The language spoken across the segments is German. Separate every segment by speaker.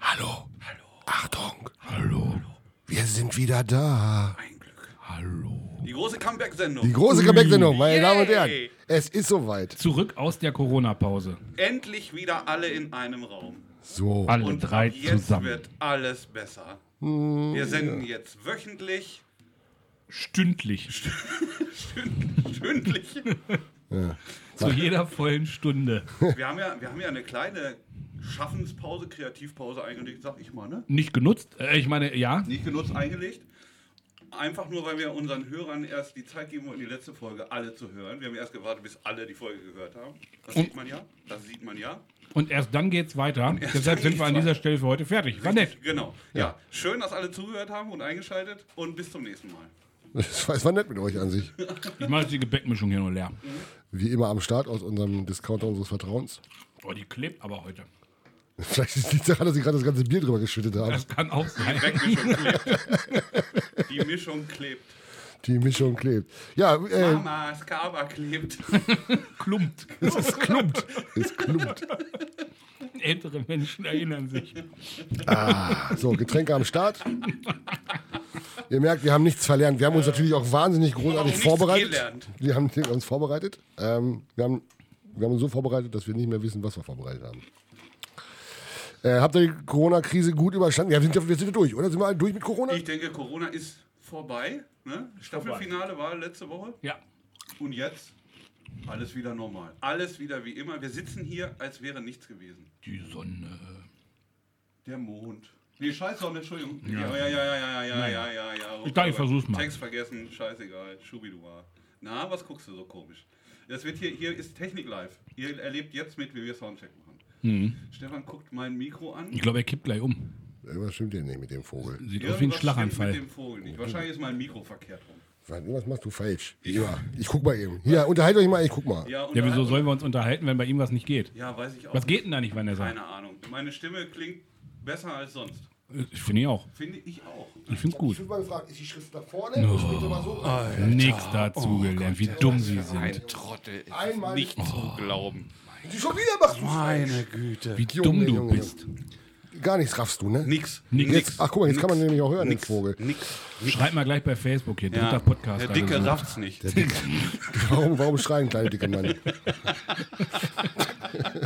Speaker 1: Hallo. Hallo. Achtung. Hallo. Wir sind wieder da.
Speaker 2: Ein Glück. Hallo. Die große
Speaker 1: Die
Speaker 2: Comeback-Sendung.
Speaker 1: große Comeback-Sendung, meine
Speaker 2: Yay.
Speaker 1: Damen und Herren. Es ist soweit.
Speaker 3: Zurück aus der Corona-Pause.
Speaker 2: Endlich wieder alle in einem Raum.
Speaker 1: So.
Speaker 3: Alle
Speaker 2: Und
Speaker 3: drei
Speaker 2: ab jetzt
Speaker 3: zusammen. Mm,
Speaker 2: wird alles besser. Wir senden jetzt wöchentlich,
Speaker 3: Stündlich.
Speaker 2: stündlich.
Speaker 3: Zu jeder vollen Stunde.
Speaker 2: wir, haben ja, wir haben ja eine kleine Schaffenspause, Kreativpause eingelegt, sag ich mal, ne?
Speaker 3: Nicht genutzt. Äh, ich meine, ja.
Speaker 2: Nicht genutzt eingelegt. Einfach nur, weil wir unseren Hörern erst die Zeit geben wollten, die letzte Folge alle zu hören. Wir haben erst gewartet, bis alle die Folge gehört haben. Das sieht man ja. Das sieht man ja.
Speaker 3: Und erst dann geht's weiter.
Speaker 2: erst
Speaker 3: Deshalb sind
Speaker 2: dann geht's
Speaker 3: wir an dieser
Speaker 2: weiter.
Speaker 3: Stelle für heute fertig. War nett.
Speaker 2: Genau. Ja. Schön, dass alle zugehört haben und eingeschaltet. Und bis zum nächsten Mal.
Speaker 1: Es war- es war nett mit euch an sich.
Speaker 3: Ich mache jetzt die Gebäckmischung hier nur leer.
Speaker 1: Wie immer am Start aus unserem Discounter unseres Vertrauens.
Speaker 3: Oh, die klebt aber heute.
Speaker 1: Vielleicht liegt es daran, dass ich gerade das ganze Bier drüber geschüttet habe.
Speaker 3: Das kann auch sein.
Speaker 2: Mischung klebt. Die Mischung klebt.
Speaker 1: Die Mischung klebt. Ja, äh,
Speaker 2: Mama, Skaba klebt.
Speaker 3: Klumpt.
Speaker 1: es klumpt. Es klumpt.
Speaker 3: Ältere Menschen erinnern sich.
Speaker 1: So, Getränke am Start. Ihr merkt, wir haben nichts verlernt. Wir haben uns natürlich auch wahnsinnig
Speaker 2: auch
Speaker 1: großartig
Speaker 2: nichts
Speaker 1: vorbereitet.
Speaker 2: gelernt.
Speaker 1: Wir haben uns vorbereitet. Ähm, wir, haben, wir haben uns so vorbereitet, dass wir nicht mehr wissen, was wir vorbereitet haben. Äh, habt ihr die Corona-Krise gut überstanden? Ja, wir sind ja wir sind ja durch, oder? Sind wir alle durch mit Corona?
Speaker 2: Ich denke, Corona ist vorbei. Ne? Staffelfinale war letzte Woche.
Speaker 3: Ja.
Speaker 2: Und jetzt alles wieder normal. Alles wieder wie immer. Wir sitzen hier, als wäre nichts gewesen.
Speaker 3: Die Sonne.
Speaker 2: Der Mond. Nee, scheiß Sonne, Entschuldigung. Ja,
Speaker 3: Ja.
Speaker 2: ja, ja, ja, ja, ja, ja, ja, ja.
Speaker 3: Ich dachte, ich versuch's mal.
Speaker 2: Text vergessen, scheißegal. Schubidua. Na, was guckst du so komisch? Das wird hier, hier ist Technik live. Ihr erlebt jetzt mit, wie wir Soundcheck machen.
Speaker 3: Mhm.
Speaker 2: Stefan guckt mein Mikro an.
Speaker 3: Ich glaube, er kippt gleich um.
Speaker 1: Irgendwas stimmt ja nicht mit dem Vogel.
Speaker 3: Sieht aus wie ein
Speaker 2: Irgendwas stimmt Mit
Speaker 3: Schlaganfall.
Speaker 2: dem Vogel nicht. Wahrscheinlich ist mein Mikro verkehrt rum.
Speaker 1: Was machst du falsch? Ja, ich guck mal eben. Hier, unterhalt euch mal, ich guck mal.
Speaker 2: Ja, und
Speaker 3: Ja,
Speaker 2: da-
Speaker 3: wieso sollen wir uns unterhalten, wenn bei ihm was nicht geht?
Speaker 2: Ja, weiß ich auch.
Speaker 3: Was
Speaker 2: nicht.
Speaker 3: geht denn da nicht, wenn er sagt?
Speaker 2: Keine Ahnung. Meine Stimme klingt besser als sonst.
Speaker 3: Ich finde ich auch.
Speaker 2: Finde ich auch.
Speaker 3: Ich finde
Speaker 1: Ich
Speaker 3: gut.
Speaker 1: bin mal gefragt, ist die Schrift da vorne? Oh. Spielt mal so
Speaker 4: Ah,
Speaker 1: rein?
Speaker 3: Nichts
Speaker 2: Oh
Speaker 3: dazugelernt, wie dumm sie sind.
Speaker 4: Ein Trottel ist
Speaker 1: Einmal-
Speaker 4: nicht
Speaker 3: Oh.
Speaker 4: zu glauben.
Speaker 1: Und schon wieder machst du
Speaker 4: Meine Güte.
Speaker 3: Wie
Speaker 1: Junge,
Speaker 3: dumm du
Speaker 1: Junge,
Speaker 3: bist.
Speaker 1: Gar nichts raffst du, ne?
Speaker 2: Nix.
Speaker 3: Nix.
Speaker 1: Jetzt, ach guck mal, jetzt kann man nämlich auch hören, den Vogel.
Speaker 2: Nix.
Speaker 3: Schreib mal gleich bei Facebook hier, dritter
Speaker 2: Ja.
Speaker 3: Podcast.
Speaker 2: Der
Speaker 3: also
Speaker 2: Dicke
Speaker 3: so.
Speaker 2: rafft's nicht.
Speaker 1: Warum, warum schreien kleine dicke Mann?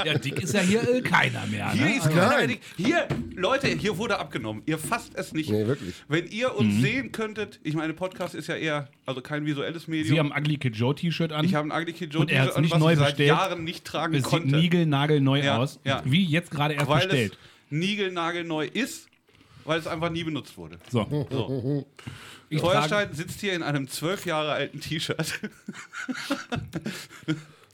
Speaker 3: Ja, dick ist ja hier äh, keiner mehr.
Speaker 2: Hier
Speaker 3: Ne?
Speaker 2: ist keiner
Speaker 1: Nein.
Speaker 2: mehr dick. Hier, Leute, hier wurde abgenommen. Ihr fasst es nicht.
Speaker 1: Nee, wirklich.
Speaker 2: Wenn ihr uns
Speaker 3: Mhm.
Speaker 2: sehen könntet, ich meine, Podcast ist ja eher, also kein visuelles Medium.
Speaker 3: Sie haben ein Ugly Kid Joe T-Shirt an.
Speaker 2: ich habe ein Ugly Kid Joe
Speaker 3: Und er hat's
Speaker 2: an,
Speaker 3: nicht
Speaker 2: was
Speaker 3: neu
Speaker 2: ich seit
Speaker 3: bestellt.
Speaker 2: Jahren nicht tragen
Speaker 3: es sieht
Speaker 2: konnte.
Speaker 3: niegelnagelneu
Speaker 2: Ja,
Speaker 3: aus.
Speaker 2: ja.
Speaker 3: Wie jetzt gerade erst
Speaker 2: weil es
Speaker 3: bestellt.
Speaker 2: niegelnagelneu ist, weil es einfach nie benutzt wurde.
Speaker 3: So.
Speaker 2: So.
Speaker 3: Ich
Speaker 2: Feuerstein sitzt hier in einem zwölf Jahre alten T-Shirt.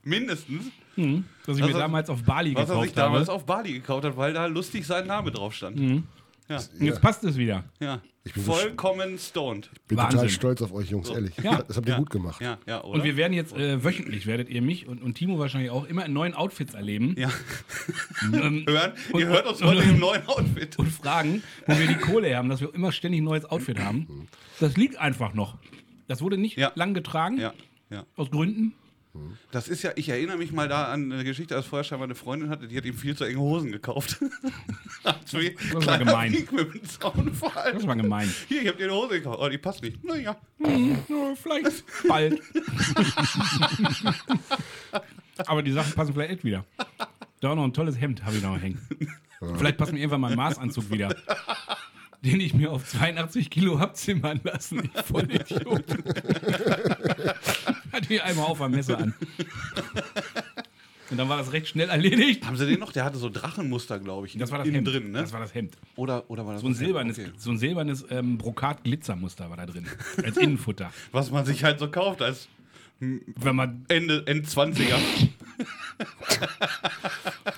Speaker 2: Mindestens,
Speaker 3: dass ich
Speaker 2: Was
Speaker 3: mir
Speaker 2: er-
Speaker 3: damals auf Bali
Speaker 2: was er sich
Speaker 3: gekauft
Speaker 2: damals
Speaker 3: habe.
Speaker 2: auf Bali gekauft hat, weil da lustig sein Name drauf stand.
Speaker 3: Mhm. Und jetzt passt es wieder.
Speaker 2: Ja.
Speaker 1: bin so
Speaker 2: Vollkommen stoned.
Speaker 1: Bin total
Speaker 3: Wahnsinn.
Speaker 1: stolz auf euch, Jungs, ehrlich.
Speaker 3: Ja.
Speaker 1: Das habt ihr gut gemacht.
Speaker 2: Ja, ja, oder?
Speaker 3: Und wir werden jetzt äh, wöchentlich, werdet ihr mich und, und Timo wahrscheinlich auch, immer in neuen Outfits erleben.
Speaker 2: ja.
Speaker 3: Ähm,
Speaker 2: Hören, ihr
Speaker 3: Und-
Speaker 2: hört uns
Speaker 3: und-
Speaker 2: heute im neuen Outfit.
Speaker 3: und Fragen, wo wir die Kohle her haben, dass wir immer ständig ein neues Outfit haben. Das liegt einfach noch. Das wurde nicht
Speaker 2: Mhm. Ja.
Speaker 3: lang getragen,
Speaker 2: Ja, ja.
Speaker 3: aus Gründen.
Speaker 2: Das ist ja, ich erinnere mich mal da an eine Geschichte, als Feuerstein mal eine Freundin hatte, die hat ihm viel zu enge Hosen gekauft. das
Speaker 3: war gemein.
Speaker 2: Mit dem Zaunfall.
Speaker 3: Das war gemein.
Speaker 2: Hier, ich hab dir eine Hose gekauft. Oh, die passt nicht. Naja.
Speaker 3: Ja, Vielleicht bald. Aber die Sachen passen vielleicht nicht wieder. Da auch noch ein tolles Hemd habe ich noch hängen. Vielleicht passt mir irgendwann mein Maßanzug wieder. Den ich mir auf 82 Kilo hab zimmern lassen. Ich voll Idiot. Hatte ich einmal auf am Messer an. Und dann war das recht schnell erledigt.
Speaker 2: Haben sie den noch? Der hatte so Drachenmuster, glaube ich.
Speaker 3: Das war das
Speaker 2: innen
Speaker 3: Hemd.
Speaker 2: drin, ne?
Speaker 3: Das war das Hemd.
Speaker 2: oder, oder war das
Speaker 3: So ein silbernes,
Speaker 2: Okay.
Speaker 3: so ein silbernes ähm, Brokat-Glitzermuster war da drin. Als Innenfutter.
Speaker 2: Was man sich halt so kauft als
Speaker 3: Wenn man
Speaker 2: Ende, End 20er.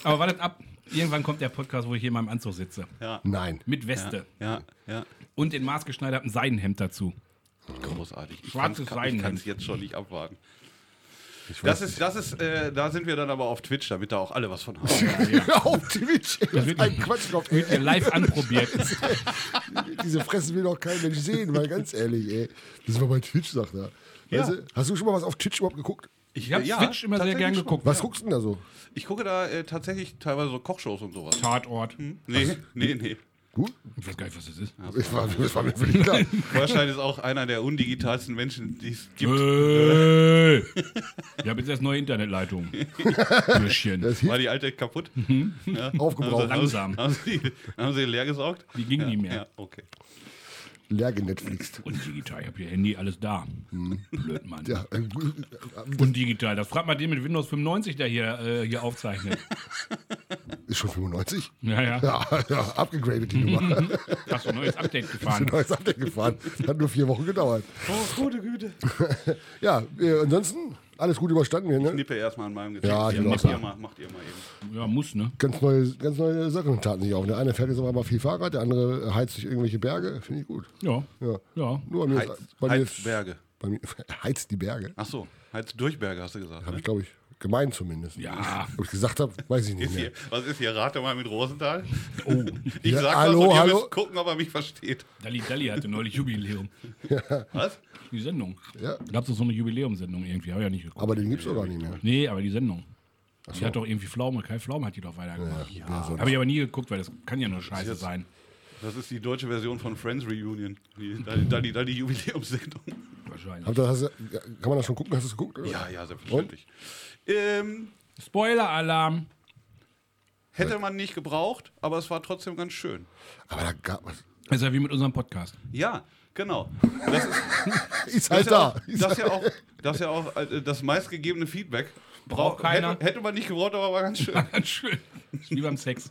Speaker 3: Aber wartet ab. Irgendwann kommt der Podcast, wo ich hier in meinem Anzug sitze.
Speaker 1: Nein.
Speaker 3: Mit Weste.
Speaker 2: ja, ja.
Speaker 3: Und den maßgeschneiderten Seidenhemd dazu.
Speaker 2: Großartig. Ich
Speaker 3: Schwarzes
Speaker 2: kann's- kann- Ich kann es
Speaker 3: Seidenhemd.
Speaker 2: jetzt schon nicht abwarten.
Speaker 1: Ich
Speaker 2: Das
Speaker 1: weiß
Speaker 2: ist, das ist, äh, da sind wir dann aber auf Twitch, damit da auch alle was von haben.
Speaker 1: auf Twitch. Das ist
Speaker 3: wird-
Speaker 1: ein Quatschkopf. ey.
Speaker 3: Hier live anprobiert.
Speaker 1: Diese Fressen will doch kein Mensch sehen, weil ganz ehrlich, ey. Das war bei Twitch, sagt er. Weißt
Speaker 2: Ja.
Speaker 1: du, hast du schon mal was auf Twitch überhaupt geguckt?
Speaker 3: Ich habe
Speaker 2: Ja,
Speaker 3: Switch immer sehr
Speaker 2: tatsächlich
Speaker 3: gern
Speaker 2: schon.
Speaker 3: geguckt.
Speaker 1: Was guckst du denn da so?
Speaker 2: Ich gucke da äh, tatsächlich teilweise so Kochshows und sowas.
Speaker 3: Tatort.
Speaker 2: Nee, nee, nee.
Speaker 1: Gut?
Speaker 3: Ich weiß gar nicht, was das ist.
Speaker 1: Ich war, das war mir völlig klar.
Speaker 2: Vorstein ist auch einer der undigitalsten Menschen, die es gibt.
Speaker 3: Hey. Ich habe jetzt erst neue Internetleitung. Bürschchen.
Speaker 1: Das hieß
Speaker 2: War die alte kaputt? Also,
Speaker 3: Also,
Speaker 1: aufgebraucht.
Speaker 2: Haben sie-
Speaker 3: Langsam.
Speaker 2: Haben sie, haben sie leer gesaugt?
Speaker 3: Die ging nie mehr.
Speaker 2: Ja, okay.
Speaker 1: Leer genetflixt.
Speaker 3: Und digital, ich habe hier Handy, alles da. Blöd, Mann.
Speaker 1: Ja, äh, gut.
Speaker 3: Und digital, das fragt mal den mit Windows 95, der hier, äh, hier aufzeichnet.
Speaker 1: ist schon 95?
Speaker 3: Ja, ja.
Speaker 1: Ja, ja abgegradet die Nummer.
Speaker 3: Hast du ein neues Update
Speaker 1: Ist ein
Speaker 3: gefahren.
Speaker 1: neues Update gefahren. Hat nur vier Wochen gedauert.
Speaker 2: Oh, gute Güte.
Speaker 1: Ja, äh, ansonsten alles gut überstanden hier, ne?
Speaker 2: Nippe erstmal an meinem Gesicht.
Speaker 1: Ja, ich
Speaker 2: macht,
Speaker 1: glaub,
Speaker 2: ihr
Speaker 1: ja.
Speaker 2: mal, macht ihr mal eben.
Speaker 3: Ja, muss, ne?
Speaker 1: Ganz neue, ganz neue Sachen taten sich auf. Der eine fährt jetzt aber mal viel Fahrrad, der andere heizt durch irgendwelche Berge. Finde ich gut.
Speaker 3: Ja.
Speaker 1: Ja.
Speaker 3: Ja.
Speaker 1: Nur bei mir,
Speaker 2: Heiz,
Speaker 1: ist, bei mir, ist,
Speaker 2: Heizberge.
Speaker 1: bei mir heizt die Berge.
Speaker 2: Ach so, Heiz Durchberge hast du gesagt.
Speaker 1: Habe
Speaker 2: Ne?
Speaker 1: ich, glaube ich, gemeint zumindest.
Speaker 3: Ja.
Speaker 1: Ob ich gesagt habe, weiß ich nicht
Speaker 2: Ist
Speaker 1: mehr.
Speaker 2: hier, was ist hier? Rate mal mit Rosenthal.
Speaker 3: Oh,
Speaker 2: Ich
Speaker 1: Ja,
Speaker 2: sag
Speaker 1: hallo,
Speaker 2: was und ihr
Speaker 1: hallo.
Speaker 2: müsst gucken, ob er mich versteht.
Speaker 3: Dalli Dalli hatte neulich Jubiläum.
Speaker 2: Was?
Speaker 3: Die Sendung.
Speaker 1: Ja.
Speaker 3: Gab es doch so eine Jubiläumssendung irgendwie, habe ich ja nicht geguckt.
Speaker 1: Aber den gibt es doch gar nicht mehr.
Speaker 3: Nee, aber die Sendung. Die hat doch irgendwie Pflaume, Kai Pflaume hat die doch weitergemacht. Ja, Habe ich aber nie geguckt, weil das kann ja nur scheiße
Speaker 2: jetzt-
Speaker 3: sein.
Speaker 2: Das ist die deutsche Version von Friends Reunion. Die, da, da, die, da die Jubiläumssendung.
Speaker 3: Wahrscheinlich.
Speaker 1: Habt ihr- hast du, kann man das schon gucken? Hast du es geguckt? Oder?
Speaker 2: Ja, ja, selbstverständlich. Ähm,
Speaker 3: Spoiler-Alarm.
Speaker 2: hätte man nicht gebraucht, aber es war trotzdem ganz schön.
Speaker 1: Aber da gab es.
Speaker 3: Ist ja wie mit unserem Podcast.
Speaker 2: Ja, genau. Das ist,
Speaker 1: Ist
Speaker 2: das
Speaker 1: halt
Speaker 2: ist ja auch,
Speaker 1: da. Ist
Speaker 2: das ist ja auch, das, ist ja auch äh, das meistgegebene Feedback.
Speaker 3: Braucht keiner.
Speaker 2: Hätte, hätte man nicht gebraucht, aber war ganz schön.
Speaker 3: Ganz schön. Ist wie beim Sex.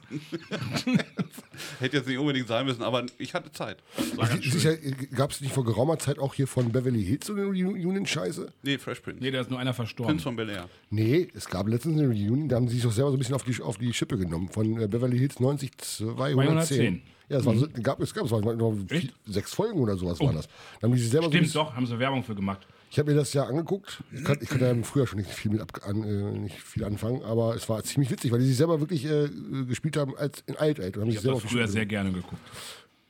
Speaker 2: hätte jetzt nicht unbedingt sein müssen, aber ich hatte Zeit. War ganz schön.
Speaker 1: Sicher gab es nicht vor geraumer Zeit auch hier von Beverly Hills so eine Reunion-Scheiße?
Speaker 2: Nee, Fresh Prince.
Speaker 3: Nee, da ist nur einer
Speaker 2: Prince
Speaker 3: verstorben.
Speaker 2: von Bel Air.
Speaker 1: Nee, es gab letztens eine Reunion, da haben sie sich doch selber so ein bisschen auf die, auf die Schippe genommen. Von äh, Beverly Hills 90 210.
Speaker 3: 210.
Speaker 1: Ja, es war so, gab es, gab es, waren noch vier,
Speaker 3: Mhm. Echt? Oh.
Speaker 1: sechs Folgen oder sowas war das. Da haben die sich selber so ein
Speaker 3: Stimmt,
Speaker 1: bisschen,
Speaker 3: doch, haben sie Werbung für gemacht.
Speaker 1: ich habe mir das ja angeguckt. Ich kann- ich
Speaker 3: Mhm.
Speaker 1: konnte ja früher schon nicht viel mit ab, an, äh, nicht viel anfangen, aber es war ziemlich witzig, weil die sich selber wirklich äh, gespielt haben als in Alt Aid und haben sich
Speaker 3: Ich
Speaker 1: selber
Speaker 3: habe das
Speaker 1: auf die
Speaker 3: früher
Speaker 1: Schippe
Speaker 3: sehr
Speaker 1: genommen.
Speaker 3: gerne geguckt.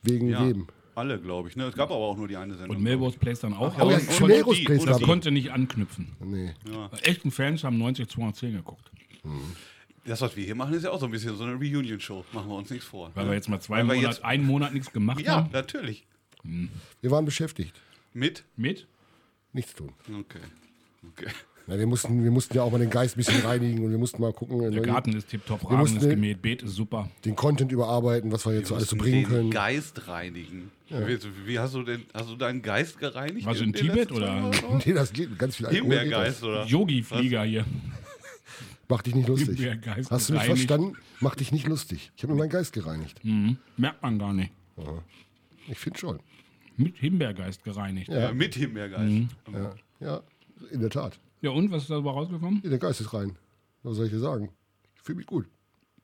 Speaker 1: wegen
Speaker 2: Ja,
Speaker 1: Leben.
Speaker 2: alle, glaube ich. Ne? Es gab aber auch nur die eine Sendung.
Speaker 3: Und Melrose Place dann auch.
Speaker 1: ja,
Speaker 3: aber
Speaker 1: ja,
Speaker 3: und-
Speaker 1: stimmt,
Speaker 3: und-
Speaker 1: Melrose
Speaker 2: die-
Speaker 1: Place
Speaker 2: und
Speaker 1: gab
Speaker 3: das
Speaker 1: es.
Speaker 3: konnte nicht anknüpfen.
Speaker 1: Nee.
Speaker 3: Echten Fans haben 90 210 geguckt.
Speaker 2: Das, was wir hier machen, ist ja auch so ein bisschen so eine Reunion-Show. Machen wir uns nichts vor.
Speaker 3: Weil wir jetzt mal zwei
Speaker 2: Weil wir
Speaker 3: Monate,
Speaker 2: jetzt-
Speaker 3: einen Monat nichts gemacht
Speaker 2: Ja,
Speaker 3: haben.
Speaker 2: natürlich.
Speaker 1: Wir waren beschäftigt.
Speaker 2: Mit?
Speaker 3: Mit?
Speaker 1: Nichts tun.
Speaker 2: Okay. Okay.
Speaker 1: Na, wir, mussten, wir mussten ja auch mal den Geist ein bisschen reinigen und wir mussten mal gucken, äh,
Speaker 3: Der Garten ist tipptopp,
Speaker 1: mussten
Speaker 3: Rasen ist
Speaker 1: den-
Speaker 3: gemäht, Beet ist super.
Speaker 1: den Content überarbeiten, was wir jetzt so alles so bringen
Speaker 2: den
Speaker 1: können.
Speaker 2: Geist reinigen. Wie, wie hast du denn, hast du deinen Geist gereinigt?
Speaker 3: Warst du in
Speaker 2: den
Speaker 3: Tibet
Speaker 2: letzten
Speaker 3: oder?
Speaker 2: zwei Monaten?
Speaker 1: Nee, das geht ganz viel Alkohol. geht
Speaker 2: Himbeergeist oder?
Speaker 3: Yogi-Flieger hier.
Speaker 1: das. Mach dich nicht lustig.
Speaker 3: Himbeergeist
Speaker 1: Hast du mich
Speaker 3: gereinigt.
Speaker 1: verstanden? Mach dich nicht lustig. Ich habe mir meinen Geist gereinigt.
Speaker 3: Merkt man gar nicht.
Speaker 1: Ich finde schon.
Speaker 3: Mit Himbeergeist gereinigt. Ja,
Speaker 2: Ja, mit Himbeergeist.
Speaker 3: Mhm.
Speaker 2: Mhm.
Speaker 1: Ja, in der Tat.
Speaker 3: und? Was ist dabei rausgekommen?
Speaker 1: Ja, der Geist ist rein. Was soll ich dir sagen? Ich fühle mich gut.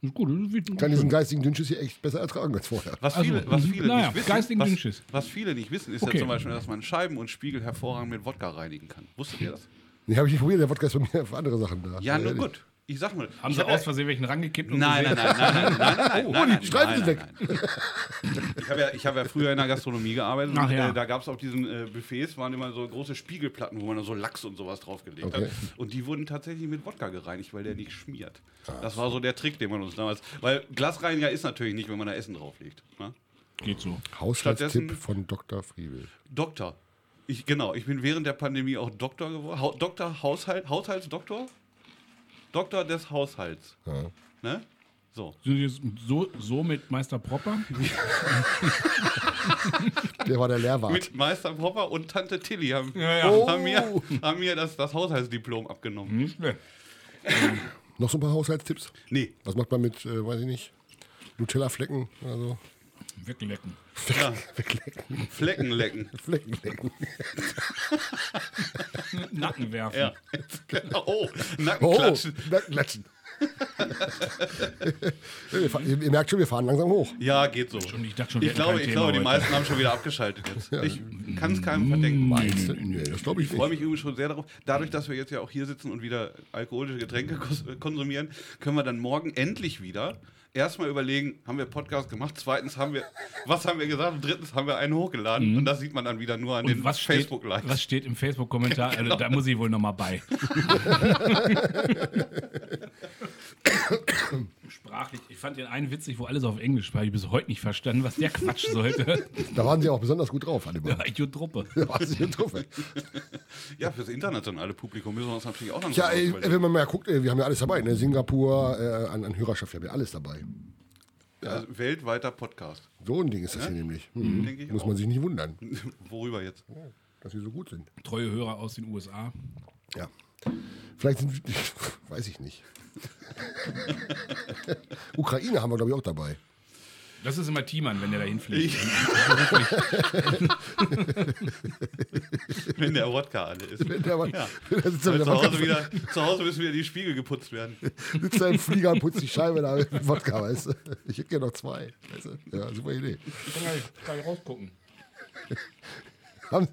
Speaker 3: Ist gut. Das ist
Speaker 1: Ich kann diesen geistigen Dünnschiss hier echt besser ertragen als vorher.
Speaker 2: Was
Speaker 3: Also,
Speaker 2: viele, was viele
Speaker 3: naja,
Speaker 2: nicht wissen,
Speaker 3: geistigen
Speaker 2: was,
Speaker 3: Dünnschiss.
Speaker 2: was viele nicht wissen, ist
Speaker 3: Okay.
Speaker 2: ja zum Beispiel, dass man Scheiben und Spiegel hervorragend mit Wodka reinigen kann. Wusstet ihr das?
Speaker 1: Nee, habe ich nicht probiert. Der Wodka ist bei mir für andere Sachen da.
Speaker 2: Ja,
Speaker 1: Äh,
Speaker 2: nur gut. Ich sag mal.
Speaker 3: Haben
Speaker 2: ich
Speaker 3: sie
Speaker 2: hab ja-
Speaker 3: aus Versehen welchen rangekippt? und
Speaker 2: Nein, nein,
Speaker 3: gesehen?
Speaker 2: nein, nein, nein, nein, nein, nein, nein,
Speaker 1: Streifen
Speaker 2: nein,
Speaker 1: sind
Speaker 2: nein, nein. Ich habe ja, ich hab ja früher in der Gastronomie gearbeitet
Speaker 3: Ach
Speaker 2: und
Speaker 3: ja.
Speaker 2: äh, da gab es auf diesen äh, Buffets waren immer so große Spiegelplatten, wo man dann so Lachs und sowas draufgelegt
Speaker 1: Okay.
Speaker 2: hat. Und die wurden tatsächlich mit Wodka gereinigt, weil der nicht schmiert. Das war so der Trick, den man uns damals. Weil Glasreiniger ist natürlich nicht, wenn man da Essen drauflegt. Ne?
Speaker 3: Geht so.
Speaker 1: Haushaltstipp
Speaker 2: Stattdessen-
Speaker 1: von Dr. Friebel.
Speaker 2: Doktor. Ich, genau, ich bin während der Pandemie auch Doktor geworden. Ha Doktor, Haushalt, Haushaltsdoktor? Doktor des Haushalts. Ne? So.
Speaker 3: Sind Sie jetzt so, so mit Meister Propper?
Speaker 1: Der war der Lehrwart.
Speaker 2: Mit Meister Popper und Tante Tilly haben,
Speaker 3: ja. Oh.
Speaker 2: haben mir, haben mir das, das Haushaltsdiplom abgenommen.
Speaker 3: Nicht schlecht.
Speaker 1: Noch so ein paar Haushaltstipps?
Speaker 2: Nee,
Speaker 1: Was macht man mit, äh, weiß ich nicht, Nutella-Flecken oder so?
Speaker 3: Weglecken.
Speaker 1: Weglecken,
Speaker 2: Flecken lecken.
Speaker 1: Flecken lecken.
Speaker 3: Nacken werfen.
Speaker 2: Ja. Oh, Nacken
Speaker 1: Oh,
Speaker 2: klatschen.
Speaker 1: Nackenklatschen. ihr, fa- ihr merkt schon, wir fahren langsam hoch.
Speaker 2: Ja, geht so. Ich,
Speaker 3: ich dachte schon, wir hätten
Speaker 2: glaube,
Speaker 3: kein
Speaker 2: ich
Speaker 3: Thema
Speaker 2: glaube die
Speaker 3: heute. Mm.
Speaker 2: meisten haben schon wieder abgeschaltet jetzt. Ich kann es keinem verdenken.
Speaker 1: Meinst du? Nee, das glaube ich
Speaker 2: Ich freue mich übrigens schon sehr darauf. Dadurch, dass wir jetzt äh, ja auch hier sitzen und wieder alkoholische Getränke kos- konsumieren, können wir dann morgen endlich wieder erstmal überlegen, haben wir Podcast gemacht, zweitens haben wir, was haben wir gesagt und drittens haben wir einen hochgeladen. Und das sieht man dann wieder nur an
Speaker 3: Mhm. Und
Speaker 2: den
Speaker 3: was steht,
Speaker 2: Facebook-Likes. Genau.
Speaker 3: was steht im Facebook-Kommentar? Also, da muss ich wohl nochmal bei. Sprachlich, ich fand den einen witzig, wo alles auf Englisch war. Ich habe bis heute nicht verstanden, was der Quatsch sollte.
Speaker 1: Da waren sie auch besonders gut drauf, an dem Abend.
Speaker 3: Idiotruppe.
Speaker 1: Da waren sie gut drauf. ey.
Speaker 2: Ja, fürs internationale Publikum müssen wir uns natürlich auch noch
Speaker 1: Ja, äh,
Speaker 2: was
Speaker 1: ey,
Speaker 2: überlegen.
Speaker 1: wenn man mal guckt, ey, wir haben ja alles dabei. Ne? Singapur, äh, an, an Hörerschaft, wir haben ja alles dabei.
Speaker 2: also, weltweiter Podcast.
Speaker 1: So ein Ding ist das hier nämlich. äh, Hm.
Speaker 2: Denke ich
Speaker 1: Muss
Speaker 2: auch.
Speaker 1: man sich nicht wundern,
Speaker 2: Worüber jetzt?
Speaker 1: dass wir so gut sind.
Speaker 3: Treue Hörer aus den USA.
Speaker 1: Ja. Vielleicht sind wir, weiß ich nicht. Ukraine haben wir, glaube ich, auch dabei.
Speaker 3: Das ist immer Thiemann, wenn der da hinfliegt.
Speaker 2: Wenn der Wodka alle ist.
Speaker 1: Da war-
Speaker 2: Ja.
Speaker 1: da sitzt er mit
Speaker 2: Weil
Speaker 1: der
Speaker 2: zu, Hause
Speaker 1: Wodka-
Speaker 2: wieder, zu Hause müssen wieder die Spiegel geputzt werden.
Speaker 1: sitzt er im Flieger und putzt die Scheibe da mit Wodka, weißt du? Ich hätte gerne noch zwei. Weißt du? Ja, super Idee.
Speaker 3: Ich kann gar nicht, gar nicht rausgucken.
Speaker 1: Haben,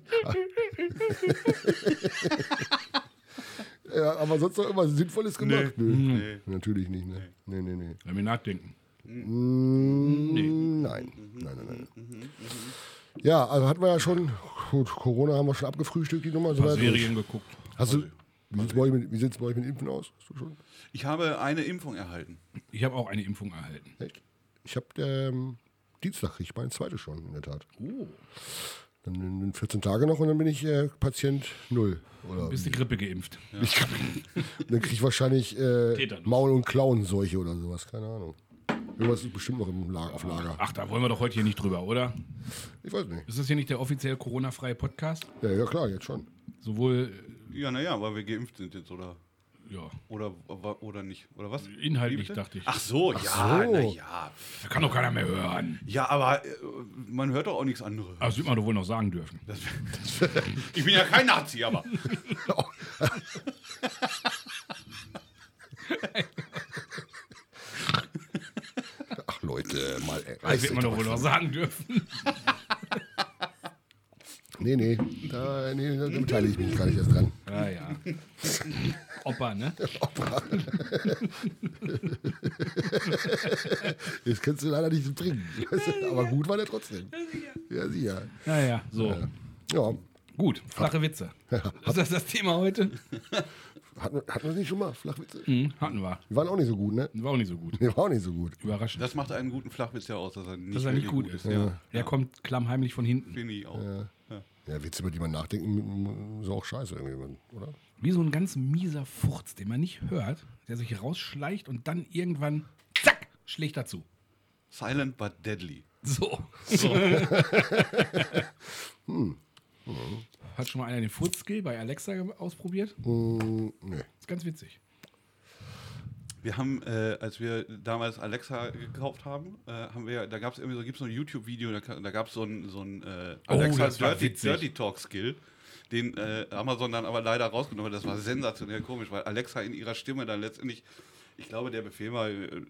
Speaker 1: ja, aber sonst noch immer Sinnvolles gemacht? Nö.
Speaker 2: Nee.
Speaker 1: Natürlich nicht, ne? Nee, nee, nee.
Speaker 3: Wenn wir nachdenken.
Speaker 1: Mm, Nein. Nein, nein, nein. Ja, also hatten wir ja schon, gut, Corona haben wir schon abgefrühstückt, die Nummer. sind wir durch.
Speaker 3: Serien geguckt.
Speaker 1: Hast du, wie sieht es bei, euch mit- wie sieht's bei euch mit Impfen aus? Hast du schon?
Speaker 2: Ich habe eine Impfung erhalten.
Speaker 3: Ich habe auch eine Impfung erhalten.
Speaker 1: Echt? Ich habe ähm, Dienstag, krieg ich meine zweite schon, in der Tat.
Speaker 3: Oh.
Speaker 1: Dann in in 14 Tage noch und dann bin ich äh, Patient null Oder
Speaker 3: Bist die Grippe geimpft.
Speaker 1: dann krieg ich wahrscheinlich äh,
Speaker 3: Tetanus.
Speaker 1: Maul- und Klauenseuche oder sowas, keine Ahnung. Irgendwas ist bestimmt noch im Lager, auf Lager.
Speaker 3: Ach, da wollen wir doch heute hier nicht drüber, oder?
Speaker 1: Ich weiß nicht.
Speaker 3: Ist das hier nicht der offiziell Corona-freie Podcast?
Speaker 1: Ja, ja klar, jetzt schon.
Speaker 3: Sowohl,
Speaker 2: Ja, naja, weil wir geimpft sind jetzt, oder?
Speaker 3: äh, ja,
Speaker 2: Oder, oder nicht? Oder was?
Speaker 3: inhaltlich
Speaker 2: Wie bitte?
Speaker 3: dachte ich.
Speaker 2: Ach so, ja,
Speaker 1: so.
Speaker 2: na ja.
Speaker 3: Da kann doch keiner mehr hören.
Speaker 2: Ja, aber äh, man hört doch auch nichts anderes.
Speaker 3: Aber Das wird man doch wohl noch sagen dürfen.
Speaker 2: Ich bin ja kein Nazi, aber.
Speaker 1: Ach Leute, mal äh, ey,
Speaker 3: Das
Speaker 1: reißt
Speaker 3: wird
Speaker 1: euch
Speaker 3: man doch
Speaker 1: mal
Speaker 3: wohl noch
Speaker 1: zusammen.
Speaker 3: sagen dürfen.
Speaker 1: Nee, nee, da, nee, da beteilige ich mich gar nicht erst dran.
Speaker 3: Ja, ja. Opa, ne?
Speaker 1: Das kannst du leider nicht bringen. Aber gut war der trotzdem. Ja, sicher.
Speaker 3: Naja, so.
Speaker 1: Ja,
Speaker 3: Gut, flache Witze. Ist das das Thema heute?
Speaker 1: hatten, wir- hatten wir das nicht schon mal? Flachwitze?
Speaker 3: Hm, hatten wir.
Speaker 1: Die waren auch nicht so gut, ne?
Speaker 3: War auch nicht so gut.
Speaker 1: Die waren auch nicht so gut.
Speaker 3: Überraschend.
Speaker 2: Das macht einen guten Flachwitz ja aus, dass er nicht,
Speaker 3: Dass er nicht
Speaker 2: wirklich
Speaker 3: gut ist.
Speaker 2: Ja,
Speaker 3: Er kommt klammheimlich von hinten.
Speaker 2: finde ich auch.
Speaker 1: Ja, Witze, über die man nachdenken, ist auch scheiße irgendwie, oder?
Speaker 3: Wie so ein ganz mieser Furz, den man nicht hört, der sich rausschleicht und dann irgendwann, zack, schlägt dazu.
Speaker 2: Silent but deadly.
Speaker 3: So. Hm. Hat schon mal einer den Furzskill bei Alexa ge- ausprobiert?
Speaker 1: Mm, nee.
Speaker 3: Ist ganz witzig.
Speaker 2: Wir haben, äh, als wir damals Alexa gekauft haben, äh, haben wir, ja- da gab es irgendwie so, gibt's so ein YouTube-Video, da, ka- da gab es so ein, so ein äh,
Speaker 3: Oh,
Speaker 2: Alexa
Speaker 3: das war
Speaker 2: Dirty,
Speaker 3: witzig.
Speaker 2: Dirty Talk Skill, den äh, Amazon dann aber leider rausgenommen hat. Das war sensationell komisch, weil Alexa in ihrer Stimme dann letztendlich, ich glaube, der Befehl war, äh,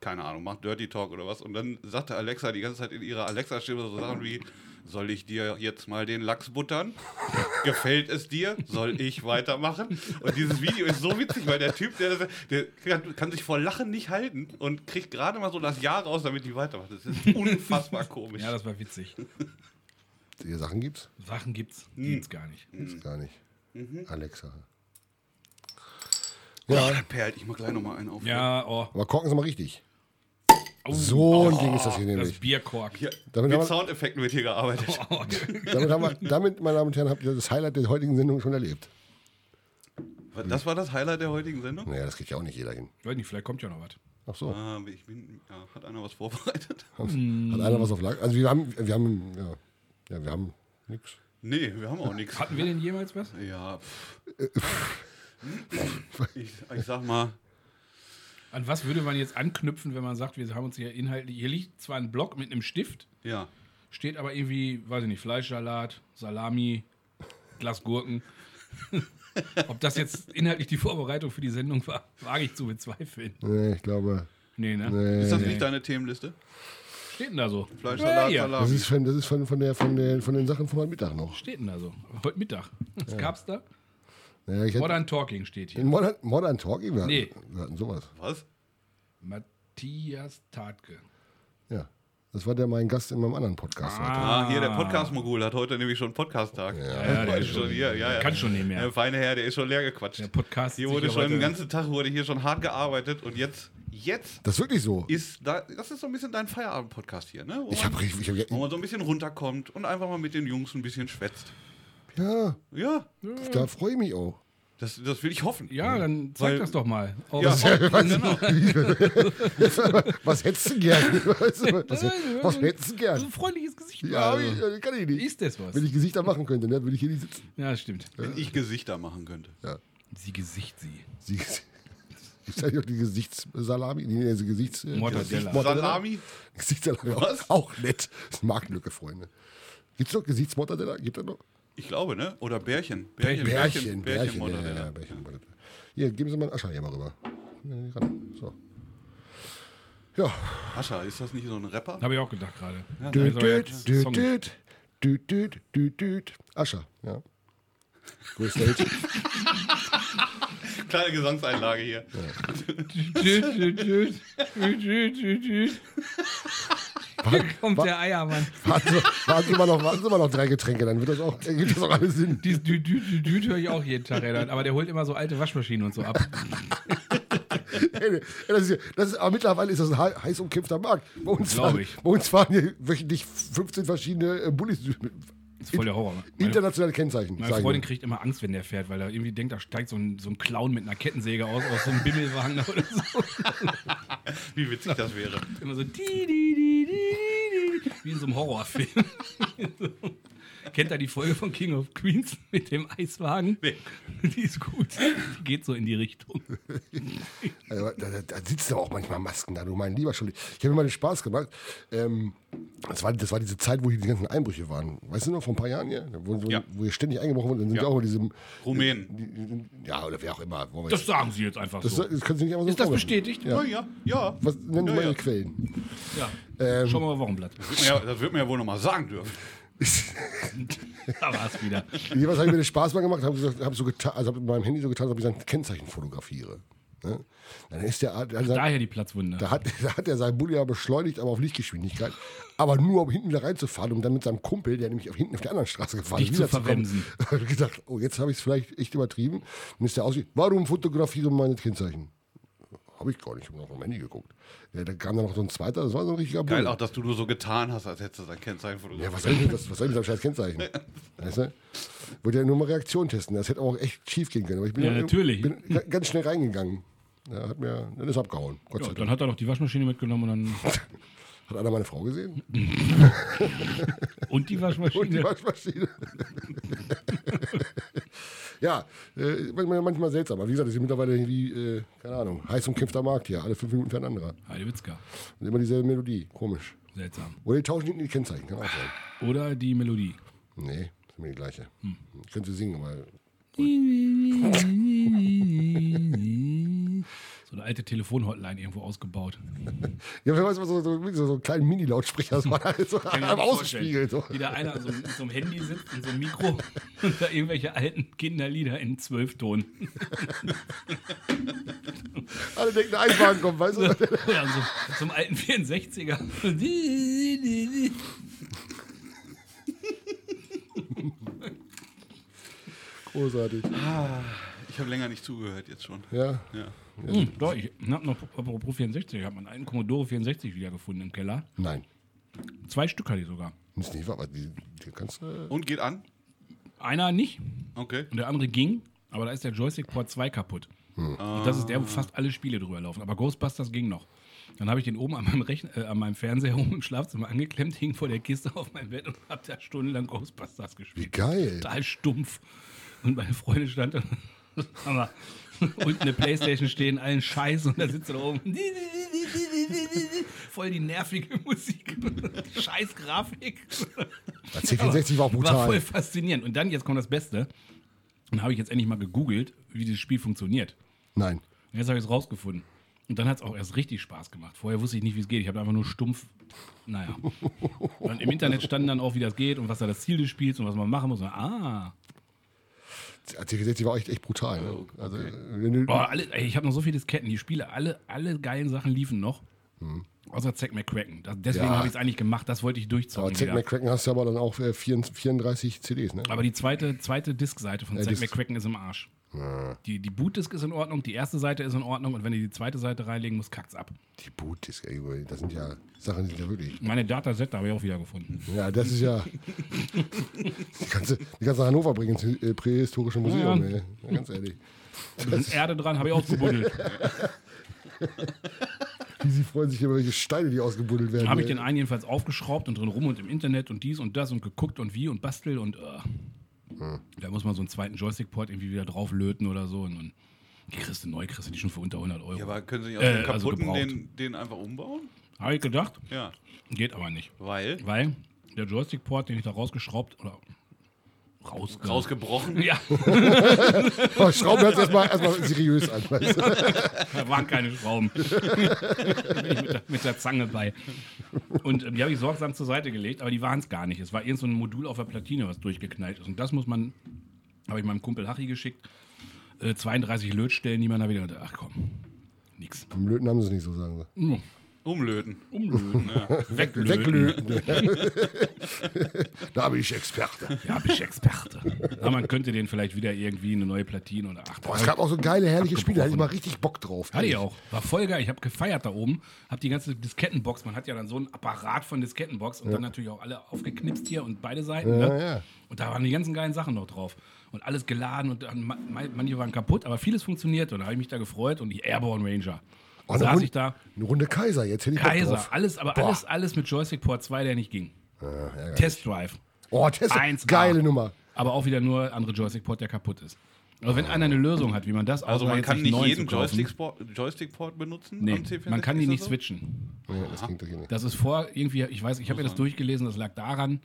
Speaker 2: keine Ahnung, macht Dirty Talk oder was. Und dann sagte Alexa die ganze Zeit in ihrer Alexa-Stimme so Sachen wie, soll ich dir jetzt mal den Lachs buttern? Gefällt es dir? Soll ich weitermachen? Und dieses Video ist so witzig, weil der Typ, der, das, der kann, kann sich vor Lachen nicht halten und kriegt gerade mal so das Ja raus, damit die weitermacht. Das ist unfassbar komisch.
Speaker 3: Ja, das war witzig.
Speaker 1: Die Sachen gibt's?
Speaker 3: Sachen gibt's, die gibt's gar nicht.
Speaker 1: Gibt's gar nicht. Alexa.
Speaker 2: Ja,
Speaker 1: Ja,
Speaker 2: der perlt. Ich mach gleich nochmal einen auf.
Speaker 3: Ja, oh.
Speaker 1: aber korken Sie mal richtig.
Speaker 3: Au,
Speaker 1: So ein Ding ist
Speaker 2: Oh,
Speaker 1: das hier
Speaker 3: Das
Speaker 1: nämlich.
Speaker 3: Bierkork.
Speaker 2: Hier,
Speaker 1: Damit haben
Speaker 2: mit
Speaker 1: wir-
Speaker 2: Soundeffekten wird hier gearbeitet.
Speaker 3: Oh,
Speaker 1: Damit, haben wir, damit, meine Damen und Herren, habt ihr das Highlight der heutigen Sendung schon erlebt.
Speaker 2: Das war das Highlight der heutigen Sendung?
Speaker 1: Naja, das kriegt ja auch nicht jeder hin.
Speaker 3: weiß nicht, vielleicht kommt ja noch was.
Speaker 1: Ach so.
Speaker 2: Ah, ich bin, ja, hat einer was vorbereitet?
Speaker 1: Hat einer was auf Lager? Also wir haben, wir haben, ja, ja wir haben nichts.
Speaker 2: Nee, wir haben auch nichts.
Speaker 3: Hatten wir denn jemals was?
Speaker 2: Ja. pff. Ich, ich sag mal,
Speaker 3: An was würde man jetzt anknüpfen, wenn man sagt, wir haben uns hier inhaltlich. Hier liegt zwar ein Block mit einem Stift,
Speaker 2: ja.
Speaker 3: steht aber irgendwie, weiß ich nicht, Fleischsalat, Salami, Glas Gurken. Ob das jetzt inhaltlich die Vorbereitung für die Sendung war, wage ich zu bezweifeln.
Speaker 1: Nee, ich glaube,
Speaker 3: Nee, ne?
Speaker 1: nee.
Speaker 2: Ist das
Speaker 3: Nee.
Speaker 2: nicht deine Themenliste?
Speaker 3: Steht denn da so?
Speaker 2: Fleischsalat,
Speaker 3: ja,
Speaker 2: Salami.
Speaker 1: Das ist, von, das ist von, von, der, von, der, von den Sachen von heute Mittag noch.
Speaker 3: Steht denn da so? Heute Mittag. Was gab's da?
Speaker 1: Ja, ich hatte,
Speaker 3: Modern Talking steht hier.
Speaker 1: in Modern, Modern Talking, wir hatten,
Speaker 3: Nee.
Speaker 1: wir hatten sowas.
Speaker 2: Was?
Speaker 3: Ma- Matthias Tatke.
Speaker 1: Ja. Das war der mein Gast in meinem anderen Podcast heute.
Speaker 2: Ah, hier, der Podcast-Mogul hat heute nämlich schon Podcast-Tag.
Speaker 3: Ja, der
Speaker 2: Weiß
Speaker 3: ist
Speaker 2: schon, hier, ja, ja.
Speaker 3: Kann schon nicht mehr.
Speaker 2: Der feine Herr, der ist schon leer gequatscht.
Speaker 3: Der Podcast
Speaker 2: hier
Speaker 3: ist
Speaker 2: wurde
Speaker 3: sicher
Speaker 2: schon den
Speaker 3: heute-
Speaker 2: ganzen Tag wurde hier schon hart gearbeitet und jetzt, jetzt
Speaker 1: Das ist wirklich so.
Speaker 2: ist da, das ist so ein bisschen dein Feierabend-Podcast hier, ne? Wo
Speaker 1: Ich
Speaker 2: man-
Speaker 1: habe richtig. Ich
Speaker 2: wo
Speaker 1: hab,
Speaker 2: man so ein bisschen runterkommt und einfach mal mit den Jungs ein bisschen schwätzt.
Speaker 1: ja,
Speaker 2: Ja,
Speaker 1: da freue ich mich auch.
Speaker 2: das, das will ich hoffen.
Speaker 3: Ja, dann zeig
Speaker 2: Weil-
Speaker 3: das doch mal. Oh, Auf-
Speaker 2: Ja,
Speaker 3: auf-
Speaker 2: genau.
Speaker 1: Was hättest du gern? Weißt du, was, was hättest du
Speaker 3: so
Speaker 1: gern?
Speaker 3: ein freundliches Gesicht.
Speaker 1: Ja, hab
Speaker 3: machen.
Speaker 1: ich, äh, kann ich nicht.
Speaker 3: Ist das was?
Speaker 1: Wenn ich Gesichter machen könnte, ne, würde ich hier nicht sitzen.
Speaker 3: Ja, stimmt.
Speaker 2: Wenn ich Gesichter machen könnte.
Speaker 3: Sie Gesicht, sie.
Speaker 1: Sie, ist eigentlich auch die Gesichtssalami? Nee, diese Gesichts...
Speaker 3: Mortadella.
Speaker 1: Mortadella?
Speaker 2: Salami?
Speaker 1: Gesichtssalami.
Speaker 2: Was?
Speaker 1: Auch nett. Das ist Markenlücke, Freunde. Gibt's noch Gesichtsmortadella? Gibt es noch?
Speaker 2: Ich glaube, ne? Oder Bärchen.
Speaker 1: Bärchen, Bärchen, Bärchen,
Speaker 2: Mortadella.
Speaker 1: ja, ja, Bärchen, Mortadella. Hier, geben Sie mal einen Ascher hier mal rüber. Nee, ran. So. Ja.
Speaker 2: Ascha, ist das nicht so ein Rapper?
Speaker 3: Habe ich auch gedacht gerade.
Speaker 1: Düt,
Speaker 3: Also
Speaker 1: düt,
Speaker 3: jetzt
Speaker 1: düt,
Speaker 3: Song.
Speaker 1: düt, düt, düt, düt, düt. Ascher, ja. Größter Hit.
Speaker 2: Kleine Gesangseinlage hier.
Speaker 3: Düt, düt, düt, düt, düt, düt, düt. Hier kommt der Eiermann.
Speaker 1: Warten Sie, warten, Sie mal noch, warten Sie mal noch drei Getränke, dann wird das auch, ergibt das auch alles Sinn.
Speaker 3: Dieses Düt, Düt, Düt, Düt höre ich auch jeden Tag, Ey, aber der holt immer so alte Waschmaschinen und so ab.
Speaker 1: Ey, das ist, das ist, aber mittlerweile ist das ein hei- heiß umkämpfter Markt. Bei uns,
Speaker 3: Glaub
Speaker 1: fahren,
Speaker 3: ich.
Speaker 1: bei uns fahren hier wöchentlich 15 verschiedene äh, Bullis mit
Speaker 3: Das ist voll der Horror. Meine,
Speaker 1: internationalen Kennzeichen.
Speaker 3: meine
Speaker 1: sag ich
Speaker 3: Freundin
Speaker 1: mal.
Speaker 3: kriegt immer Angst, wenn der fährt, weil er irgendwie denkt, da steigt so ein, so ein Clown mit einer Kettensäge aus, aus so einem Bimmelwagen oder so.
Speaker 2: Wie witzig das wäre.
Speaker 3: Immer so di, di, di, di, di, di, wie in so einem Horrorfilm. Kennt ihr die Folge von King of Queens mit dem Eiswagen?
Speaker 2: Nee.
Speaker 3: Die ist gut. Die geht so in die Richtung.
Speaker 1: Also, da, da, da sitzen auch manchmal Masken da, du mein lieber Schuldig. Ich habe mir mal den Spaß gemacht. Ähm, das, war, das war diese Zeit, wo hier die ganzen Einbrüche waren. Weißt du noch, vor ein paar Jahren hier? Wo, wo,
Speaker 2: Ja.
Speaker 1: wo hier ständig eingebrochen wurde. Dann sind
Speaker 2: Ja.
Speaker 1: ja auch mit diesem.
Speaker 2: Rumänen.
Speaker 1: Ja, oder wer auch immer. Wo wir
Speaker 3: Das
Speaker 1: jetzt,
Speaker 3: sagen sie jetzt einfach
Speaker 1: das,
Speaker 3: so.
Speaker 1: das können Sie nicht einfach so
Speaker 3: Ist das
Speaker 1: vorwerfen.
Speaker 3: bestätigt?
Speaker 2: Ja, Oh, ja, ja.
Speaker 1: Was nennen Sie
Speaker 2: Ja,
Speaker 1: meine
Speaker 2: ja.
Speaker 1: Quellen?
Speaker 3: Ja.
Speaker 1: Ähm,
Speaker 3: Schauen wir mal Wochenblatt.
Speaker 2: Wird mir ja- Das wird mir ja wohl nochmal sagen dürfen.
Speaker 3: Da war es wieder.
Speaker 1: Jeweils habe ich mir den Spaß mal gemacht, habe gesagt, habe so getan, also habe mit meinem Handy so getan, als ob ich sein Kennzeichen fotografiere. Ne? Dann ist der, also dann sein,
Speaker 3: Daher die Platzwunde.
Speaker 1: da, hat, da hat er seinen Bulli ja beschleunigt, aber auf Lichtgeschwindigkeit. Aber nur um hinten wieder reinzufahren, um dann mit seinem Kumpel, der nämlich auf hinten auf der anderen Straße gefahren
Speaker 3: Dich
Speaker 1: ist,
Speaker 3: zu
Speaker 1: wiederzukommen.
Speaker 3: verwemsen.
Speaker 1: Habe ich gedacht, oh, jetzt habe ich es vielleicht echt übertrieben. Dann ist der ausgeht, warum fotografiere meine Kennzeichen? Habe ich gar nicht, habe noch auf mein Handy geguckt. Ja, da kam dann noch so ein zweiter, das war so ein richtiger Bulli.
Speaker 2: Geil auch, dass du nur so getan hast, als hättest du sein Kennzeichen
Speaker 1: Ja,
Speaker 2: fotografiert.
Speaker 1: was soll denn das? Was soll denn das scheiß Kennzeichen? Weißt du? Wollte ja nur mal Reaktion testen. Das hätte auch echt schief gehen können. Aber ich bin,
Speaker 3: Ja, natürlich.
Speaker 1: bin ga- ganz schnell reingegangen. Ja, hat mir, dann ist abgehauen. Gott
Speaker 3: Ja,
Speaker 1: sei Dank.
Speaker 3: dann hat er noch die Waschmaschine mitgenommen und dann.
Speaker 1: Hat einer meine Frau gesehen?
Speaker 3: Und die Waschmaschine.
Speaker 1: Und die Waschmaschine. ja, äh, manchmal, manchmal seltsam. Aber wie gesagt, das ist mittlerweile irgendwie, äh, keine Ahnung, heiß umkämpfter Markt hier. Alle fünf Minuten für ein anderer.
Speaker 3: Heidewitzka.
Speaker 1: Und immer dieselbe Melodie. Komisch.
Speaker 3: Seltsam.
Speaker 1: Oder die tauschen hinten die Kennzeichen. Kann auch sein.
Speaker 3: Oder die Melodie.
Speaker 1: Nee, ist immer die gleiche.
Speaker 3: Hm.
Speaker 1: Ich könnte sie singen, aber
Speaker 3: So eine alte Telefonhotline irgendwo ausgebaut.
Speaker 1: Ja, wer weiß, was so, so, mit so, so einen kleinen Mini-Lautsprecher, das war da so am Außenspiegel. So.
Speaker 3: Wie da einer so mit so einem Handy sitzt und so einem Mikro und da irgendwelche alten Kinderlieder in Zwölfton.
Speaker 1: Alle denken, ein Wagen kommt, weißt du?
Speaker 3: Ja, so zum alten 64er.
Speaker 1: Großartig.
Speaker 2: Ich habe länger nicht zugehört jetzt schon.
Speaker 1: Ja,
Speaker 2: Ja.
Speaker 3: Hm, doch, ich hab noch, apropos 64, ich hab meinen alten Commodore 64 wiedergefunden im Keller.
Speaker 1: nein.
Speaker 3: Zwei Stück hatte ich sogar.
Speaker 1: Ist nicht wahr, aber die, die kannst du.
Speaker 2: Und geht an?
Speaker 3: Einer nicht
Speaker 2: Okay.
Speaker 3: und der andere ging, aber da ist der Joystick-Port 2 kaputt. Und das ist der, wo fast alle Spiele drüber laufen. Aber Ghostbusters ging noch. Dann habe ich den oben an meinem, Rechner, äh, an meinem Fernseher oben im Schlafzimmer angeklemmt, hing vor der Kiste auf meinem Bett und habe da stundenlang Ghostbusters
Speaker 1: Wie
Speaker 3: gespielt.
Speaker 1: geil.
Speaker 3: Total stumpf. Und meine Freundin stand da. Aber unten eine Playstation stehen, allen Scheiß und da sitzt er da oben. Voll die nervige Musik. Scheiß Grafik.
Speaker 1: Das C64 war auch
Speaker 3: War voll
Speaker 1: brutal.
Speaker 3: faszinierend. Und dann, jetzt kommt das Beste. Dann habe ich jetzt endlich mal gegoogelt, wie dieses Spiel funktioniert.
Speaker 1: Nein.
Speaker 3: Und jetzt habe ich es rausgefunden. Und dann hat es auch erst richtig Spaß gemacht. Vorher wusste ich nicht, wie es geht. Ich habe einfach nur stumpf. Naja. Und im Internet standen dann auch, wie das geht und was da das Ziel des Spiels und was man machen muss. Und, ah.
Speaker 1: C64 war echt, echt brutal.
Speaker 3: Oh,
Speaker 1: Ne? Also, wenn du,
Speaker 3: Boah, alle, ey, ich habe noch so viele Disketten. Die Spiele, alle, alle geilen Sachen liefen noch.
Speaker 1: Hm.
Speaker 3: Außer Zack McCracken. Das, deswegen habe ich es eigentlich gemacht, das wollte ich durchzocken.
Speaker 1: Aber Zack
Speaker 3: wieder.
Speaker 1: McCracken hast du aber dann auch äh, 34, 34 CDs, ne?
Speaker 3: Aber die zweite, zweite Diskseite von Zack
Speaker 1: Disk.
Speaker 3: McCracken ist im Arsch. Die, die Bootdisk ist in Ordnung, die erste Seite ist in Ordnung und wenn du die zweite Seite reinlegen musst, kackt's ab.
Speaker 1: Die Bootdisk, ey, Junge, das sind ja Sachen, die sind ja wirklich.
Speaker 3: Meine Datasette habe ich auch wieder gefunden.
Speaker 1: Ja, das ist ja. die, ganze, die ganze Hannover bringen ins äh, prähistorische Museum, ey. Ja, ganz ehrlich.
Speaker 3: Und Also Erde dran habe ich auch gebuddelt.
Speaker 1: Wie sie freuen sich über welche Steine, die ausgebuddelt werden.
Speaker 3: habe ich
Speaker 1: ey.
Speaker 3: den einen jedenfalls aufgeschraubt und drin rum und im Internet und dies und das und geguckt und wie und bastel und äh. da muss man so einen zweiten Joystick-Port irgendwie wieder drauflöten oder so und, und die kriegst du neu, kriegst du die schon für unter 100 Euro.
Speaker 2: Ja, aber können Sie nicht aus
Speaker 3: Äh,
Speaker 2: dem
Speaker 3: also
Speaker 2: kaputten
Speaker 3: gebraucht.
Speaker 2: den, den einfach umbauen?
Speaker 3: habe ich gedacht,
Speaker 2: Ja,
Speaker 3: geht aber nicht,
Speaker 2: weil
Speaker 3: weil der Joystick-Port, den ich da rausgeschraubt oder rausge
Speaker 2: rausgebrochen.
Speaker 3: ja,
Speaker 1: Aber Oh, Schrauben hört sich erstmal erstmal seriös an. Weißt du?
Speaker 3: da waren keine Schrauben. Bin ich mit, der, mit der Zange bei. Und ähm, die habe ich sorgsam zur Seite gelegt, aber die waren es gar nicht. Es war irgend so ein Modul auf der Platine, was durchgeknallt ist. Und das muss man, habe ich meinem Kumpel Hachi geschickt, äh, 32 Lötstellen, die man da wieder, ach komm, nix.
Speaker 1: Im Löten haben sie es nicht so, sagen sie.
Speaker 2: Umlöten.
Speaker 3: Umlöten, Weglöten.
Speaker 1: Weglöten. da bin ich Experte.
Speaker 3: Oh, Ja, bin ich Experte. Na, man könnte den vielleicht wieder irgendwie eine neue Platine oder ach,
Speaker 1: Boah, es gab auch so geile, herrliche Spiele, da hatte ich mal richtig Bock drauf.
Speaker 3: Hatte ich auch. War voll geil. Ich habe gefeiert da oben. Hab die ganze Diskettenbox. Man hat ja dann so einen Apparat von Diskettenbox und dann natürlich auch alle aufgeknipst hier und beide Seiten.
Speaker 1: Ja,
Speaker 3: ne?
Speaker 1: ja.
Speaker 3: Und da waren die ganzen geilen Sachen noch drauf. Und alles geladen und dann, ma- ma- manche waren kaputt, aber vieles funktionierte. Und da habe ich mich da gefreut und die Airborne Ranger.
Speaker 1: Oh, eine
Speaker 3: saß
Speaker 1: Runde-
Speaker 3: ich da.
Speaker 1: Eine Runde Kaiser, jetzt hätte ich Bock
Speaker 3: Kaiser.
Speaker 1: drauf.
Speaker 3: Alles, aber
Speaker 1: Boah. Ah,
Speaker 3: alles, alles mit Joystick Port 2, der nicht ging. Test Drive.
Speaker 1: Oh, Tesla.
Speaker 3: 1A.
Speaker 1: Geile Nummer.
Speaker 3: Aber auch wieder nur andere Joystick Port, der kaputt ist. Also
Speaker 1: Ah.
Speaker 3: wenn einer eine Lösung hat, wie man das
Speaker 2: Also man
Speaker 3: ausleiht,
Speaker 2: kann
Speaker 3: sich
Speaker 2: nicht
Speaker 3: neu zu
Speaker 2: jeden
Speaker 3: kaufen.
Speaker 2: Joystick-Port Joystick-Port benutzen am
Speaker 3: Nee,
Speaker 2: C64?
Speaker 3: man kann die
Speaker 2: Ist das
Speaker 3: nicht
Speaker 2: so?
Speaker 3: switchen.
Speaker 1: Ja, das klingt doch hier nicht.
Speaker 3: Das ist vor, irgendwie, ich weiß, ich habe mir das durchgelesen, das lag daran,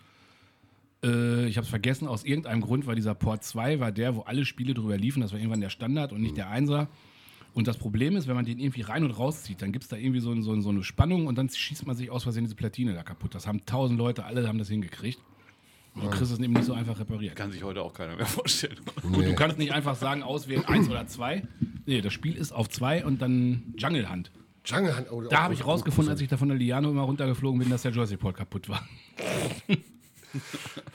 Speaker 3: äh, ich habe es vergessen, aus irgendeinem Grund, weil dieser Port 2 war der, wo alle Spiele drüber liefen, das war irgendwann der Standard und nicht der Einser. Und das Problem ist, wenn man den irgendwie rein und rauszieht, dann gibt es da irgendwie so, ein- so, ein- so eine Spannung und dann schießt man sich aus Versehen diese Platine da kaputt. Das haben tausend Leute, alle haben das hingekriegt. Und du kriegst es eben nicht so einfach repariert.
Speaker 2: Kann sich heute auch keiner mehr vorstellen.
Speaker 3: Und du kannst nicht einfach sagen, auswählen eins oder zwei. Nee, das Spiel ist auf zwei und dann Jungle Hand.
Speaker 1: Jungle Hand. oh,
Speaker 3: Da
Speaker 1: oh,
Speaker 3: habe ich
Speaker 1: oh,
Speaker 3: rausgefunden, als ich da von der Liane immer runtergeflogen bin, dass der Joystick-Port kaputt war.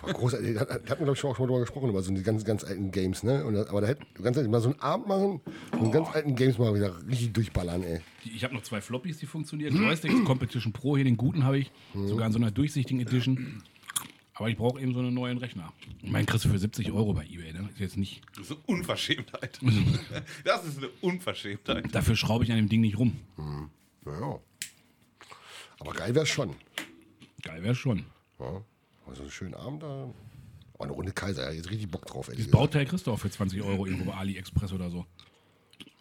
Speaker 1: Boah, großartig. Da hat- da hat man, glaube ich, schon auch schon mal drüber gesprochen, über so die ganz, ganz alten Games, ne? Und, da- aber da hätte ganz ehrlich, mal so einen Abend machen und ganz alten Games mal wieder richtig durchballern, ey.
Speaker 3: Die- Ich habe noch zwei Floppies, die funktionieren.
Speaker 1: Mhm.
Speaker 3: Joysticks, Competition Pro, hier den guten habe ich. Sogar in so einer durchsichtigen Edition. Aber ich brauche eben so einen neuen Rechner. Ich meine, kriegst du für 70 Euro bei Ebay, ne? Ist jetzt nicht.
Speaker 2: Das ist eine Unverschämtheit. Das ist eine Unverschämtheit.
Speaker 3: Dafür schraube ich an dem Ding nicht rum.
Speaker 1: Naja. Aber geil wär's schon.
Speaker 3: Geil wäre schon.
Speaker 1: Ja. Aber so einen schönen Abend da. Oh, eine Runde Kaiser, ja, jetzt richtig Bock drauf, ey.
Speaker 3: Das Bauteil kriegst du auch für 20 Euro irgendwo bei AliExpress oder so.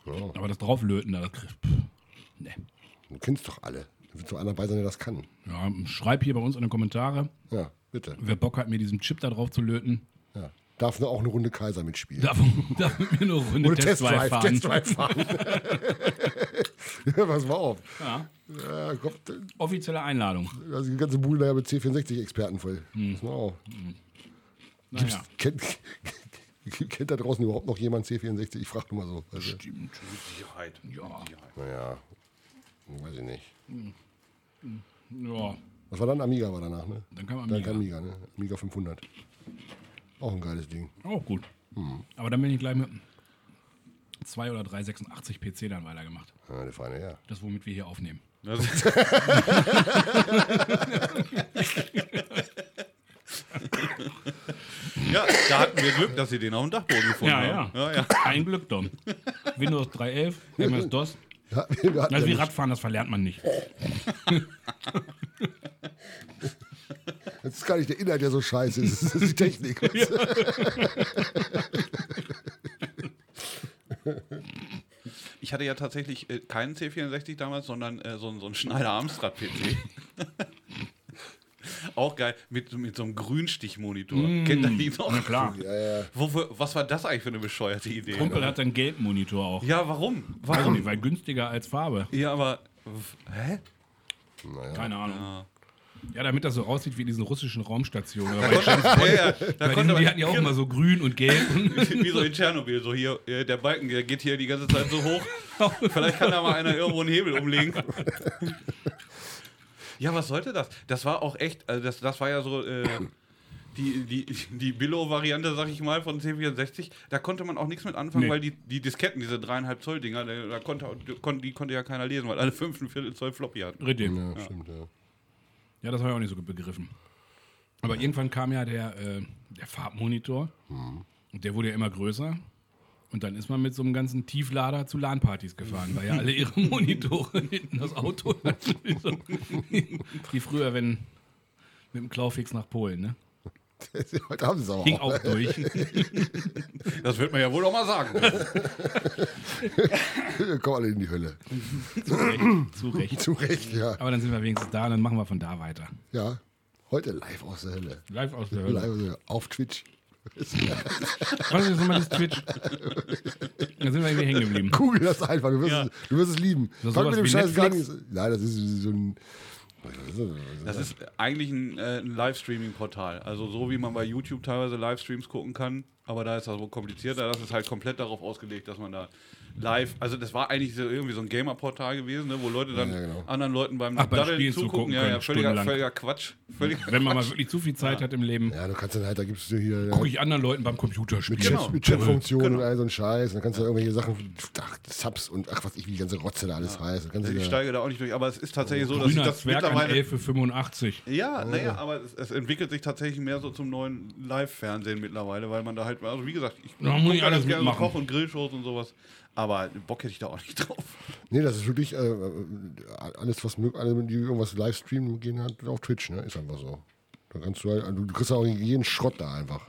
Speaker 3: Aber das drauflöten, da das kriegst Ne.
Speaker 1: Du kennst doch alle. Da wird so einer bei sein, der das kann.
Speaker 3: Ja, schreib hier bei uns in die Kommentare,
Speaker 1: Ja, bitte.
Speaker 3: wer Bock hat, mir diesen Chip da drauf zu löten,
Speaker 1: Ja. Darf nur auch eine Runde Kaiser mitspielen.
Speaker 3: darf, darf mit mir eine Runde
Speaker 1: Ohne
Speaker 3: Test Drive fahren.
Speaker 1: Test Drive fahren. ja, pass mal auf. Ja, kommt,
Speaker 3: Offizielle Einladung.
Speaker 1: Also die ganze Bude da ja mit C64-Experten voll.
Speaker 3: Hm.
Speaker 1: Pass mal auf.
Speaker 3: Naja.
Speaker 1: Kennt, kennt da draußen überhaupt noch jemand C64? Ich frage nur mal so. Also,
Speaker 3: Stimmt.
Speaker 2: Sicherheit.
Speaker 3: Ja.
Speaker 2: Sicherheit.
Speaker 1: naja, weiß ich nicht.
Speaker 3: Ja.
Speaker 1: Was war dann? Amiga war danach, ne?
Speaker 3: Dann kam
Speaker 1: Dann kam
Speaker 3: Amiga.
Speaker 1: Amiga, ne? Amiga 500. Auch ein geiles Ding.
Speaker 3: Auch gut.
Speaker 2: Mhm.
Speaker 3: Aber dann bin ich gleich mit einem 2 oder 386 PC dann weitergemacht.
Speaker 1: Ja, der feine, ja.
Speaker 3: Das, womit wir hier aufnehmen.
Speaker 2: Das ist, ja, da hatten wir Glück, dass sie den auf dem Dachboden gefunden
Speaker 3: Ja,
Speaker 2: haben.
Speaker 3: ja.
Speaker 2: ja.
Speaker 3: Ein Glück, Dom. Windows 3.11, MS-DOS.
Speaker 1: ja, wir hatten
Speaker 3: Das ist Also wie
Speaker 1: ja
Speaker 3: Radfahren, das verlernt man nicht.
Speaker 1: nicht- das ist gar nicht der Inhalt, der so scheiße ist. Das ist die Technik. weißt du?
Speaker 2: Ich hatte ja tatsächlich äh, keinen C64 damals, sondern äh, so, einen- so einen Schneider Amstrad PC. Auch geil, mit, mit so einem Grünstichmonitor.
Speaker 3: Mm.
Speaker 2: Kennt ihr die noch?
Speaker 3: Na klar.
Speaker 1: Ja, ja.
Speaker 2: Wofür, was war das eigentlich für eine bescheuerte Idee?
Speaker 3: Kumpel hat einen gelben Monitor auch.
Speaker 2: Ja, warum?
Speaker 3: Weiß ich
Speaker 2: Warum?
Speaker 3: nicht, Weil günstiger als Farbe.
Speaker 2: Ja, aber. w- Hä?
Speaker 1: Naja.
Speaker 3: Keine Ahnung. Ja, damit das so aussieht wie in diesen russischen Raumstationen. Aber ich-
Speaker 2: Ja, ja, da
Speaker 3: Bei
Speaker 2: konnte
Speaker 3: denen, die
Speaker 2: man,
Speaker 3: hatten ja auch immer so grün und gelb.
Speaker 2: wie so in Tschernobyl, so hier, äh, der Balken, der geht hier die ganze Zeit so hoch. Vielleicht kann da mal einer irgendwo einen Hebel umlegen. Ja, was sollte das? Das war auch echt, also das, das war ja so äh, die, die, die Billow-Variante, sag ich mal, von C64. Da konnte man auch nichts mit anfangen,
Speaker 3: Nee.
Speaker 2: weil die, die Disketten, diese dreieinhalb Zoll Dinger, da, da konnte, kon- die konnte ja keiner lesen, weil alle fünf und Viertel Zoll Floppy hatten.
Speaker 3: Richtig.
Speaker 1: Ja, stimmt, ja.
Speaker 3: Ja, das habe ich auch nicht so gut begriffen. Aber irgendwann kam ja der, äh, der Farbmonitor. Und der wurde ja immer größer. Und dann ist man mit so einem ganzen Tieflader zu LAN-Partys gefahren, weil ja alle ihre Monitore hinten das Auto natürlich so. Wie früher, wenn mit dem Klaufix nach Polen, ne?
Speaker 1: Heute haben sie es aber
Speaker 3: Ging
Speaker 1: auch.
Speaker 3: auch durch.
Speaker 2: Das wird man ja wohl auch mal sagen.
Speaker 1: Kommen alle in die Hölle.
Speaker 3: zu Recht. Zu Recht.
Speaker 1: Zu Recht, ja.
Speaker 3: Aber dann sind wir wenigstens da und dann machen wir von da weiter.
Speaker 1: Ja. Heute live aus der Hölle.
Speaker 3: Live aus der
Speaker 1: Live
Speaker 3: Hölle.
Speaker 1: aus der Hölle. Auf Twitch.
Speaker 3: Was ist nochmal das Twitch? Da sind wir irgendwie hängen geblieben.
Speaker 1: Google das einfach. Du wirst,
Speaker 2: Ja.
Speaker 1: es, du wirst es lieben.
Speaker 3: Das ist
Speaker 1: Fang
Speaker 3: sowas
Speaker 1: mit dem
Speaker 3: wie
Speaker 1: Scheiß gar nicht.
Speaker 3: Netflix?
Speaker 1: Nein, das ist so ein.
Speaker 2: Das ist eigentlich ein, äh, ein Livestreaming-Portal. Also so wie man bei YouTube teilweise Livestreams gucken kann, aber da ist das wohl komplizierter. Das ist halt komplett darauf ausgelegt, dass man da live. Also das war eigentlich so irgendwie so ein Gamer-Portal gewesen, ne, wo Leute dann
Speaker 1: Ja, genau.
Speaker 2: anderen Leuten beim
Speaker 3: Ach, beim
Speaker 2: Daddeln
Speaker 3: Spielen zugucken
Speaker 2: Ja, ja,
Speaker 3: können,
Speaker 2: völliger,
Speaker 3: stundenlang.
Speaker 2: völliger Quatsch. Also Völliger
Speaker 3: Wenn man mal wirklich zu viel Zeit hat im Leben,
Speaker 1: Ja, du kannst dann halt, da gibt es hier.
Speaker 3: gucke ich anderen Leuten beim Computerspiel.
Speaker 1: Mit,
Speaker 2: Genau.
Speaker 1: Chat, mit Chatfunktionen und all so ein Scheiß. Dann kannst du da irgendwelche Sachen, ach, Subs und ach, was ich, wie die ganze Rotze da alles heißt. Dann kannst du
Speaker 2: ich
Speaker 1: da,
Speaker 2: steige da auch nicht durch, aber es ist tatsächlich so, dass ich
Speaker 3: Oh, Grüner
Speaker 2: das
Speaker 3: Zwerg an Oh.
Speaker 2: mittlerweile.
Speaker 3: 11 für 85.
Speaker 2: Ja, naja, aber es, es entwickelt sich tatsächlich mehr so zum neuen Live-Fernsehen mittlerweile, weil man da halt, also wie gesagt, ich
Speaker 3: Da muss
Speaker 2: guck
Speaker 3: ich
Speaker 2: ja
Speaker 3: alles
Speaker 2: ganz gerne so
Speaker 3: mitmachen.
Speaker 2: Koch- und Grillshows und sowas, aber Bock hätte ich da auch nicht drauf.
Speaker 1: nee, das ist wirklich äh, alles, was möglich, alle, die irgendwas Livestreamen gehen, halt auf Twitch, ne? Ist einfach so. Da kannst du halt, du kriegst auch jeden Schrott da einfach.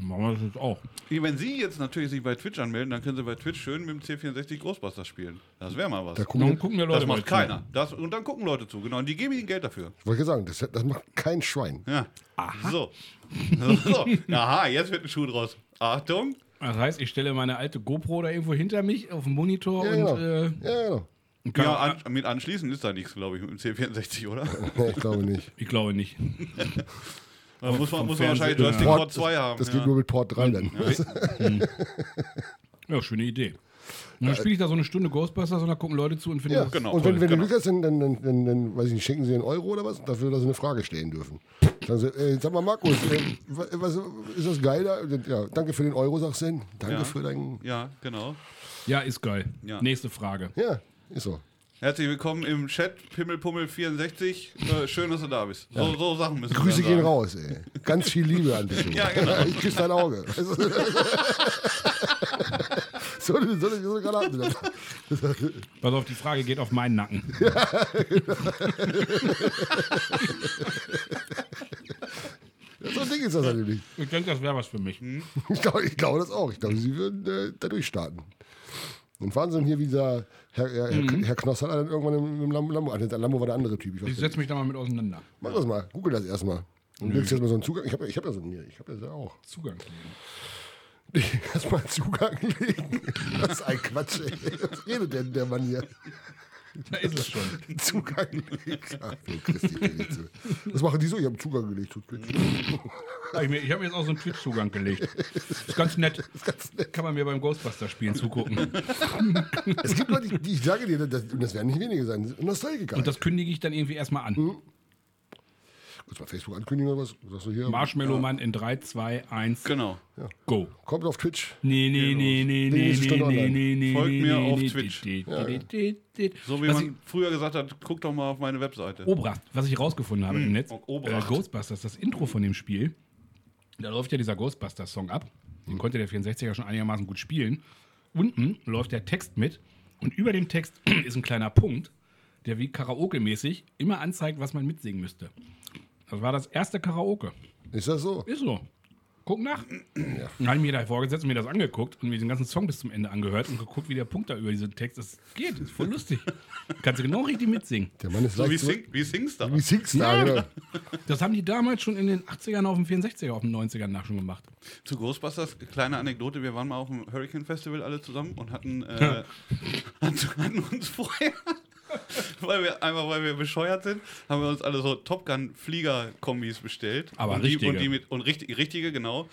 Speaker 3: Machen wir das jetzt auch.
Speaker 2: Wenn Sie jetzt natürlich sich bei Twitch anmelden, dann können Sie bei Twitch schön mit dem C64 Großbuster spielen. Das wäre mal was.
Speaker 1: Da gucken,
Speaker 3: Dann
Speaker 1: wir-
Speaker 3: gucken wir Leute
Speaker 2: das
Speaker 3: mal
Speaker 2: macht
Speaker 3: zu.
Speaker 2: keiner. Das, und dann gucken Leute zu, genau. Und die geben Ihnen Geld dafür.
Speaker 1: ich wollte sagen, das, das macht kein Schwein.
Speaker 2: Ja. So. so. Aha, jetzt wird ein Schuh draus. Achtung.
Speaker 3: Das heißt, ich stelle meine alte GoPro da irgendwo hinter mich auf den Monitor
Speaker 1: Ja,
Speaker 3: und,
Speaker 1: genau.
Speaker 3: äh,
Speaker 1: ja, genau.
Speaker 3: und kann
Speaker 2: Ja, an, mit anschließen ist da nichts, glaube ich, mit dem C64, oder?
Speaker 1: Nee, ich glaube nicht.
Speaker 3: ich glaube nicht.
Speaker 2: Da muss man,
Speaker 3: Fernsehen-
Speaker 2: muss man wahrscheinlich Joystick
Speaker 1: Port-
Speaker 2: Port 2 haben.
Speaker 1: Das
Speaker 2: ja.
Speaker 1: geht nur mit Port 3 dann.
Speaker 3: Ja, schöne Idee. Und dann spiele ich da so eine Stunde Ghostbusters und da gucken Leute zu und finden
Speaker 1: Ja,
Speaker 3: das.
Speaker 2: genau,
Speaker 1: Und wenn,
Speaker 2: toll,
Speaker 1: wenn
Speaker 2: genau.
Speaker 1: du Glück hast, dann, dann, dann, dann, dann, weiß ich nicht, schenken sie einen Euro oder was, dafür, dass sie eine Frage stellen dürfen. Sagen sie, äh, sag mal, Markus, äh, wa- was, ist das geil? da? Ja, danke für den Euro, sagst du denn. Danke
Speaker 2: Ja.
Speaker 1: für deinen.
Speaker 2: Ja, genau.
Speaker 3: Ja, ist geil.
Speaker 2: Ja.
Speaker 3: Nächste Frage.
Speaker 1: Ja, ist so.
Speaker 2: Herzlich willkommen im Chat, Pimmelpummel64. Äh, schön, dass du da bist. So, so Sachen müssen wir
Speaker 1: Grüße
Speaker 2: dann
Speaker 1: gehen
Speaker 2: sagen.
Speaker 1: raus, ey. Ganz viel Liebe an dich.
Speaker 2: Ja, genau.
Speaker 1: Ich küsse dein Auge. Weißt du? so eine so, eine- so, eine Granate.
Speaker 3: Pass auf, die Frage geht auf meinen Nacken.
Speaker 1: So ein Ding ist das natürlich.
Speaker 3: Ich denke, das wäre was für mich.
Speaker 2: Mhm.
Speaker 1: Ich glaube ich glaube das auch. Ich glaube, sie würden äh, da durchstarten. Und Wahnsinn hier, wie dieser Herr, Herr, Herr, Herr Knoss hat dann irgendwann im, im Lambo, Lambo, ah, der Lambo war der andere Typ. Ich weiß
Speaker 3: Mhm. Ich Mhm.
Speaker 1: nicht.
Speaker 3: setze mich da mal mit auseinander.
Speaker 1: Mach das mal, google das erstmal. Und kriegst jetzt mal so einen Zugang. Ich habe ich hab ja so einen hier. Ich habe das ja auch.
Speaker 3: Zugang.
Speaker 1: Erstmal einen Zugang legen. Das ist ein Quatsch, ey. Was redet denn der Mann hier?
Speaker 3: Da ist es schon.
Speaker 1: Einen Zugang legen. Ach du Christi, ich bin nicht so. Was machen die so? Ich habe einen Zugang gelegt. zu Twitch.
Speaker 3: Hab ich mir- ich habe mir jetzt auch so einen Twitch-Zugang gelegt. Ist ganz nett. Kann man mir beim Ghostbuster-Spielen zugucken.
Speaker 1: Es gibt Leute, die, ich sage dir, das, und das werden nicht wenige sein, Nostalgiker.
Speaker 3: Und das kündige ich dann irgendwie erstmal an.
Speaker 1: Kurz mal Facebook ankündigen oder was? Sagst du hier?
Speaker 3: Marshmallow Mann in 3, 2, 1,
Speaker 2: Genau.
Speaker 3: go.
Speaker 1: Kommt auf Twitch.
Speaker 3: Nee, nee, nee,
Speaker 1: Die
Speaker 3: nee, nee,
Speaker 1: ist
Speaker 3: nee,
Speaker 1: schon
Speaker 3: nee,
Speaker 1: online.
Speaker 3: nee, nee.
Speaker 2: Folgt
Speaker 3: nee,
Speaker 2: mir
Speaker 3: nee,
Speaker 2: auf
Speaker 3: nee,
Speaker 2: Twitch.
Speaker 3: nee, nee, nee, nee, nee.
Speaker 2: So wie
Speaker 3: Was ich-
Speaker 2: man früher gesagt hat, guck doch mal auf meine Webseite.
Speaker 3: Obracht, was ich rausgefunden habe im Netz, äh,
Speaker 2: Mhm. Obracht.
Speaker 3: Ghostbusters, das Intro von dem Spiel, da läuft ja dieser Ghostbusters-Song ab. Den konnte der 64er schon einigermaßen gut spielen. Unten läuft der Text mit und über dem Text ist ein kleiner Punkt, der wie Karaoke-mäßig immer anzeigt, was man mitsingen müsste. Das war das erste Karaoke.
Speaker 1: Ist das so?
Speaker 3: Ist so. Guck nach. Dann habe ich mir da vorgesetzt und mir das angeguckt und mir den ganzen Song bis zum Ende angehört und geguckt, wie der Punkt da über diesen Text ist. Geht, ist voll lustig. Kannst du genau richtig mitsingen.
Speaker 1: Der Mann ist
Speaker 2: So wie,
Speaker 1: leicht.
Speaker 2: sing, wie singst du?
Speaker 1: Wie Singstar, genau.
Speaker 3: Das haben die damals schon in den 80ern auf dem 64er, auf den 90ern nach schon gemacht.
Speaker 2: Zu Ghostbusters, kleine Anekdote, wir waren mal auf dem Hurricane Festival alle zusammen und hatten, äh, hatten, hatten uns vorher weil wir, einmal weil wir bescheuert sind, haben wir uns alle so Top Gun Flieger Kombis bestellt.
Speaker 3: Aber
Speaker 2: und die,
Speaker 3: richtige.
Speaker 2: Und, die mit, und richtig, richtige, genau.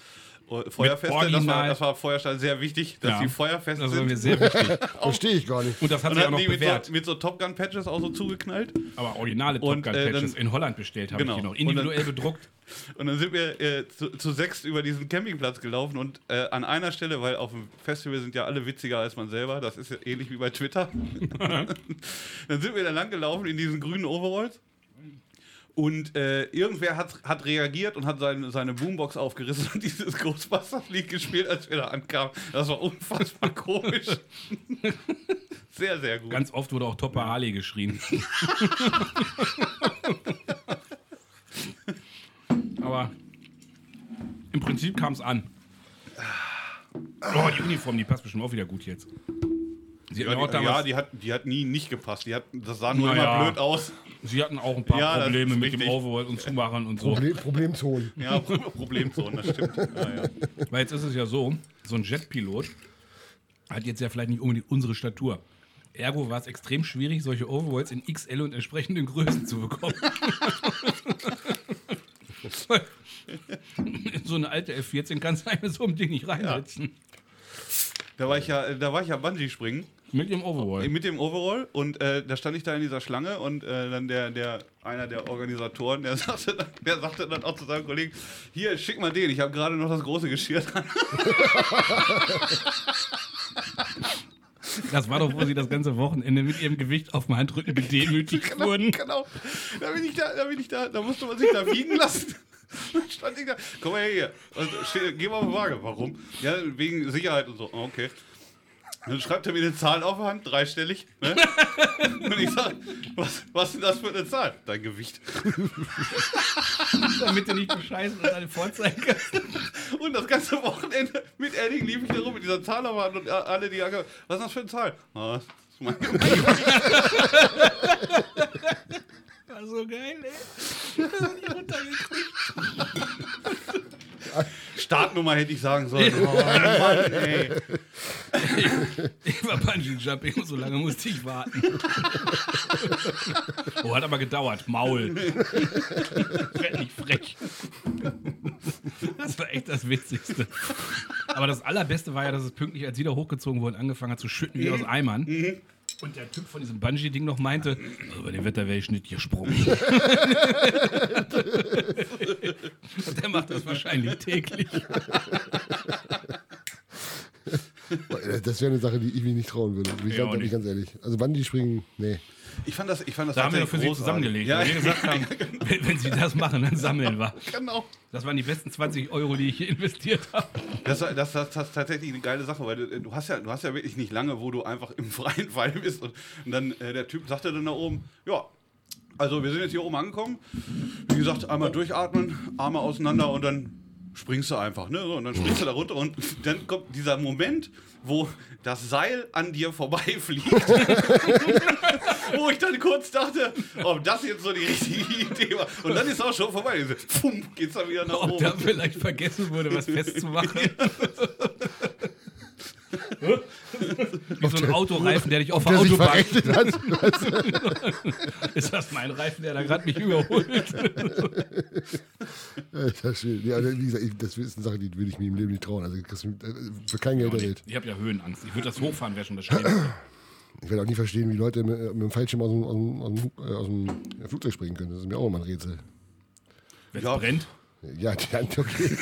Speaker 2: Und Feuerfeste, das war,
Speaker 3: original-
Speaker 2: das war Feuerstein sehr wichtig, dass
Speaker 3: Ja. Also
Speaker 2: die feuerfest
Speaker 3: Das war
Speaker 2: sind.
Speaker 3: mir sehr wichtig.
Speaker 1: Verstehe ich gar nicht.
Speaker 3: Und das hat
Speaker 2: und
Speaker 3: sich auch
Speaker 2: hatten
Speaker 3: noch
Speaker 2: die mit
Speaker 3: bewährt.
Speaker 2: so, mit so Top Gun Patches auch so zugeknallt.
Speaker 3: Aber originale Top
Speaker 2: Und,
Speaker 3: Gun
Speaker 2: äh,
Speaker 3: Patches
Speaker 2: dann-
Speaker 3: in Holland bestellt habe
Speaker 2: Genau.
Speaker 3: ich die noch.
Speaker 2: Und dann-
Speaker 3: Individuell bedruckt.
Speaker 2: Und dann sind wir äh, zu, zu sechs über diesen Campingplatz gelaufen und äh, an einer Stelle, weil auf dem Festival sind ja alle witziger als man selber, das ist ja ähnlich wie bei Twitter. dann sind wir da lang gelaufen in diesen grünen Overalls. Und äh, irgendwer hat, hat reagiert und hat sein, seine Boombox aufgerissen und dieses Ghostbusters-Lied gespielt, als wir da ankamen. Das war unfassbar komisch. sehr, sehr gut.
Speaker 3: Ganz oft wurde auch Topper Harley geschrien. Aber im Prinzip kam es an. Oh, die Uniform, die passt bestimmt auch wieder gut jetzt. Sie hatten,
Speaker 2: ja,
Speaker 3: auch genau
Speaker 2: die, ja
Speaker 3: damals,
Speaker 2: die, hat, die hat nie nicht gepasst. Die hat, das sah nur
Speaker 3: Naja.
Speaker 2: immer blöd aus.
Speaker 3: sie hatten auch ein paar
Speaker 2: Ja, das
Speaker 3: Probleme
Speaker 2: ist
Speaker 3: mit dem
Speaker 2: richtig.
Speaker 3: Overall und Zumachern und so.
Speaker 1: Problem, Problemzonen.
Speaker 2: Ja, Pro- Problemzone, das stimmt. Ja, ja.
Speaker 3: Weil jetzt ist es ja so, so ein Jetpilot hat jetzt ja vielleicht nicht unbedingt unsere Statur. Ergo war es extrem schwierig, solche Overalls in XL und entsprechenden Größen zu bekommen. in so eine alte F14 kannst du einfach so ein Ding nicht reinsetzen.
Speaker 2: Da war ich ja, da war ich ja Bungee springen
Speaker 3: Mit dem Overall.
Speaker 2: mit dem Overall und äh, da stand ich da in dieser Schlange und äh, dann der, der einer der Organisatoren, der sagte, dann, der sagte dann auch zu seinem Kollegen, hier schick mal den, ich habe gerade noch das große Geschirr dran.
Speaker 3: Das war doch, wo sie das ganze Wochenende mit ihrem Gewicht auf dem Handrücken gedemütigt wurden.
Speaker 2: Genau. Da bin ich da, da bin ich da, da musste man sich da wiegen lassen. Dann stand ich da, komm mal her hier. Und steh, geh mal auf die Waage. Warum? Ja, wegen Sicherheit und so. Ah, Okay. Dann schreibt er mir eine Zahl auf die Hand, dreistellig. Ne? Und ich sage, was, was ist denn das für eine Zahl? Dein Gewicht.
Speaker 3: Damit du nicht bescheißen und deine vorzeigen kannst.
Speaker 2: Und das ganze Wochenende mit Edding lief ich da rum mit dieser Zahl auf der Hand und alle, die angefangen was ist das für eine Zahl? Ah, das ist mein Gewicht.
Speaker 3: War so geil, ey.
Speaker 2: Startnummer hätte ich sagen sollen. Oh, Mann, ey.
Speaker 3: Ich war Bungee Jumping und so lange musste ich warten. oh, hat aber gedauert. Maul. Werd nicht frech. Das war echt das Witzigste. Aber das Allerbeste war ja, dass es pünktlich, als sie da hochgezogen wurden, angefangen hat zu schütten wie aus Eimern. Und der Typ von diesem Bungee-Ding noch meinte, "Also bei dem Wetter wäre ich nicht gesprungen. Und der macht das wahrscheinlich täglich.
Speaker 1: Das wäre eine Sache, die ich mich nicht trauen würde. Ich
Speaker 3: Ja,
Speaker 1: sage
Speaker 3: auch
Speaker 1: bin ich
Speaker 3: nicht.
Speaker 1: ganz ehrlich. Also wann die springen, nee.
Speaker 2: Ich fand das, ich fand das
Speaker 3: Da haben wir doch für
Speaker 2: tatsächlich
Speaker 3: sie zusammengelegt.
Speaker 2: großartig. Ja,
Speaker 3: weil wir gesagt haben, wenn, wenn sie das machen, dann sammeln wir.
Speaker 2: genau.
Speaker 3: Das waren die besten 20 Euro, die ich hier investiert habe.
Speaker 2: Das, war- das, das, das ist tatsächlich eine geile Sache, weil du, du hast ja, du hast ja wirklich nicht lange, wo du einfach im freien Fall bist. Und, und dann äh, der Typ sagte dann da oben, ja, also wir sind jetzt hier oben angekommen. Wie gesagt, einmal durchatmen, Arme auseinander und dann springst du einfach, ne? So, und dann springst du da runter und dann kommt dieser Moment, wo das Seil an dir vorbeifliegt. wo ich dann kurz dachte, ob das jetzt so die richtige Idee war. Und dann ist auch schon vorbei. Diese, Pfumm, geht's dann wieder
Speaker 1: Oh.
Speaker 2: nach
Speaker 3: Ob
Speaker 2: oben.
Speaker 3: da vielleicht vergessen wurde, was festzumachen. Wie so ein Autoreifen, der dich auf der
Speaker 1: Der sich
Speaker 3: Autobahn.
Speaker 1: verrechnet hat.
Speaker 3: Ist das mein Reifen, der da gerade mich überholt?
Speaker 1: Alter Schwede. Ja, also, wie gesagt, ich, das ist eine Sache, die würde ich mir im Leben nicht trauen. Also kriegst du, äh, für kein Geld der Welt.
Speaker 3: Ich habe ja Höhenangst. Ich würde das hochfahren, wäre schon das Schlimmste.
Speaker 1: Ich werde auch nie verstehen, wie Leute mit, mit dem Fallschirm aus dem, aus dem, aus dem, äh, aus dem äh, Flugzeug springen können. Das ist mir auch immer ein Rätsel.
Speaker 3: Wenn
Speaker 2: Ja.
Speaker 3: es brennt.
Speaker 1: Ja, die Hand, okay.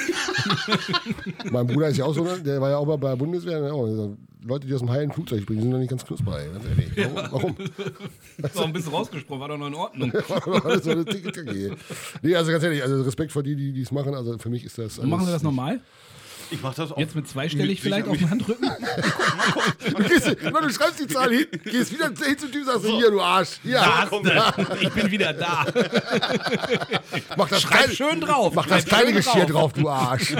Speaker 1: mein Bruder ist ja auch so, ne? der war ja auch mal bei der Bundeswehr. ne? Auch, also, Leute, die aus dem heilen Flugzeug springen, die sind doch nicht ganz knusper, ey. Ganz ehrlich. Warum?
Speaker 3: Ist auch ein bisschen rausgesprungen, war doch noch in Ordnung.
Speaker 1: Warum? Alles so eine dicke Kacke hier. Nee, also ganz ehrlich, also Respekt vor die, die die es machen. Also für mich ist das. Alles
Speaker 3: Machen wir das normal?
Speaker 2: Ich mach das auch.
Speaker 3: Jetzt mit zweistellig
Speaker 2: Sicher-
Speaker 3: vielleicht auf den Handrücken?
Speaker 1: Du, gehst, na, du schreibst die Zahl hin, gehst wieder hin zum Typ und sagst, hier, du Arsch. Ja,
Speaker 3: Ich bin wieder da.
Speaker 1: mach das
Speaker 3: Schreib
Speaker 1: kleine,
Speaker 3: schön drauf.
Speaker 1: mach das
Speaker 3: Schreib
Speaker 1: kleine
Speaker 3: schön
Speaker 1: Geschirr drauf, du Arsch.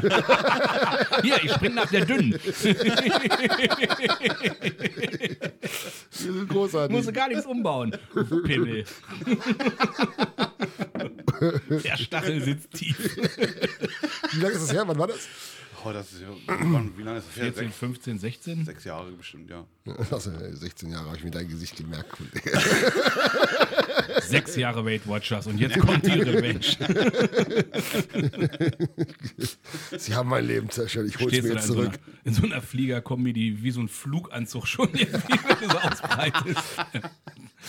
Speaker 3: Hier, ich spring nach der dünnen.
Speaker 1: Das ist großartig.
Speaker 3: Musst du gar nichts umbauen. Pimmel. Der Stachel sitzt tief.
Speaker 1: Wie lange ist das her? Wann war das?
Speaker 2: Oh, das ist ja. Mann, Wie lange ist das her?
Speaker 3: 14,
Speaker 2: Sechs,
Speaker 3: 15, 16?
Speaker 2: sechs Jahre bestimmt, ja.
Speaker 1: Also, ey, 16 Jahre habe ich mir dein Gesicht gemerkt, Kollege.
Speaker 3: Sechs Jahre Weight Watchers und jetzt kommt die Revenge.
Speaker 1: Sie haben mein Leben zerstört. Ich hol's
Speaker 3: Stehst
Speaker 1: mir
Speaker 3: du da in
Speaker 1: jetzt
Speaker 3: so, einer,
Speaker 1: zurück.
Speaker 3: in so einer Fliegerkombi, die wie so ein Fluganzug schon irgendwie wenn du so ausbreitest.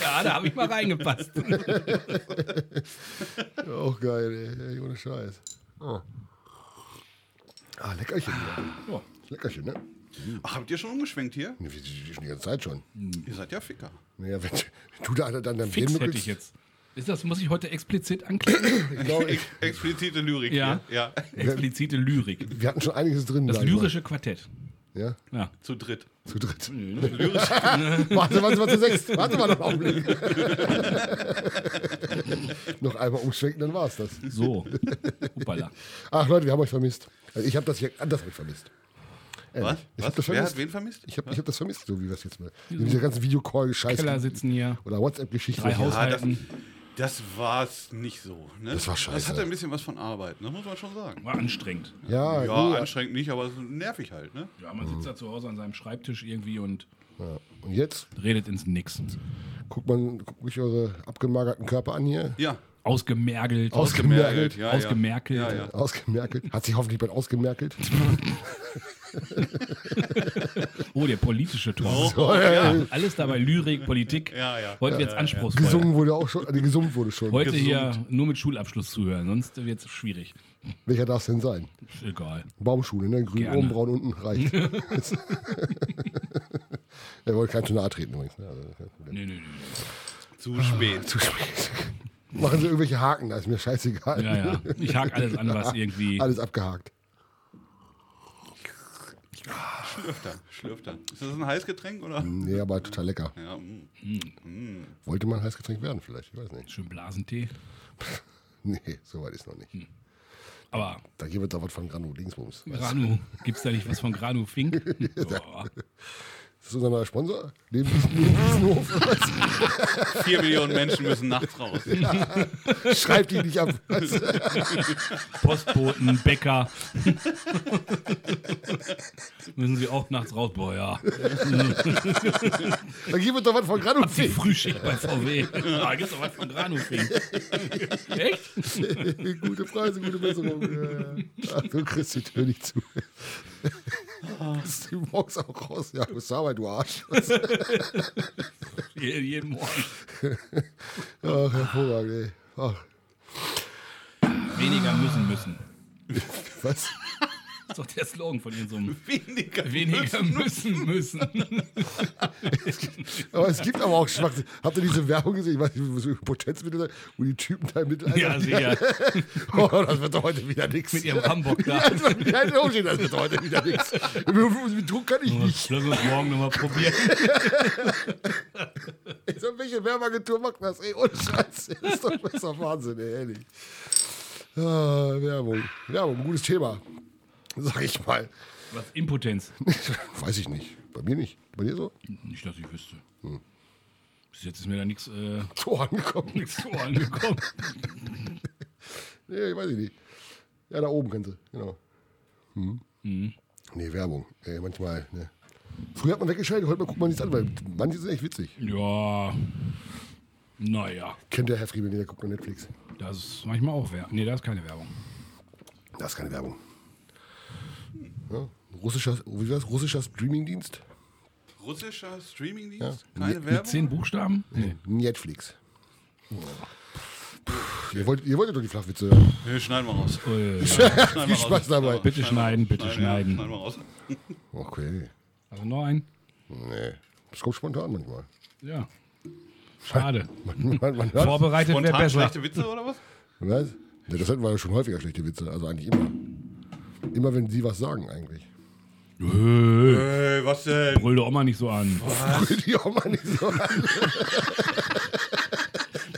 Speaker 3: Ja, da habe ich mal reingepasst.
Speaker 1: Auch geil, ey. ey. Ohne Scheiß. Oh. Ah, Leckerchen. hier.
Speaker 3: Ja.
Speaker 1: Leckerchen, ne?
Speaker 2: Ach, habt ihr schon umgeschwenkt hier?
Speaker 1: Nee, wir- wir- wir Schon die ganze Zeit schon.
Speaker 3: Hm.
Speaker 2: Ihr seid ja Ficker.
Speaker 1: Naja, wenn, wenn du da einer dann dein Bier
Speaker 3: Fix hätte
Speaker 1: nuckelst-
Speaker 3: ich jetzt. Ist das, muss ich heute explizit anklicken?
Speaker 1: Ich glaube, ich,
Speaker 2: Explizite Lyrik.
Speaker 3: Ja.
Speaker 2: Hier. ja.
Speaker 3: Explizite Lyrik.
Speaker 1: wir hatten schon einiges drin.
Speaker 3: Das
Speaker 1: sag ich mal.
Speaker 3: lyrische Quartett.
Speaker 1: Ja,
Speaker 3: Ja.
Speaker 2: Zu dritt.
Speaker 1: zu dritt.
Speaker 3: ne?
Speaker 1: warte, warte, warte, zu sechs. Warte mal noch einen Augenblick. noch einmal umschwenken, dann war's das.
Speaker 3: So. Hoppala.
Speaker 1: Ach Leute, wir haben euch vermisst. Also ich habe das hier anders hab ich vermisst.
Speaker 2: Was?
Speaker 1: Äh, Ich
Speaker 2: Was?
Speaker 1: hab das
Speaker 2: Wer hat
Speaker 1: vermisst.
Speaker 2: wen vermisst?
Speaker 1: Ich habe ich hab das vermisst, so wie wir es jetzt mal. Mit dieser ganzen Videocall-Scheiße
Speaker 3: Keller sitzen hier.
Speaker 1: oder WhatsApp-Geschichte.
Speaker 3: Drei
Speaker 2: Ah, das,
Speaker 3: Haushalten.
Speaker 2: das war's nicht so. Ne?
Speaker 1: Das war scheiße.
Speaker 2: Das hatte ein bisschen was von Arbeit, ne? muss man schon sagen.
Speaker 3: War anstrengend.
Speaker 1: Ja,
Speaker 2: Ja,
Speaker 1: ja,
Speaker 2: anstrengend nicht, aber es ist nervig halt. Ne?
Speaker 3: Ja, man sitzt da zu Hause an seinem Schreibtisch irgendwie und
Speaker 1: ja. Und jetzt
Speaker 3: redet ins Nix.
Speaker 1: guckt man, guckt mich eure abgemagerten Körper an hier.
Speaker 2: Ja,
Speaker 3: Ausgemergelt.
Speaker 1: Ausgemergelt.
Speaker 2: ja,
Speaker 3: Ausgemerkelt.
Speaker 2: Ja, ja.
Speaker 1: Ausgemerkelt. Hat sich hoffentlich bald ausgemerkelt.
Speaker 3: Oh, der politische Ton.
Speaker 1: Oh, ja.
Speaker 3: Ja, alles dabei Lyrik, Politik.
Speaker 2: Ja, ja.
Speaker 3: Heute wird's anspruchsvoll.
Speaker 1: Gesungen wurde auch schon, nee, gesummt wurde schon.
Speaker 3: Heute hier nur mit Schulabschluss zuhören, sonst wird's schwierig.
Speaker 1: Welcher darf es denn sein?
Speaker 3: Ist Egal.
Speaker 1: Baumschule, ne? Grün,
Speaker 3: Gerne.
Speaker 1: oben, braun, unten, reicht. er wollte kein zu nahe treten übrigens. Ne? Also, kein Problem.
Speaker 3: Nee, nee, nee.
Speaker 2: Zu spät.
Speaker 1: zu spät. Machen sie irgendwelche Haken, da ist mir scheißegal.
Speaker 3: Ja, ja. Ich hake alles an, was irgendwie.
Speaker 1: Alles abgehakt.
Speaker 2: Schlürfter. Schlürfter. Ist das ein Heißgetränk oder?
Speaker 1: Nee, aber total lecker.
Speaker 2: Ja, mm.
Speaker 1: Wollte mal ein Heißgetränk werden vielleicht, ich weiß nicht.
Speaker 3: Schön Blasentee.
Speaker 1: Nee, soweit ist noch
Speaker 3: Hm.
Speaker 1: nicht.
Speaker 3: Aber
Speaker 1: Da gibt es doch was von Granu Dingsbums. Weißt du?
Speaker 3: Granu, gibt's da nicht was von Granu Fink? Oh, Boah.
Speaker 1: Das ist unser neuer Sponsor. Neben diesem neben diesem Hof.
Speaker 2: Vier Millionen Menschen müssen nachts raus.
Speaker 1: Schreibt die nicht ab. Weißt du?
Speaker 3: Postboten, Bäcker. Müssen sie auch nachts raus? Boah, ja.
Speaker 1: Da gibt es doch was von Granu
Speaker 3: Die Frühschicht bei VW. Da Ah, gibt's doch was von Granufink. Echt?
Speaker 1: Gute Preise, gute Besserung. Ja, ja. Ach, du kriegst die Tür nicht zu. Bist du morgens auch raus? Ja, bist du Arbeit, du Arsch.
Speaker 3: Je- Jeden Morgen.
Speaker 1: Ach, hervorragend, ey. Ach,
Speaker 3: Weniger müssen müssen.
Speaker 1: was?
Speaker 3: Das ist doch der Slogan von ihrem so einem
Speaker 2: Weniger.
Speaker 3: Weniger müssen müssen.
Speaker 1: Aber es gibt aber auch Schwachsinn. Habt ihr diese Werbung gesehen? Ich weiß nicht, so Potenzmittel, sein, wo die Typen da im Mittelalter.
Speaker 3: Ja, sicher.
Speaker 1: Oh, das wird doch heute wieder nichts.
Speaker 3: Mit ihrem Hamburg da.
Speaker 1: Das wird wieder- das wird heute wieder nichts. Mit Druck kann ich nicht.
Speaker 3: Lass uns morgen nochmal probieren.
Speaker 1: Ich sag, welche Werbeagentur macht das? Ey, ohne Scheiß. Das ist doch besser Wahnsinn, ey, ehrlich. Ah, Werbung. Werbung, gutes Thema. Sag ich mal.
Speaker 3: Was? Impotenz?
Speaker 1: Weiß ich nicht. Bei mir nicht. Bei dir so?
Speaker 3: Nicht, dass ich wüsste. Bis jetzt ist mir da nichts äh,
Speaker 1: So angekommen.
Speaker 3: nix so angekommen.
Speaker 1: Nee, weiß ich nicht. Ja, da oben könnte. Genau. Hm. Nee, Werbung. Ey, manchmal, ne. Früher hat man weggeschaltet, heute mal guckt man nichts an, weil manche sind echt witzig.
Speaker 3: Ja. Naja,
Speaker 1: Kennt der Herr Friebel, nicht, der guckt nur Netflix.
Speaker 3: das ist manchmal auch Werbung. Nee, da ist keine Werbung.
Speaker 1: Das ist keine Werbung. Ja, russischer, wie war's? russischer Streamingdienst?
Speaker 2: Russischer Streamingdienst?
Speaker 1: Ja.
Speaker 2: Keine
Speaker 1: Mit-
Speaker 3: Mit
Speaker 2: Werbung?
Speaker 3: zehn Buchstaben? Nee.
Speaker 1: Netflix. Puh, ihr, wolltet, ihr wolltet doch die Flachwitze hören.
Speaker 2: Nee, schneiden wir raus.
Speaker 3: Äh, ja.
Speaker 2: Schneiden
Speaker 1: Viel
Speaker 2: wir raus.
Speaker 1: Spaß dabei.
Speaker 3: Bitte schneiden, bitte
Speaker 2: Ja,
Speaker 3: schneiden.
Speaker 2: schneiden wir raus.
Speaker 1: Okay.
Speaker 3: Also noch ein?
Speaker 1: Nee. Das kommt spontan manchmal.
Speaker 3: Ja. Schade.
Speaker 1: Man, man, man hört,
Speaker 3: Vorbereitet wäre
Speaker 2: Spontan
Speaker 3: besser.
Speaker 2: schlechte Witze oder was?
Speaker 1: was? Ja, das hatten wir ja schon häufiger schlechte Witze. Also eigentlich immer. Immer wenn sie was sagen, eigentlich.
Speaker 3: Äh,
Speaker 2: Äh, was denn?
Speaker 3: brüll doch auch mal nicht so an.
Speaker 1: Die auch mal nicht so.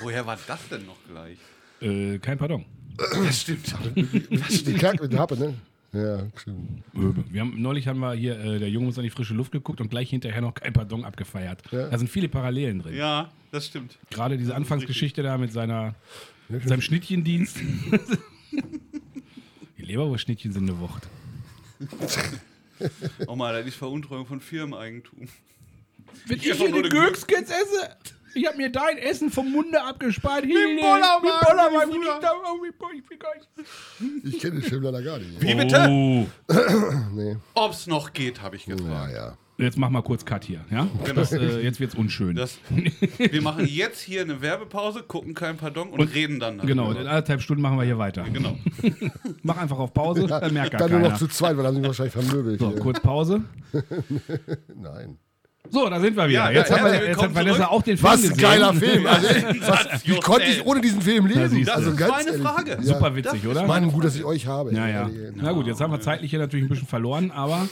Speaker 2: Woher war das denn noch gleich?
Speaker 3: Äh, kein Pardon.
Speaker 2: Das stimmt.
Speaker 1: Die Kack mit der Happe, ne? Ja, stimmt.
Speaker 3: Wir haben, neulich haben wir hier, äh, der Junge muss an die frische Luft geguckt und gleich hinterher noch kein Pardon abgefeiert. Da sind viele Parallelen drin.
Speaker 2: Ja, das stimmt.
Speaker 3: Gerade diese Anfangsgeschichte da mit seiner, mit seinem Schnittchendienst. die Leberwurstschnittchen sind eine Wucht.
Speaker 2: Oh mal, das ist Veruntreuung von Firmeneigentum.
Speaker 3: Wenn
Speaker 2: Ich
Speaker 3: ich
Speaker 2: hab
Speaker 3: hier
Speaker 2: nur
Speaker 3: die
Speaker 2: den
Speaker 3: Gürkskins esse, ich hab mir dein Essen vom Munde abgespart. Hier,
Speaker 2: Mit Bollerwagen,
Speaker 3: mit Bollerwagen,
Speaker 2: wie
Speaker 3: bin
Speaker 2: früher.
Speaker 3: ich da, oh, wie- boah, ich bin gar nicht-
Speaker 1: Ich kenne den Film leider gar nicht.
Speaker 2: Wie bitte?
Speaker 3: Oh,
Speaker 1: Nee.
Speaker 2: Ob's noch geht, habe ich
Speaker 1: Ja,
Speaker 2: gefragt.
Speaker 1: Oh, ja.
Speaker 3: jetzt mach mal kurz Cut hier. Ja? Das, äh, jetzt wird's unschön.
Speaker 2: Das, wir machen jetzt hier eine Werbepause, gucken kein Pardon und, reden dann. darüber.
Speaker 3: genau, in anderthalb Stunden machen wir hier weiter.
Speaker 2: Genau.
Speaker 3: Mach einfach auf Pause, dann merkt gar
Speaker 1: Dann nur noch
Speaker 3: keiner.
Speaker 1: zu zweit, weil dann sind wir wahrscheinlich vermöbelt.
Speaker 3: So,
Speaker 1: hier.
Speaker 3: kurz Pause.
Speaker 1: Nein.
Speaker 3: So, da sind wir
Speaker 2: Ja,
Speaker 3: wieder.
Speaker 2: ja,
Speaker 3: Jetzt haben wir jetzt
Speaker 2: herzlich
Speaker 3: hat
Speaker 2: willkommen
Speaker 3: Vanessa
Speaker 2: zurück.
Speaker 3: auch den Film
Speaker 1: Was ein
Speaker 3: gesehen.
Speaker 1: geiler Film. Also,
Speaker 2: Was,
Speaker 1: wie konnte ich ohne diesen Film
Speaker 3: Da
Speaker 1: leben?
Speaker 3: siehst du.
Speaker 1: Also,
Speaker 2: Das
Speaker 1: ganz
Speaker 2: war eine
Speaker 1: ehrlich,
Speaker 2: Frage.
Speaker 1: Ja.
Speaker 3: Super witzig, oder?
Speaker 1: Mann, gut, dass ich euch habe.
Speaker 3: Ja, ja. Na gut, jetzt haben wir zeitlich hier natürlich ein bisschen verloren, aber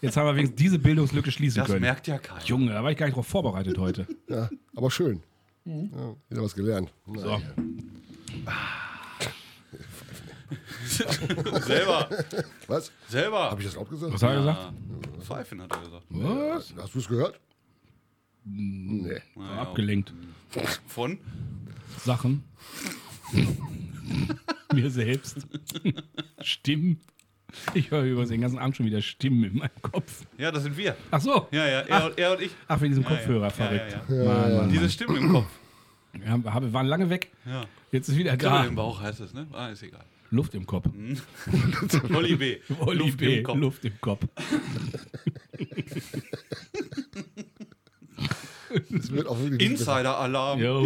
Speaker 3: jetzt haben wir wenigstens diese Bildungslücke schließen
Speaker 2: Das
Speaker 3: können.
Speaker 2: merkt ja keiner.
Speaker 3: Junge, da war ich gar nicht drauf vorbereitet heute.
Speaker 1: Ja, aber schön.
Speaker 2: Mhm.
Speaker 1: Ja, wieder was gelernt. Na,
Speaker 3: So.
Speaker 2: selber,
Speaker 1: Was?
Speaker 2: selber.
Speaker 1: Hab ich das laut gesagt?
Speaker 3: Was hat er gesagt?
Speaker 2: Äh, Pfeifen hat er gesagt.
Speaker 3: Was?
Speaker 1: Hast du es gehört?
Speaker 3: Mhm.
Speaker 1: Nee.
Speaker 2: Naja,
Speaker 3: Abgelenkt.
Speaker 2: Von?
Speaker 3: Sachen. Mir selbst. Stimmen. Ich höre übrigens den ganzen Abend schon wieder Stimmen in meinem Kopf.
Speaker 2: Ja, das sind wir.
Speaker 3: Ach so.
Speaker 2: Ja, ja, er, und, er und ich.
Speaker 3: Ach, wegen diesem
Speaker 2: ja.
Speaker 3: Kopfhörer,
Speaker 2: Ja,
Speaker 3: verrückt.
Speaker 2: ja,
Speaker 3: Mann, Mann,
Speaker 2: Diese Stimme im Kopf.
Speaker 3: Mann. Wir, haben, wir waren lange weg.
Speaker 2: Ja.
Speaker 3: Jetzt ist wieder
Speaker 2: Kribbel
Speaker 3: da.
Speaker 2: im Bauch heißt es, ne? Ah, ist egal.
Speaker 3: Luft im Kopf.
Speaker 2: Olli B.
Speaker 3: Olli
Speaker 2: Luft
Speaker 3: B.
Speaker 2: im Kopf.
Speaker 3: Luft im Kopf.
Speaker 1: Es wird auch wirklich nicht besser.
Speaker 2: Insider-Alarm.
Speaker 3: Jo.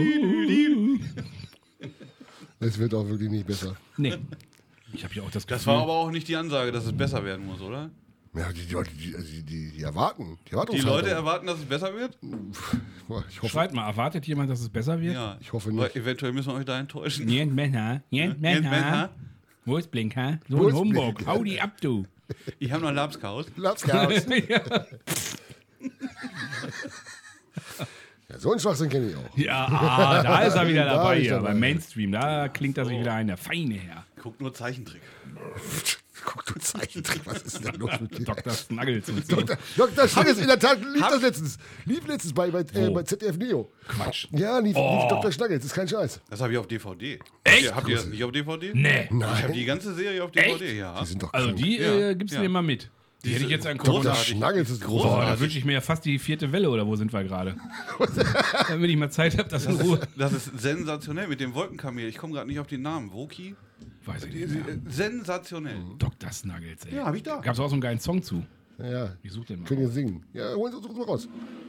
Speaker 1: Es wird auch wirklich nicht besser.
Speaker 3: Nee. Ich habe ja auch das Gefühl.
Speaker 2: Das war aber auch nicht die Ansage, dass es besser werden muss, oder?
Speaker 3: Oh,
Speaker 1: Ja, die Leute, die, also die, die, die erwarten. Die,
Speaker 2: Die
Speaker 1: Erwartungshaltung.
Speaker 2: Leute erwarten, dass es besser wird?
Speaker 1: Boah, Ich hoffe,
Speaker 3: Schreibt mal, erwartet jemand, dass es besser wird?
Speaker 2: Ja.
Speaker 1: Ich hoffe nicht.
Speaker 2: Aber eventuell müssen wir euch da enttäuschen.
Speaker 3: Jens Männer, Jens
Speaker 2: Jens
Speaker 3: Männer.
Speaker 2: Männer.
Speaker 3: Wo ist Blinker? So
Speaker 1: Wo
Speaker 3: ein
Speaker 1: ist
Speaker 3: Humbug.
Speaker 1: Blinker?
Speaker 3: Hau die ab, du.
Speaker 2: Ich habe noch Labskaus.
Speaker 1: Platz gehabt. ja, so einen Schwachsinn kenne ich auch.
Speaker 3: Ja, ah, da ist er wieder
Speaker 1: Da
Speaker 3: dabei,
Speaker 1: ist
Speaker 3: hier,
Speaker 1: er
Speaker 3: beim
Speaker 1: dabei.
Speaker 3: Mainstream. Da klingt er sich wieder ein, der feine Herr.
Speaker 2: Guckt nur Zeichentrick.
Speaker 1: Guck, du Zeichentrick, was ist denn los mit dir?
Speaker 3: Dr. Snuggles und so.
Speaker 1: Dr. Schnuggles, in der Tat lief das letztens. Lief letztens bei, bei, äh,
Speaker 3: Wo?
Speaker 1: bei ZDF Neo.
Speaker 3: Quatsch. Oh.
Speaker 1: Ja, lief, lief Dr. Schnuggles, ist kein Scheiß.
Speaker 2: Das habe ich auf DVD.
Speaker 3: Echt?
Speaker 2: Habt ihr, habt ihr das nicht auf DVD?
Speaker 3: Nee.
Speaker 2: Ich habe die ganze Serie auf DVD, ja.
Speaker 1: Die sind doch
Speaker 3: Also
Speaker 1: krank.
Speaker 3: die äh,
Speaker 2: Ja,
Speaker 3: gibst du
Speaker 2: ja.
Speaker 3: dir mal mit. Die hätte ich jetzt an
Speaker 1: Dr.
Speaker 3: Corona.
Speaker 2: großartig.
Speaker 1: Schnuggles ist
Speaker 3: Boah,
Speaker 1: großartig.
Speaker 3: da wünsche ich mir ja fast die vierte Welle oder wo sind wir gerade? Wenn ich mal Zeit habe, das in Ruhe.
Speaker 2: Das ist sensationell mit dem Wolkenkamel. Ich komme gerade nicht auf den Namen. Woki?
Speaker 3: Weiß ich
Speaker 2: Äh,
Speaker 3: nicht. Mehr.
Speaker 2: Sensationell.
Speaker 3: Dr. Snuggles, ey.
Speaker 2: Ja, hab ich da.
Speaker 3: Gab's auch so einen geilen Song zu.
Speaker 1: Ja,
Speaker 3: Ich such den mal.
Speaker 1: können ihr singen. Ja, holen Sie uns mal raus.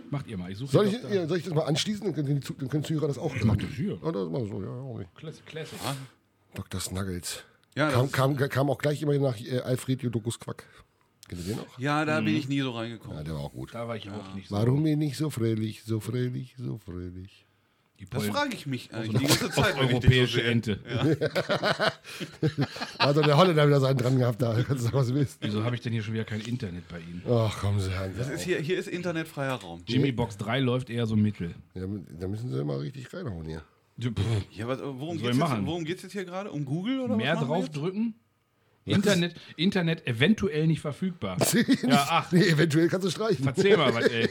Speaker 3: Macht ihr mal. Ich suche
Speaker 1: Soll ich, ja, soll ich das mal anschließen? Dann können die Zu- dann können Zuhörer das auch hören.
Speaker 3: das hier.
Speaker 1: Ja, das machen wir so, ja, auch nicht.
Speaker 3: Classic.
Speaker 1: Dr. Snuggles.
Speaker 2: Ja, das
Speaker 1: kam,
Speaker 2: ist-
Speaker 1: kam, kam auch gleich immer nach äh, Alfred Jodokus Quack. Kennt ihr den noch?
Speaker 2: Ja, da bin ich nie so
Speaker 1: Ja,
Speaker 2: reingekommen.
Speaker 1: der war auch gut.
Speaker 3: Da war ich auch nicht so.
Speaker 1: Warum bin ich so fröhlich, so fröhlich, so fröhlich?
Speaker 3: Die
Speaker 2: Das
Speaker 3: Polen-
Speaker 2: frage ich mich eigentlich die ganze Zeit, wenn ich dich so
Speaker 3: europäische
Speaker 2: sehe.
Speaker 3: Ente.
Speaker 1: Also der Holländer hat wieder seinen dran gehabt, da kannst du doch was wissen.
Speaker 3: Wieso habe ich denn hier schon wieder kein Internet bei Ihnen?
Speaker 1: Ach, kommen Sie an.
Speaker 2: Das ist hier, hier ist internetfreier Raum.
Speaker 3: Jimmy Box 3 läuft eher so mittel.
Speaker 1: Ja, da müssen Sie mal richtig reinhauen hier.
Speaker 2: Ja, was, worum
Speaker 3: soll ich
Speaker 2: geht es jetzt,
Speaker 3: machen?
Speaker 2: worum geht's jetzt hier gerade? Um Google oder
Speaker 3: Mehr
Speaker 2: was machen wir
Speaker 3: drauf
Speaker 2: jetzt?
Speaker 3: drücken? Internet, Internet eventuell nicht verfügbar. ja, ach,
Speaker 1: Nee, eventuell kannst du streichen.
Speaker 3: erzähl mal was, ey.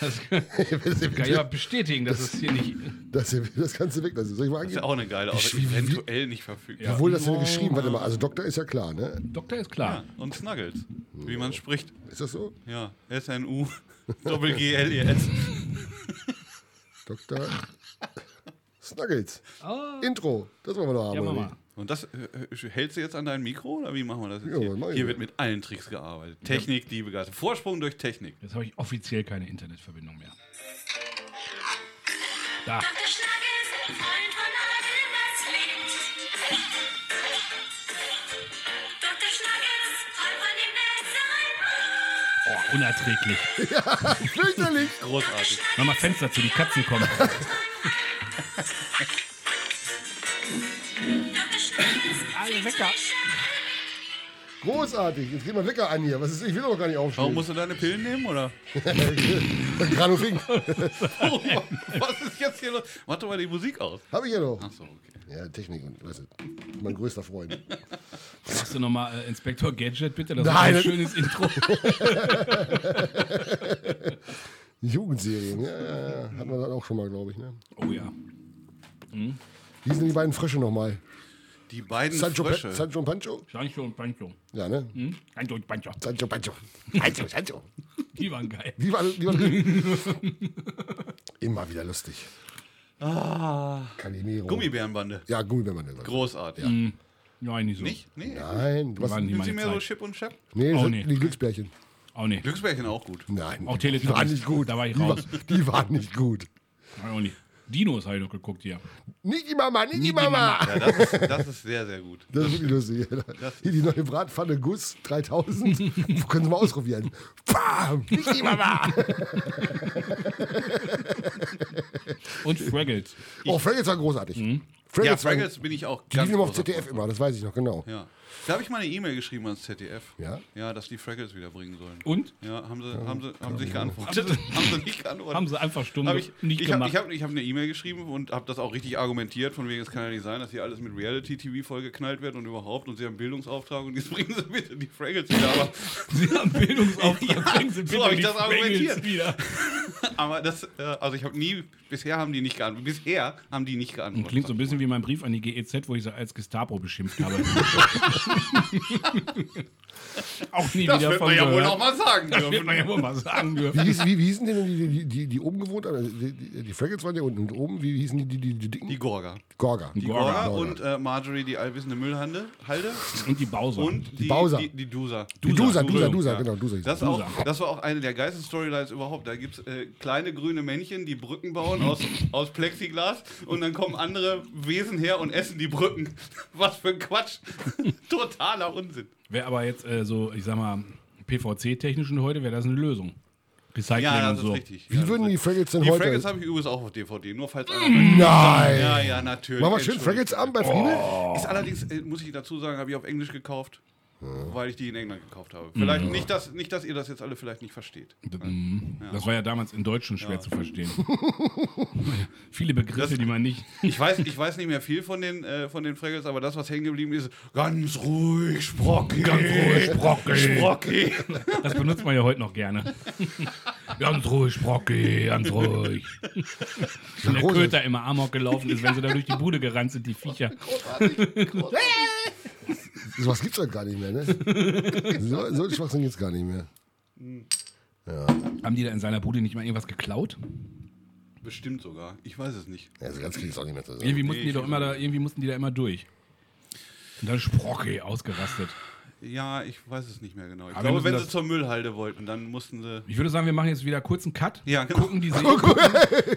Speaker 3: Das kann ich ja bestätigen, dass es hier nicht.
Speaker 1: Das, das kannst du weglassen. Soll ich mal
Speaker 2: Das ist ja
Speaker 1: angeben?
Speaker 2: auch eine geile Aussage.
Speaker 1: Wie- wie-
Speaker 2: Eventuell nicht verfügbar.
Speaker 1: Obwohl das denn geschrieben, warte mal, also Doktor ist ja klar, ne?
Speaker 3: Doktor ist klar.
Speaker 2: Ja, Und Snuggles, wie man spricht.
Speaker 1: Ist das so?
Speaker 2: Ja, S-N-U, Doppel-G-L-E-S.
Speaker 1: Doktor Snuggles. Intro, das wollen wir doch
Speaker 3: Oh. Ja,
Speaker 1: haben.
Speaker 3: Mama.
Speaker 2: Und das äh, äh, hältst du jetzt an dein Mikro oder wie machen wir das jetzt?
Speaker 1: Ja,
Speaker 2: hier?
Speaker 1: was mach ich
Speaker 2: hier
Speaker 1: denn?
Speaker 2: wird mit allen Tricks gearbeitet. Technik, Liebe, Geist. Vorsprung durch Technik.
Speaker 3: Jetzt habe ich offiziell keine Internetverbindung mehr. Da.
Speaker 5: Dr. Schnaggels, Freund von allen, das lebt. Dr. Schnaggels, Freund von
Speaker 3: Oh,
Speaker 5: dem besseren
Speaker 3: unerträglich.
Speaker 1: Flüchtling!
Speaker 2: Großartig.
Speaker 3: Mach mal Fenster zu, die Katzen kommen.
Speaker 5: Dr. Schnaggels,
Speaker 3: Alle Wecker.
Speaker 1: Großartig, jetzt geht mal Wecker an hier. Was ist, ich will doch gar nicht aufstehen.
Speaker 2: Warum musst du deine Pillen nehmen oder?
Speaker 1: Granufink,
Speaker 2: Oh, was ist jetzt hier los? Mach doch mal die Musik aus.
Speaker 1: hab ich ja noch.
Speaker 2: So, okay.
Speaker 1: Ja, Technik und weißt du, mein größter Freund.
Speaker 3: Machst du nochmal äh, Inspektor Gadget, bitte? Das
Speaker 1: Nein.
Speaker 3: ist ein schönes Intro.
Speaker 1: Jugendserien, ja, ja, ja. Hatten wir das auch schon mal, glaube ich. Ne?
Speaker 3: Oh ja.
Speaker 1: Wie sind die beiden Frösche nochmal?
Speaker 2: Die beiden
Speaker 1: Sancho, Pe-
Speaker 2: Frösche.
Speaker 1: Sancho und Pancho?
Speaker 3: Sancho und Pancho.
Speaker 1: Ja, ne?
Speaker 3: Hm? Sancho und Pancho.
Speaker 1: Sancho, Pancho. Pancho, Sancho.
Speaker 3: Die waren geil.
Speaker 1: Die waren, die waren richtig- Immer wieder lustig. Ah. Calimero.
Speaker 2: Gummibärenbande.
Speaker 1: Ja, Gummibärmann.
Speaker 2: Großartig.
Speaker 3: Nein, nicht so.
Speaker 2: Nicht? Nee.
Speaker 1: Nein, was?
Speaker 3: Waren die
Speaker 2: Sind sie
Speaker 3: meine
Speaker 2: mehr so
Speaker 3: Zeit.
Speaker 2: Chip und Chap?
Speaker 1: Nee,
Speaker 3: Oh,
Speaker 1: sind
Speaker 3: nee.
Speaker 1: die Glücksbärchen.
Speaker 3: Auch nicht.
Speaker 2: Glücksbärchen auch gut.
Speaker 1: Nein.
Speaker 3: Auch
Speaker 1: die
Speaker 3: Teletubbies.
Speaker 1: waren nicht gut.
Speaker 3: Da war ich
Speaker 1: die,
Speaker 3: raus.
Speaker 1: War, die waren nicht gut.
Speaker 3: Nein, auch nicht. Dinos habe ich noch geguckt hier.
Speaker 1: Nicht die Mama, nicht, die
Speaker 3: Nicht die
Speaker 1: Mama.
Speaker 2: Ja, das ist, das ist sehr, sehr gut.
Speaker 1: Das ist wirklich lustig. Hier die neue Bratpfanne Guss 3000. Können Sie mal ausprobieren. Bam, nicht die Mama.
Speaker 3: Und Fraggles.
Speaker 1: Oh, Fraggles war großartig.
Speaker 2: Ja,
Speaker 1: Fraggles war,
Speaker 2: Fraggles bin ich auch
Speaker 1: die
Speaker 2: ganz
Speaker 1: liefen immer auf
Speaker 2: großer
Speaker 1: ZDF
Speaker 2: Freund.
Speaker 1: immer, das weiß ich noch genau.
Speaker 2: Ja. Da habe ich mal eine E-Mail geschrieben ans ZDF.
Speaker 1: Ja?
Speaker 2: Ja, dass die Fraggles wieder bringen sollen.
Speaker 3: Und?
Speaker 2: Ja, haben sie, haben sie, haben sie nicht geantwortet. haben sie nicht geantwortet.
Speaker 3: Haben sie einfach stumm
Speaker 2: Hab ich,
Speaker 3: nicht
Speaker 2: ich habe
Speaker 3: gemacht.
Speaker 2: ich hab, ich hab eine E-Mail geschrieben und habe das auch richtig argumentiert, von wegen, es kann ja nicht sein, dass hier alles mit Reality-TV vollgeknallt wird und überhaupt und sie haben Bildungsauftrag und jetzt bringen sie bitte die Fraggles wieder. Aber,
Speaker 3: Sie haben Bildungsauftrag. Bringen Sie bitte
Speaker 2: hab ich
Speaker 3: die
Speaker 2: das argumentiert.
Speaker 3: Fraggles wieder.
Speaker 2: aber das, äh, also ich habe nie, bisher haben die nicht geantwortet. Bisher haben die nicht geantwortet.
Speaker 3: Klingt so ein bisschen wie mein Brief an die GEZ, wo ich sie als Gestapo beschimpft habe. auch nie
Speaker 2: das
Speaker 3: wieder
Speaker 2: wird
Speaker 3: von
Speaker 2: man ja wohl
Speaker 3: gehört.
Speaker 2: auch mal sagen
Speaker 3: Das wird
Speaker 2: dürfen.
Speaker 3: man ja wohl mal sagen dürfen.
Speaker 1: Wie, hieß, wie, wie hießen denn die, die, die, die oben gewohnt haben? Also Die, die, die Fraggles waren ja unten und oben. Wie hießen die, die, die, die dicken?
Speaker 2: Die Gorga.
Speaker 1: Gorga.
Speaker 2: Die Gorga, und äh, Marjorie, die allwissende Müllhalde. Halde.
Speaker 3: Und die Bowser.
Speaker 2: Und die,
Speaker 1: Bowser.
Speaker 2: Die, die Dusa.
Speaker 1: Die Dusa, Dusa,
Speaker 3: Dusa,
Speaker 1: Dusa,
Speaker 2: ja.
Speaker 1: genau, Dusa. hieß
Speaker 2: Das,
Speaker 1: sie.
Speaker 2: auch, das war auch eine der geilsten Storylines überhaupt. Da gibt es äh, kleine grüne Männchen, die Brücken bauen aus, aus Plexiglas und dann kommen andere Wesen her und essen die Brücken. Was für ein Quatsch. Totaler Unsinn.
Speaker 3: Wäre aber jetzt äh, so, ich sag mal, PVC-technischen heute, wäre das eine Lösung. Recycling
Speaker 2: Ja,
Speaker 3: und
Speaker 2: das
Speaker 3: so.
Speaker 2: ist richtig.
Speaker 1: Wie
Speaker 2: ja, das
Speaker 1: würden
Speaker 2: ist
Speaker 1: die
Speaker 2: richtig.
Speaker 1: Fraggles denn
Speaker 2: Die
Speaker 1: heute?
Speaker 2: Fraggles habe ich übrigens auch auf DVD, nur falls einer.
Speaker 1: Nein.
Speaker 2: Ja, ja, natürlich.
Speaker 1: Machen wir schön Fraggles
Speaker 2: Entschuldigung.
Speaker 1: Abend bei Friedel?
Speaker 2: Ist allerdings, äh, muss ich dazu sagen, habe ich auf Englisch gekauft, weil ich die in England gekauft habe.
Speaker 1: Mhm.
Speaker 2: Vielleicht nicht, dass, nicht, dass ihr das jetzt alle vielleicht nicht versteht.
Speaker 3: Hm? Das war ja damals in Deutschen schwer zu verstehen. Viele Begriffe,
Speaker 2: Das-
Speaker 3: die man nicht.
Speaker 2: Ich weiß, ich weiß nicht mehr viel von den, äh, von den Fraggles, aber das, was hängen geblieben ist, ganz ruhig, Sprocki. Ganz ruhig, Sprocki.
Speaker 3: Das benutzt man ja heute noch gerne. ganz ruhig, Brocki, ganz ruhig. Wenn der
Speaker 1: Rose.
Speaker 3: Köter immer Amok gelaufen ist, wenn sie da durch die Bude gerannt sind, die Viecher.
Speaker 1: Sowas gibt's halt gar nicht mehr, ne? So, so einen Schwachsinn gibt's gar nicht mehr.
Speaker 3: Haben die da in seiner Bude nicht mal irgendwas geklaut?
Speaker 2: Bestimmt sogar. Ich weiß es nicht.
Speaker 1: Ja, so ganz krieg ich's auch nicht mehr zusammen.
Speaker 3: Irgendwie mussten die doch immer da, irgendwie mussten die da immer durch. Und dann Sprocki ausgerastet.
Speaker 2: Ja, ich weiß es nicht mehr genau. Ich
Speaker 3: Aber wir
Speaker 2: glaube,
Speaker 3: müssen
Speaker 2: wenn
Speaker 3: das-
Speaker 2: sie zur Müllhalde wollten, dann mussten sie.
Speaker 3: Ich würde sagen, wir machen jetzt wieder kurz einen Cut.
Speaker 2: Ja, genau.
Speaker 3: Gucken die Serie.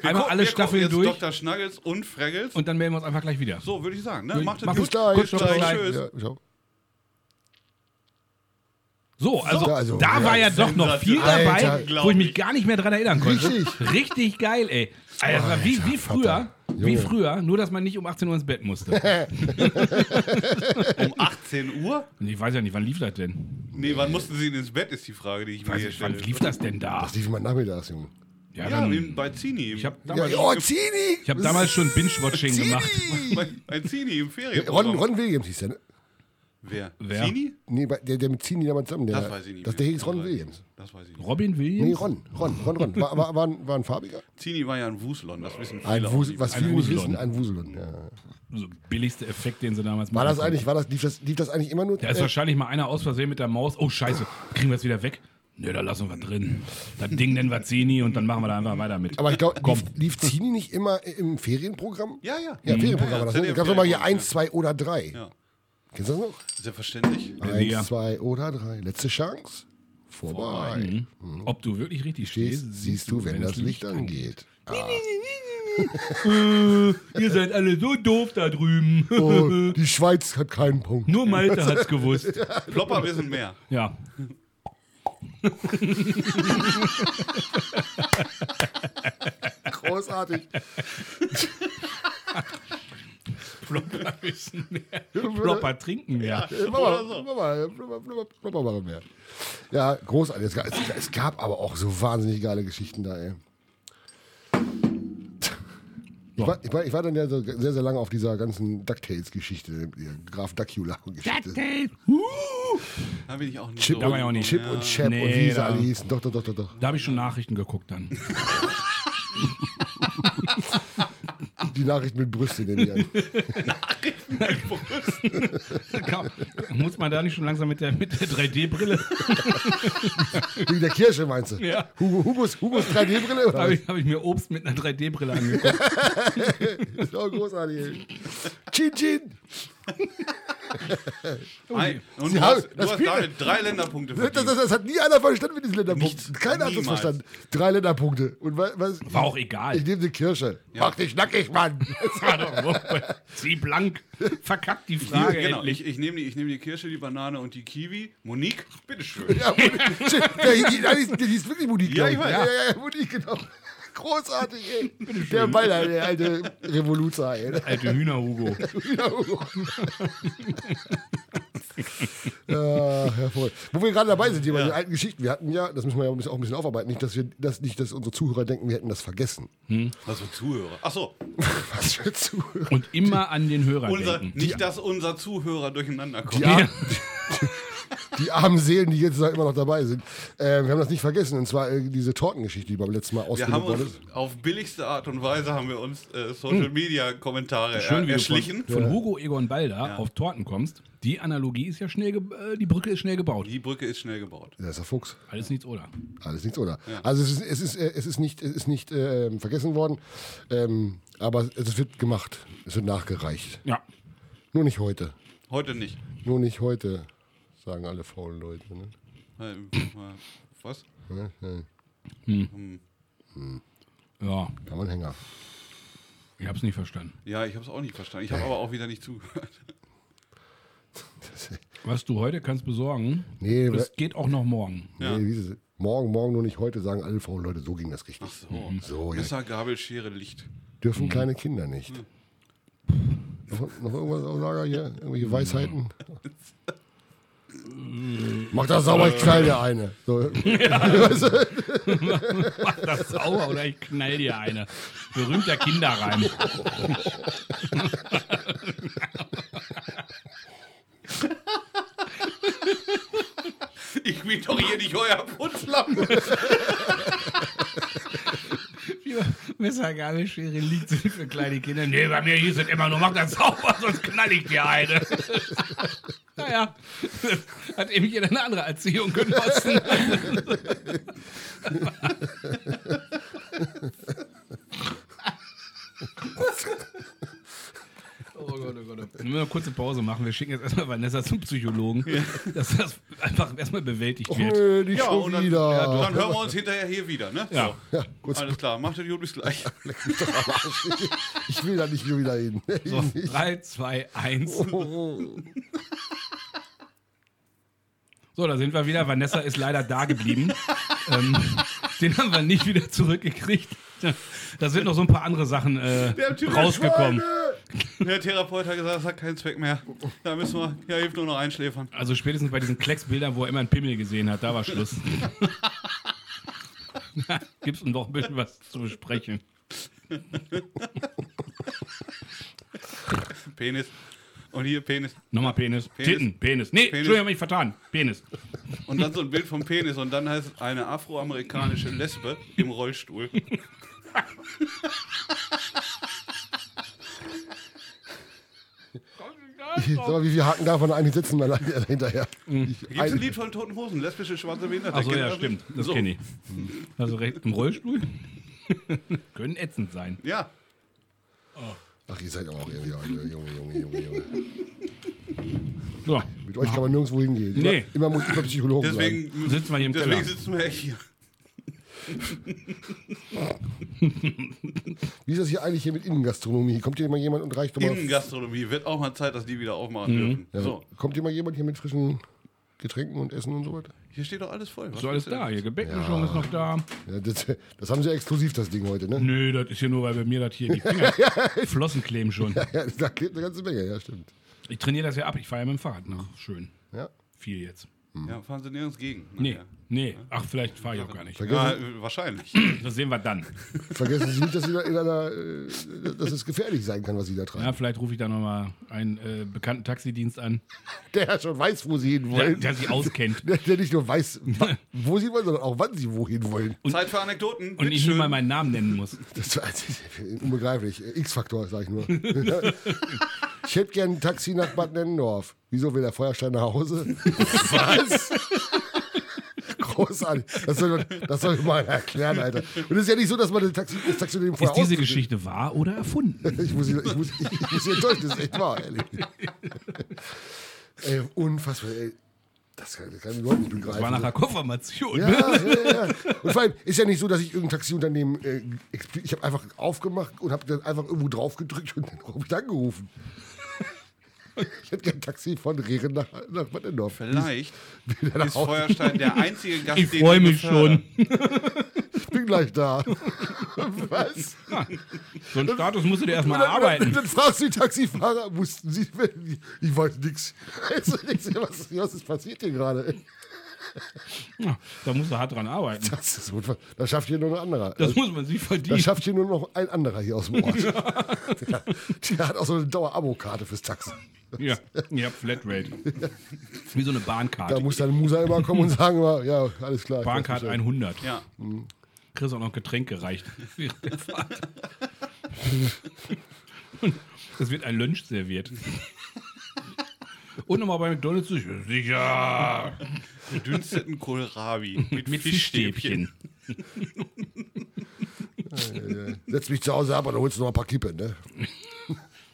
Speaker 3: Einmal alle
Speaker 2: Wir gucken
Speaker 3: Staffeln
Speaker 2: jetzt
Speaker 3: durch.
Speaker 2: Dr. Schnuggles und Fraggles.
Speaker 3: Und dann melden wir uns einfach gleich wieder.
Speaker 2: so, würde ich sagen. Ne? Macht es
Speaker 3: Mach
Speaker 2: gut.
Speaker 1: Bis gleich.
Speaker 3: Kurz noch
Speaker 1: Ciao.
Speaker 2: gleich. Tschüss.
Speaker 1: Ja, ciao.
Speaker 3: So, also,
Speaker 1: So, also,
Speaker 3: da
Speaker 1: ja,
Speaker 3: war ja doch noch viel dabei,
Speaker 1: Alter,
Speaker 3: wo
Speaker 2: glaub
Speaker 3: ich
Speaker 2: ich.
Speaker 3: mich gar nicht mehr dran erinnern konnte.
Speaker 1: Richtig.
Speaker 3: Richtig geil, ey. Also, das war wie, wie früher,
Speaker 1: Vater.
Speaker 3: wie
Speaker 1: Junge.
Speaker 3: früher, nur dass man nicht um 18 Uhr ins Bett musste.
Speaker 2: Um 18 Uhr?
Speaker 3: Und ich weiß ja nicht, wann lief das denn?
Speaker 2: Nee, wann mussten sie ins Bett, ist die Frage, die ich mir hier
Speaker 3: Wann
Speaker 2: stelle.
Speaker 3: lief das denn da?
Speaker 1: Das lief immer nachmittags, Junge.
Speaker 3: Ja,
Speaker 2: Ja,
Speaker 3: dann,
Speaker 2: in- bei Zini.
Speaker 3: ich habe
Speaker 1: Ja,
Speaker 3: damals,
Speaker 1: oh, Zini!
Speaker 3: ich hab damals schon Binge-Watching gemacht.
Speaker 2: bei, bei Zini im Ferien.
Speaker 1: Ron, Ron Williams hieß der, ne?
Speaker 2: Wer?
Speaker 3: Wer?
Speaker 2: Zini?
Speaker 1: Nee, bei- der, der mit Zini damals zusammen. Der,
Speaker 2: Das weiß ich nicht
Speaker 1: Das,
Speaker 2: mehr.
Speaker 1: der hieß Ron
Speaker 2: Das weiß-
Speaker 1: Williams.
Speaker 2: Das weiß ich nicht.
Speaker 3: Robin Williams?
Speaker 1: Nee, Ron. Ron, Ron, Ron. War, war, war, ein, war ein farbiger?
Speaker 2: Zini war ja ein Wuslon, das wissen viele.
Speaker 1: Ein
Speaker 2: auch
Speaker 1: Wusel,
Speaker 2: nicht.
Speaker 1: was
Speaker 3: Ein
Speaker 1: viele nicht
Speaker 3: Wuselon.
Speaker 1: wissen, ein Wuselon. Ja.
Speaker 3: So billigste Effekt, den sie damals
Speaker 1: War
Speaker 3: machen
Speaker 1: das
Speaker 3: konnten.
Speaker 1: eigentlich, war das, lief das, lief das eigentlich immer nur?
Speaker 3: Da ist
Speaker 1: äh,
Speaker 3: wahrscheinlich mal einer aus Versehen mit der Maus. Oh, scheiße, kriegen wir es wieder weg? Nö, da lassen wir drin. Das Ding nennen wir Zini und dann machen wir da einfach weiter mit.
Speaker 1: aber ich glaube, lief, lief Zini nicht immer im Ferienprogramm?
Speaker 2: Ja, ja.
Speaker 1: Ja, Ferienprogramm war das. Ne?
Speaker 2: ZDF
Speaker 1: Gab es mal hier
Speaker 2: Ferienprogramm,
Speaker 1: eins, zwei oder drei.
Speaker 2: Ja.
Speaker 1: Kennst du das noch?
Speaker 2: ja. Selbstverständlich.
Speaker 1: Eins,
Speaker 3: Ja.
Speaker 1: zwei oder drei. Letzte Chance. Vorbei.
Speaker 3: Ob du wirklich richtig
Speaker 1: Stehst,
Speaker 3: stehst,
Speaker 1: siehst du, wenn das Licht angeht.
Speaker 3: Ihr seid alle so doof da drüben.
Speaker 1: Oh, die Schweiz hat keinen Punkt.
Speaker 3: Nur Malte hat's gewusst.
Speaker 2: Plopper wissen mehr.
Speaker 3: Ja.
Speaker 1: Großartig.
Speaker 3: Plopper wissen mehr. Plopper trinken mehr.
Speaker 1: Äh, mach mal, mach mal, mach mal, mach mal, mach mal. Ja, großartig. Es gab, es, es gab aber auch so wahnsinnig geile Geschichten da, ey. Ich war, ich, war, ich war dann ja so sehr, sehr lange auf dieser ganzen DuckTales-Geschichte, die Graf Dracula-Geschichte.
Speaker 2: Da bin ich auch nicht
Speaker 1: Chip,
Speaker 2: so.
Speaker 3: Da war ich auch nicht.
Speaker 1: Chip und Chap und
Speaker 3: Nee,
Speaker 1: wie sie
Speaker 3: da-
Speaker 1: alle hießen. Doch, doch, doch, doch, doch.
Speaker 3: Da habe ich schon Nachrichten geguckt dann.
Speaker 1: Die Nachricht mit Brüste nehme ich an.
Speaker 3: Komm, Muss man da nicht schon langsam mit der, mit der 3D-Brille?
Speaker 1: Wegen der Kirsche meinst du?
Speaker 3: Ja.
Speaker 1: Hugo, Hugos, Hugos 3D-Brille oder?
Speaker 3: Habe
Speaker 1: was?
Speaker 3: ich, hab ich mir Obst mit einer 3D-Brille angeguckt.
Speaker 1: Ist auch Oh, großartig. ey. Chin Chin.
Speaker 2: Ein, und
Speaker 1: Sie
Speaker 2: du
Speaker 1: haben-
Speaker 2: hast, du
Speaker 1: das
Speaker 2: hast
Speaker 1: Spiel-
Speaker 2: damit drei Länderpunkte
Speaker 1: Das, das,
Speaker 2: verdient.
Speaker 1: das hat nie einer verstanden mit diesen Länderpunkten.
Speaker 2: Nicht.
Speaker 1: Keiner hat das
Speaker 2: Niemals.
Speaker 1: verstanden. Drei Länderpunkte. Und wa- was?
Speaker 3: War auch
Speaker 1: Ich
Speaker 3: egal.
Speaker 1: nehme die Kirsche. Mach dich nackig, Mann.
Speaker 3: War doch wurscht. Sie blank. Verkackt die
Speaker 2: Ja,
Speaker 3: Frage.
Speaker 2: genau.
Speaker 3: endlich.
Speaker 2: Ich, ich nehme die, ich nehm die Kirsche, die Banane und die Kiwi. Monique, bitteschön.
Speaker 1: Ja, Monique. Der, hieß- der, hieß- der hieß wirklich Monique. glaub
Speaker 2: Ja, ich weiß.
Speaker 1: Ja, ja, ja, Monique, genau. Großartig, ey. Der Baller, der alte Revoluzer, ey.
Speaker 3: Alte Hühner-Hugo.
Speaker 1: Ja, hervorragend. Wo wir gerade dabei sind, die bei
Speaker 2: Ja.
Speaker 1: den alten Geschichten. Wir hatten ja, das müssen wir ja auch ein bisschen- auch ein bisschen aufarbeiten, nicht, dass wir das nicht, dass unsere Zuhörer denken, wir hätten das vergessen.
Speaker 2: Also Zuhörer. Achso,
Speaker 1: Was für Zuhörer.
Speaker 3: Und immer an den Hörer
Speaker 2: unser,
Speaker 3: denken.
Speaker 2: nicht, dass unser Zuhörer durcheinander kommt.
Speaker 1: Die, armen- die armen Seelen, die jetzt da immer noch dabei sind. Äh, wir haben das nicht vergessen, und zwar äh, diese Tortengeschichte, die beim letzten Mal
Speaker 2: Wir haben
Speaker 1: ausgelegt worden
Speaker 2: uns
Speaker 1: ist. Hm.
Speaker 2: auf billigste Art und Weise haben wir uns äh, Social Media Kommentare
Speaker 3: Schön,
Speaker 2: er,
Speaker 3: wie du
Speaker 2: Äh, erschlichen.
Speaker 3: von, von Hugo Egon Balder auf Torten kommst. Die Analogie ist ja schnell, ge- äh, die Brücke ist schnell gebaut.
Speaker 2: Die Brücke ist schnell gebaut.
Speaker 1: Das ist der Fuchs.
Speaker 3: Alles nichts oder.
Speaker 1: Alles nichts, oder? Also es ist, es ist, äh, es ist nicht, es ist nicht ähm, vergessen worden, ähm, aber es wird gemacht. Es wird nachgereicht.
Speaker 3: Ja.
Speaker 1: Nur nicht heute.
Speaker 2: Heute nicht.
Speaker 1: Nur nicht heute, sagen alle faulen Leute. Ne?
Speaker 2: Äh, äh, Was?
Speaker 3: Ja,
Speaker 1: Haben wir einen Hänger.
Speaker 3: ich hab's nicht verstanden.
Speaker 2: Ja, ich habe es auch nicht verstanden.
Speaker 3: Äh.
Speaker 2: Ich habe aber auch wieder nicht zugehört.
Speaker 3: Was du heute kannst besorgen,
Speaker 1: Nee,
Speaker 3: das geht auch noch morgen.
Speaker 1: nee wie ist es? morgen, morgen, nur nicht heute, sagen alle faulen Leute. So ging das richtig.
Speaker 2: So,
Speaker 3: Mhm,
Speaker 1: So, ja.
Speaker 2: Messer, Gabel, Schere, Licht.
Speaker 1: Dürfen
Speaker 2: Mhm.
Speaker 1: kleine Kinder nicht. Noch, noch irgendwas auf Lager hier? Irgendwelche Weisheiten?
Speaker 2: Mhm.
Speaker 1: Mach das sauber, ich knall dir eine. So,
Speaker 3: Mach das sauber oder ich knall dir eine. Berühmter Kinderreim.
Speaker 2: Ich will doch hier nicht euer Putzlappen.
Speaker 3: Messer, Gabel, Schere, liegt sind für kleine Kinder. Nee, bei mir hieß es immer nur, mach das sauber, sonst knall ich dir eine. naja, hat eben jeder eine andere Erziehung genossen. Oh Gott, oh Gott. Wir müssen eine kurze Pause machen. Wir schicken jetzt erstmal Vanessa zum Psychologen, dass das einfach erstmal bewältigt
Speaker 1: Och,
Speaker 3: wird.
Speaker 1: nö, oh, nicht schon
Speaker 2: und dann,
Speaker 1: wieder.
Speaker 2: ja, dann hören wir uns hinterher hier wieder, ne?
Speaker 3: Ja.
Speaker 2: So.
Speaker 1: Kurz-
Speaker 2: Alles klar, macht es gut, bis gleich.
Speaker 1: Ich will da nicht schon wieder hin.
Speaker 3: So, 3, 2, 1. So, da sind wir wieder. Vanessa ist leider da geblieben. ähm, den haben wir nicht wieder zurückgekriegt. Da sind noch so ein paar andere Sachen äh,
Speaker 2: Der Typ ist
Speaker 3: rausgekommen.
Speaker 2: Der Therapeut hat gesagt, es hat keinen Zweck mehr. Da müssen wir, ja, hilft nur noch einschläfern.
Speaker 3: Also spätestens bei diesen Klecksbildern, wo er immer einen Pimmel gesehen hat, da war Schluss. Gibt's noch ein bisschen was zu besprechen.
Speaker 2: Penis. Und hier Penis.
Speaker 3: Nochmal Penis.
Speaker 2: Penis.
Speaker 3: Titten, Penis. Nee, Entschuldigung, hab ich vertan. Penis.
Speaker 2: Und dann so ein Bild vom Penis und dann heißt es eine afroamerikanische Lesbe im Rollstuhl.
Speaker 1: So, wie viele Haken davon eigentlich sitzen wir da hinterher?
Speaker 2: Gibt es ein Lied von Toten Hosen? Lesbische schwarze Behinderte.
Speaker 3: Achso,
Speaker 2: Kennt ihr
Speaker 3: ja,
Speaker 2: das
Speaker 3: stimmt.
Speaker 2: nicht?
Speaker 3: Das
Speaker 2: so.
Speaker 3: kenne ich. Also recht im Rollstuhl? Können ätzend sein.
Speaker 2: Ja.
Speaker 1: Ach, ihr seid aber auch irgendwie Leute. Junge, Junge, Junge, Junge.
Speaker 3: So,
Speaker 1: Mit euch kann man nirgendwo hingehen. Immer,
Speaker 3: Nee.
Speaker 1: immer muss immer Psychologen sein.
Speaker 2: Deswegen,
Speaker 3: sitzen wir hier im
Speaker 2: deswegen
Speaker 3: Keller.
Speaker 2: sitzen wir hier.
Speaker 1: Wie ist das hier eigentlich hier mit Innengastronomie? Kommt hier mal jemand und reicht doch mal.
Speaker 2: Innengastronomie. Wird auch mal Zeit, dass die wieder aufmachen dürfen.
Speaker 1: Ja,
Speaker 2: So,
Speaker 1: Kommt hier mal jemand hier mit frischen Getränken und Essen und so weiter?
Speaker 2: hier steht doch alles voll. Was
Speaker 3: Ist alles
Speaker 2: willst du
Speaker 3: da.
Speaker 2: denn?
Speaker 3: Hier Gebäckmischung ist noch da.
Speaker 1: Ja, das, das haben sie exklusiv, das Ding heute, ne?
Speaker 3: Nö, das ist ja nur, weil bei mir das hier die Finger Flossen kleben schon.
Speaker 1: Ja, da klebt eine ganze Menge, ja, stimmt.
Speaker 3: Ich trainiere das ja ab. Ich fahre ja mit dem Fahrrad nach. Schön.
Speaker 1: Ja.
Speaker 3: Viel jetzt.
Speaker 2: Ja, fahren sie nirgends gegen.
Speaker 3: Nee,
Speaker 2: Naja.
Speaker 3: nee. Ach, vielleicht fahre ich auch gar nicht.
Speaker 2: Ja,
Speaker 1: Vergessen,
Speaker 2: äh, wahrscheinlich.
Speaker 3: Das sehen wir dann.
Speaker 1: vergessen Sie nicht, dass, sie da in einer, äh, dass es gefährlich sein kann, was Sie da tragen.
Speaker 3: Ja, vielleicht rufe ich da nochmal einen äh, bekannten Taxidienst an,
Speaker 1: Der ja schon weiß, wo Sie hin
Speaker 3: der,
Speaker 1: wollen.
Speaker 3: der sich auskennt.
Speaker 1: Der, der nicht nur weiß, wa- wo Sie wollen, sondern auch wann Sie wohin wollen.
Speaker 2: Zeit für Anekdoten.
Speaker 3: Und ich
Speaker 2: Bitteschön.
Speaker 3: nicht mal meinen Namen nennen muss.
Speaker 1: Das ist unbegreiflich. X-Faktor, sag ich nur. Ich hätte gern ein Taxi nach Bad Nennendorf. Wieso will der Feuerstein nach Hause? Was? Großartig. Das soll, das soll ich mal erklären, Alter. Und es ist ja nicht so, dass man das Taxi, das Taxi dem
Speaker 3: Ist
Speaker 1: vorher
Speaker 3: diese
Speaker 1: ausgesucht-
Speaker 3: Geschichte wahr oder erfunden?
Speaker 1: Ich muss, ich muss, ich, ich muss hier enttäuscht, das ist echt wahr, ehrlich. ey, unfassbar, ey. Das kann, das kann ich überhaupt nicht begreifen.
Speaker 3: Das war nachher Konfirmation.
Speaker 1: Also- Ja, ja, ja. Und vor allem ist ja nicht so, dass ich irgendein Taxiunternehmen, äh, expli- ich habe einfach aufgemacht und habe dann einfach irgendwo drauf gedrückt und dann habe ich angerufen. Ich hätte gern ein Taxi von Rehren nach, nach Bad Nennendorf.
Speaker 2: Vielleicht
Speaker 1: Wieder nach
Speaker 2: ist
Speaker 1: Hause.
Speaker 2: Feuerstein der einzige Gast,
Speaker 3: Ich
Speaker 2: den
Speaker 3: freue
Speaker 2: du
Speaker 3: mich
Speaker 2: befördert.
Speaker 3: schon.
Speaker 1: Ich bin gleich da. Was?
Speaker 3: So einen Status musst du dir erstmal
Speaker 1: Und dann,
Speaker 3: erarbeiten.
Speaker 1: Dann, dann fragst du die Taxifahrer, wussten sie, ich wollte nichts. Was, was ist passiert hier gerade?
Speaker 3: Ja, Da musst du hart dran arbeiten.
Speaker 1: Das ist unfassbar. Das schafft hier nur ein anderer.
Speaker 3: Das muss man sich
Speaker 1: Das
Speaker 3: verdienen.
Speaker 1: schafft hier nur noch ein anderer hier aus dem Ort. der, der hat auch so eine Dauer-Abo-Karte fürs Taxi.
Speaker 3: Ja, ja Flatrate. Wie so eine
Speaker 1: Da
Speaker 3: Bahnkarte.
Speaker 1: muss dann Musa immer kommen und sagen, immer, ja, alles klar. ich weiß
Speaker 3: Bahnkarte
Speaker 1: Bescheid.
Speaker 3: 100.
Speaker 2: Ja.
Speaker 3: Chris auch noch Getränk gereicht. während der Fahrt. Es wird ein Lunch serviert. Und nochmal bei McDonalds durch. Sicher.
Speaker 2: Gedünsteten Kohlrabi mit,
Speaker 3: Mit
Speaker 2: Fischstäbchen.
Speaker 3: Fischstäbchen.
Speaker 1: Setz mich zu Hause ab und dann holst du noch ein paar Kippen, ne?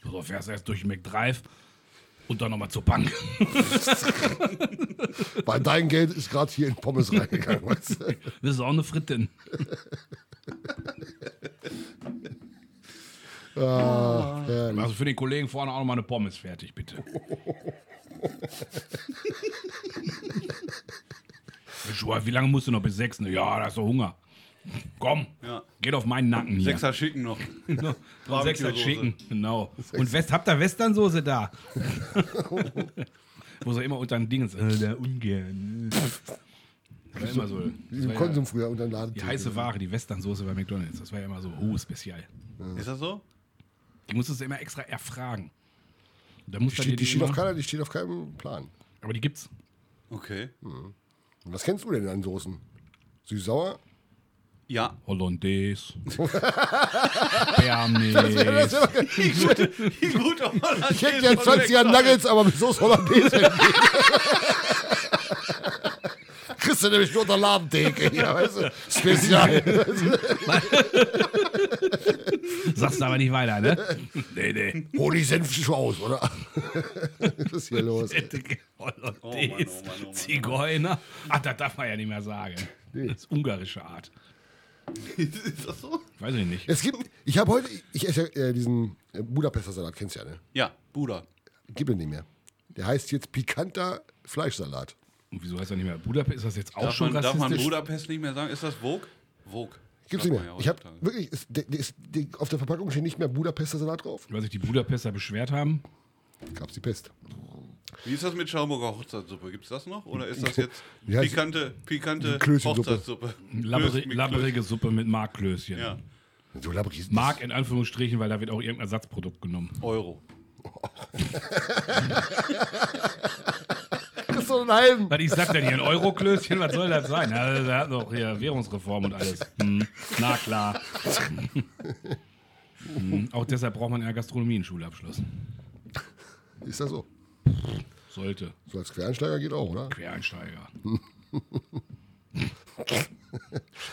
Speaker 3: So fährst erst durch den McDrive und dann nochmal zur Bank.
Speaker 1: Weil dein Geld ist gerade hier in Pommes reingegangen. Weißt du?
Speaker 3: Das ist auch eine Frittin. Also für den Kollegen vorne auch nochmal eine Pommes fertig, bitte. Joa, Wie lange musst du noch bis sechs? Ja, da hast du Hunger. Komm,
Speaker 2: Ja.
Speaker 3: geht auf meinen Nacken hier.
Speaker 2: Sechser schicken noch.
Speaker 3: Genau. Und Sechser
Speaker 2: Barbecue-Soße.
Speaker 3: schicken, genau. Und West, habt ihr Westernsoße da? Wo so immer unter den Ding ist, äh, der ungern. Das war immer so. Das
Speaker 1: Diesem
Speaker 3: war ja
Speaker 1: Konsum früher unter den Laden.
Speaker 3: die
Speaker 2: ne?
Speaker 3: heiße Ware, die Westernsoße bei McDonalds. Das war ja immer so, oh, spezial.
Speaker 2: Ist das so?
Speaker 3: Die musstest du immer extra erfragen. Da musst du
Speaker 1: Die,
Speaker 3: dir
Speaker 1: die, steht
Speaker 3: immer-
Speaker 1: auf keiner, die steht auf keinem Plan.
Speaker 3: Aber die gibt's.
Speaker 2: Okay.
Speaker 1: Was kennst du denn an Soßen? Süß-sauer?
Speaker 2: Ja.
Speaker 3: Hollandaise. Bernays.
Speaker 2: Gut,
Speaker 1: Ich hätte ja 20er Nuggets, aber mit Soße Hollandaise. Kriegst du nämlich nur unter Ladentheke hier, weißt du? Spezial.
Speaker 3: Sagst du aber nicht weiter, ne? Nee, nee.
Speaker 1: Hol die Senf schon aus, oder? Was ist hier los?
Speaker 3: Hollandaise.
Speaker 2: Oh Mann, oh Mann, oh Mann, oh Mann.
Speaker 3: Zigeuner. Ach, das darf man ja nicht mehr sagen. Das ist ungarische Art.
Speaker 2: Ist das so?
Speaker 3: Weiß ich nicht.
Speaker 1: Es gibt, ich habe heute, ich esse ja, äh, diesen äh, Budapester Salat, kennst du ja, ne?
Speaker 2: Ja, Bruder.
Speaker 1: Gibt es nicht mehr. Der heißt jetzt pikanter Fleischsalat.
Speaker 3: Und wieso heißt er nicht mehr Budapest? Ist das jetzt auch
Speaker 2: Darf
Speaker 3: schon
Speaker 2: man, darf man
Speaker 3: rassistisch?
Speaker 2: Budapest nicht mehr sagen? Ist das Vogue? Vogue.
Speaker 1: Gibt's
Speaker 2: Darf
Speaker 1: nicht mehr.
Speaker 2: man ja
Speaker 1: Ich habe
Speaker 2: heutzutage.
Speaker 1: wirklich, ist, der, der ist, der, auf der Verpackung steht nicht mehr Budapester Salat drauf.
Speaker 3: Weil sich die Budapester beschwert haben.
Speaker 1: Gab's die Pest.
Speaker 2: Wie ist das mit Schaumburger Hochzeitssuppe? Gibt's das noch? Oder ist das jetzt
Speaker 1: Ja, es-
Speaker 2: pikante, pikante
Speaker 1: Klößchensuppe.
Speaker 2: Hochzeitssuppe?
Speaker 3: Labberi
Speaker 2: Klöß mit
Speaker 3: labberige Suppe mit Markklößchen.
Speaker 2: Klöß- Ja,
Speaker 1: So labbrig ist
Speaker 3: Mark in Anführungsstrichen, weil da wird auch irgendein Ersatzprodukt genommen.
Speaker 2: Euro.
Speaker 1: das so einen halben.
Speaker 3: Was ich sag denn hier, ein Euro-Klößchen, was soll das sein? Ja, da hat noch hier Währungsreform und alles. Hm, na klar. Hm, auch deshalb braucht man in der Gastronomie einen Schulabschluss.
Speaker 1: Ist das so?
Speaker 3: Sollte.
Speaker 1: So als Quereinsteiger geht auch, oder?
Speaker 3: Quereinsteiger.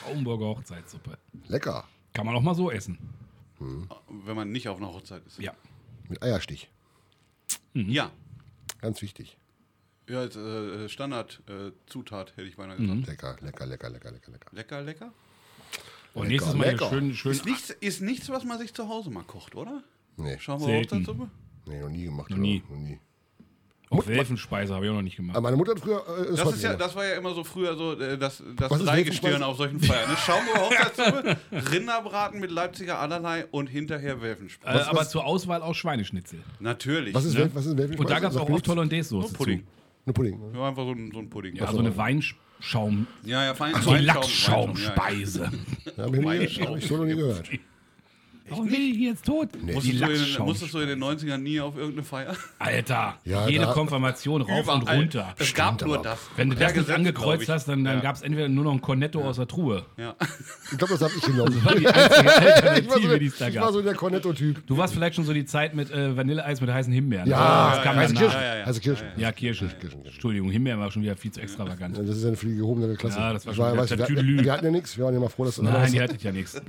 Speaker 3: Schaumburger Hochzeitssuppe.
Speaker 1: Lecker.
Speaker 3: Kann man auch mal so essen.
Speaker 2: Wenn man nicht auf einer Hochzeit ist. Mhm.
Speaker 3: Ja.
Speaker 1: Mit Eierstich.
Speaker 2: Ja.
Speaker 1: Ganz wichtig.
Speaker 2: Ja, als äh, Standard-Zutat hätte ich beinahe gesagt.
Speaker 3: Mhm.
Speaker 1: Lecker, lecker, lecker, lecker, lecker, lecker.
Speaker 2: Lecker, lecker.
Speaker 3: Und Oh, nächstes Mal
Speaker 1: lecker.
Speaker 3: hier schön, schön
Speaker 2: Ist nichts, ist nichts, was man sich zu Hause mal kocht, oder?
Speaker 1: Nee,
Speaker 2: Schaumburger
Speaker 3: Selten.
Speaker 2: Hochzeitssuppe?
Speaker 1: nee noch nie gemacht.
Speaker 3: Noch
Speaker 1: oder?
Speaker 3: nie.
Speaker 1: Noch nie.
Speaker 3: Auch Welfenspeise habe ich auch noch nicht gemacht.
Speaker 1: Aber meine Mutter hat früher. Äh,
Speaker 2: Das, ist ja,
Speaker 1: das
Speaker 2: das war ja immer so früher so äh, das, das
Speaker 1: Was ist
Speaker 2: Dreigestirn
Speaker 1: Welfenspeise?
Speaker 2: auf solchen Feiern. Ne? Schaumburger Hochzeitssuppe, Rinderbraten mit Leipziger allerlei und hinterher Welfenspeise.
Speaker 3: äh, aber zur Auswahl auch Schweineschnitzel.
Speaker 2: Natürlich.
Speaker 1: was ist,
Speaker 3: ne?
Speaker 1: Wel- was ist Welfenspeise?
Speaker 3: Und da gab es
Speaker 1: Sag
Speaker 3: auch
Speaker 1: mir
Speaker 3: oft
Speaker 1: nichts.
Speaker 3: Hollandaise-Soße.
Speaker 2: Nur Pudding.
Speaker 3: zu.
Speaker 1: Nur Pudding. ne?
Speaker 2: Ja, einfach so ein, so ein Pudding.
Speaker 3: Ja, so eine Weinschaum.
Speaker 2: Ja, ja, fein.
Speaker 3: So Lachsschaumspeise.
Speaker 1: Ne? Hab ich, nie,
Speaker 2: Weinschaum.
Speaker 1: hab ich so noch nie gehört.
Speaker 3: Warum bin ich jetzt tot? Die
Speaker 2: Musstest du, in, den-
Speaker 3: Lachsschau.
Speaker 2: musstest du in den 90ern nie auf irgendeine Feier?
Speaker 3: Alter,
Speaker 1: Ja,
Speaker 3: jede
Speaker 1: da-
Speaker 3: Konfirmation rauf und
Speaker 2: Überall.
Speaker 3: runter.
Speaker 2: Es gab
Speaker 1: Stimmt,
Speaker 2: nur
Speaker 1: aber-
Speaker 2: das.
Speaker 3: Wenn du
Speaker 2: Per
Speaker 3: das nicht
Speaker 2: Gesetz, glaub
Speaker 3: angekreuzt
Speaker 2: ich.
Speaker 3: hast, dann, dann
Speaker 2: Ja.
Speaker 3: gab es entweder nur noch ein Cornetto aus der Truhe.
Speaker 2: Ja.
Speaker 1: Ich glaube, das habe ich genommen. Ich
Speaker 3: Die einzige
Speaker 1: war, so,
Speaker 3: Alternative, die es da
Speaker 1: ich war
Speaker 3: gab.
Speaker 1: so der Cornetto-Typ.
Speaker 3: Du warst vielleicht schon so die Zeit mit äh, Vanilleeis mit heißen Himbeeren. Also,
Speaker 1: Ja,
Speaker 3: das kam
Speaker 1: heiße
Speaker 3: danach.
Speaker 1: Kirschen.
Speaker 2: Ja, ja, ja.
Speaker 1: Heiße Kirschen.
Speaker 3: Ja, Kirsche. Entschuldigung, Himbeeren war schon wieder viel zu extravagant.
Speaker 1: Ja, Das ist eine für die gehobene Klasse.
Speaker 3: Ja, das war
Speaker 1: Ich
Speaker 3: schon wieder
Speaker 1: weißt du, wir,
Speaker 3: Tüdelü.
Speaker 1: hatten, wir hatten ja nichts. Wir waren ja mal froh, dass einer
Speaker 3: Nein,
Speaker 1: was,
Speaker 3: die hatte ich ja nichts.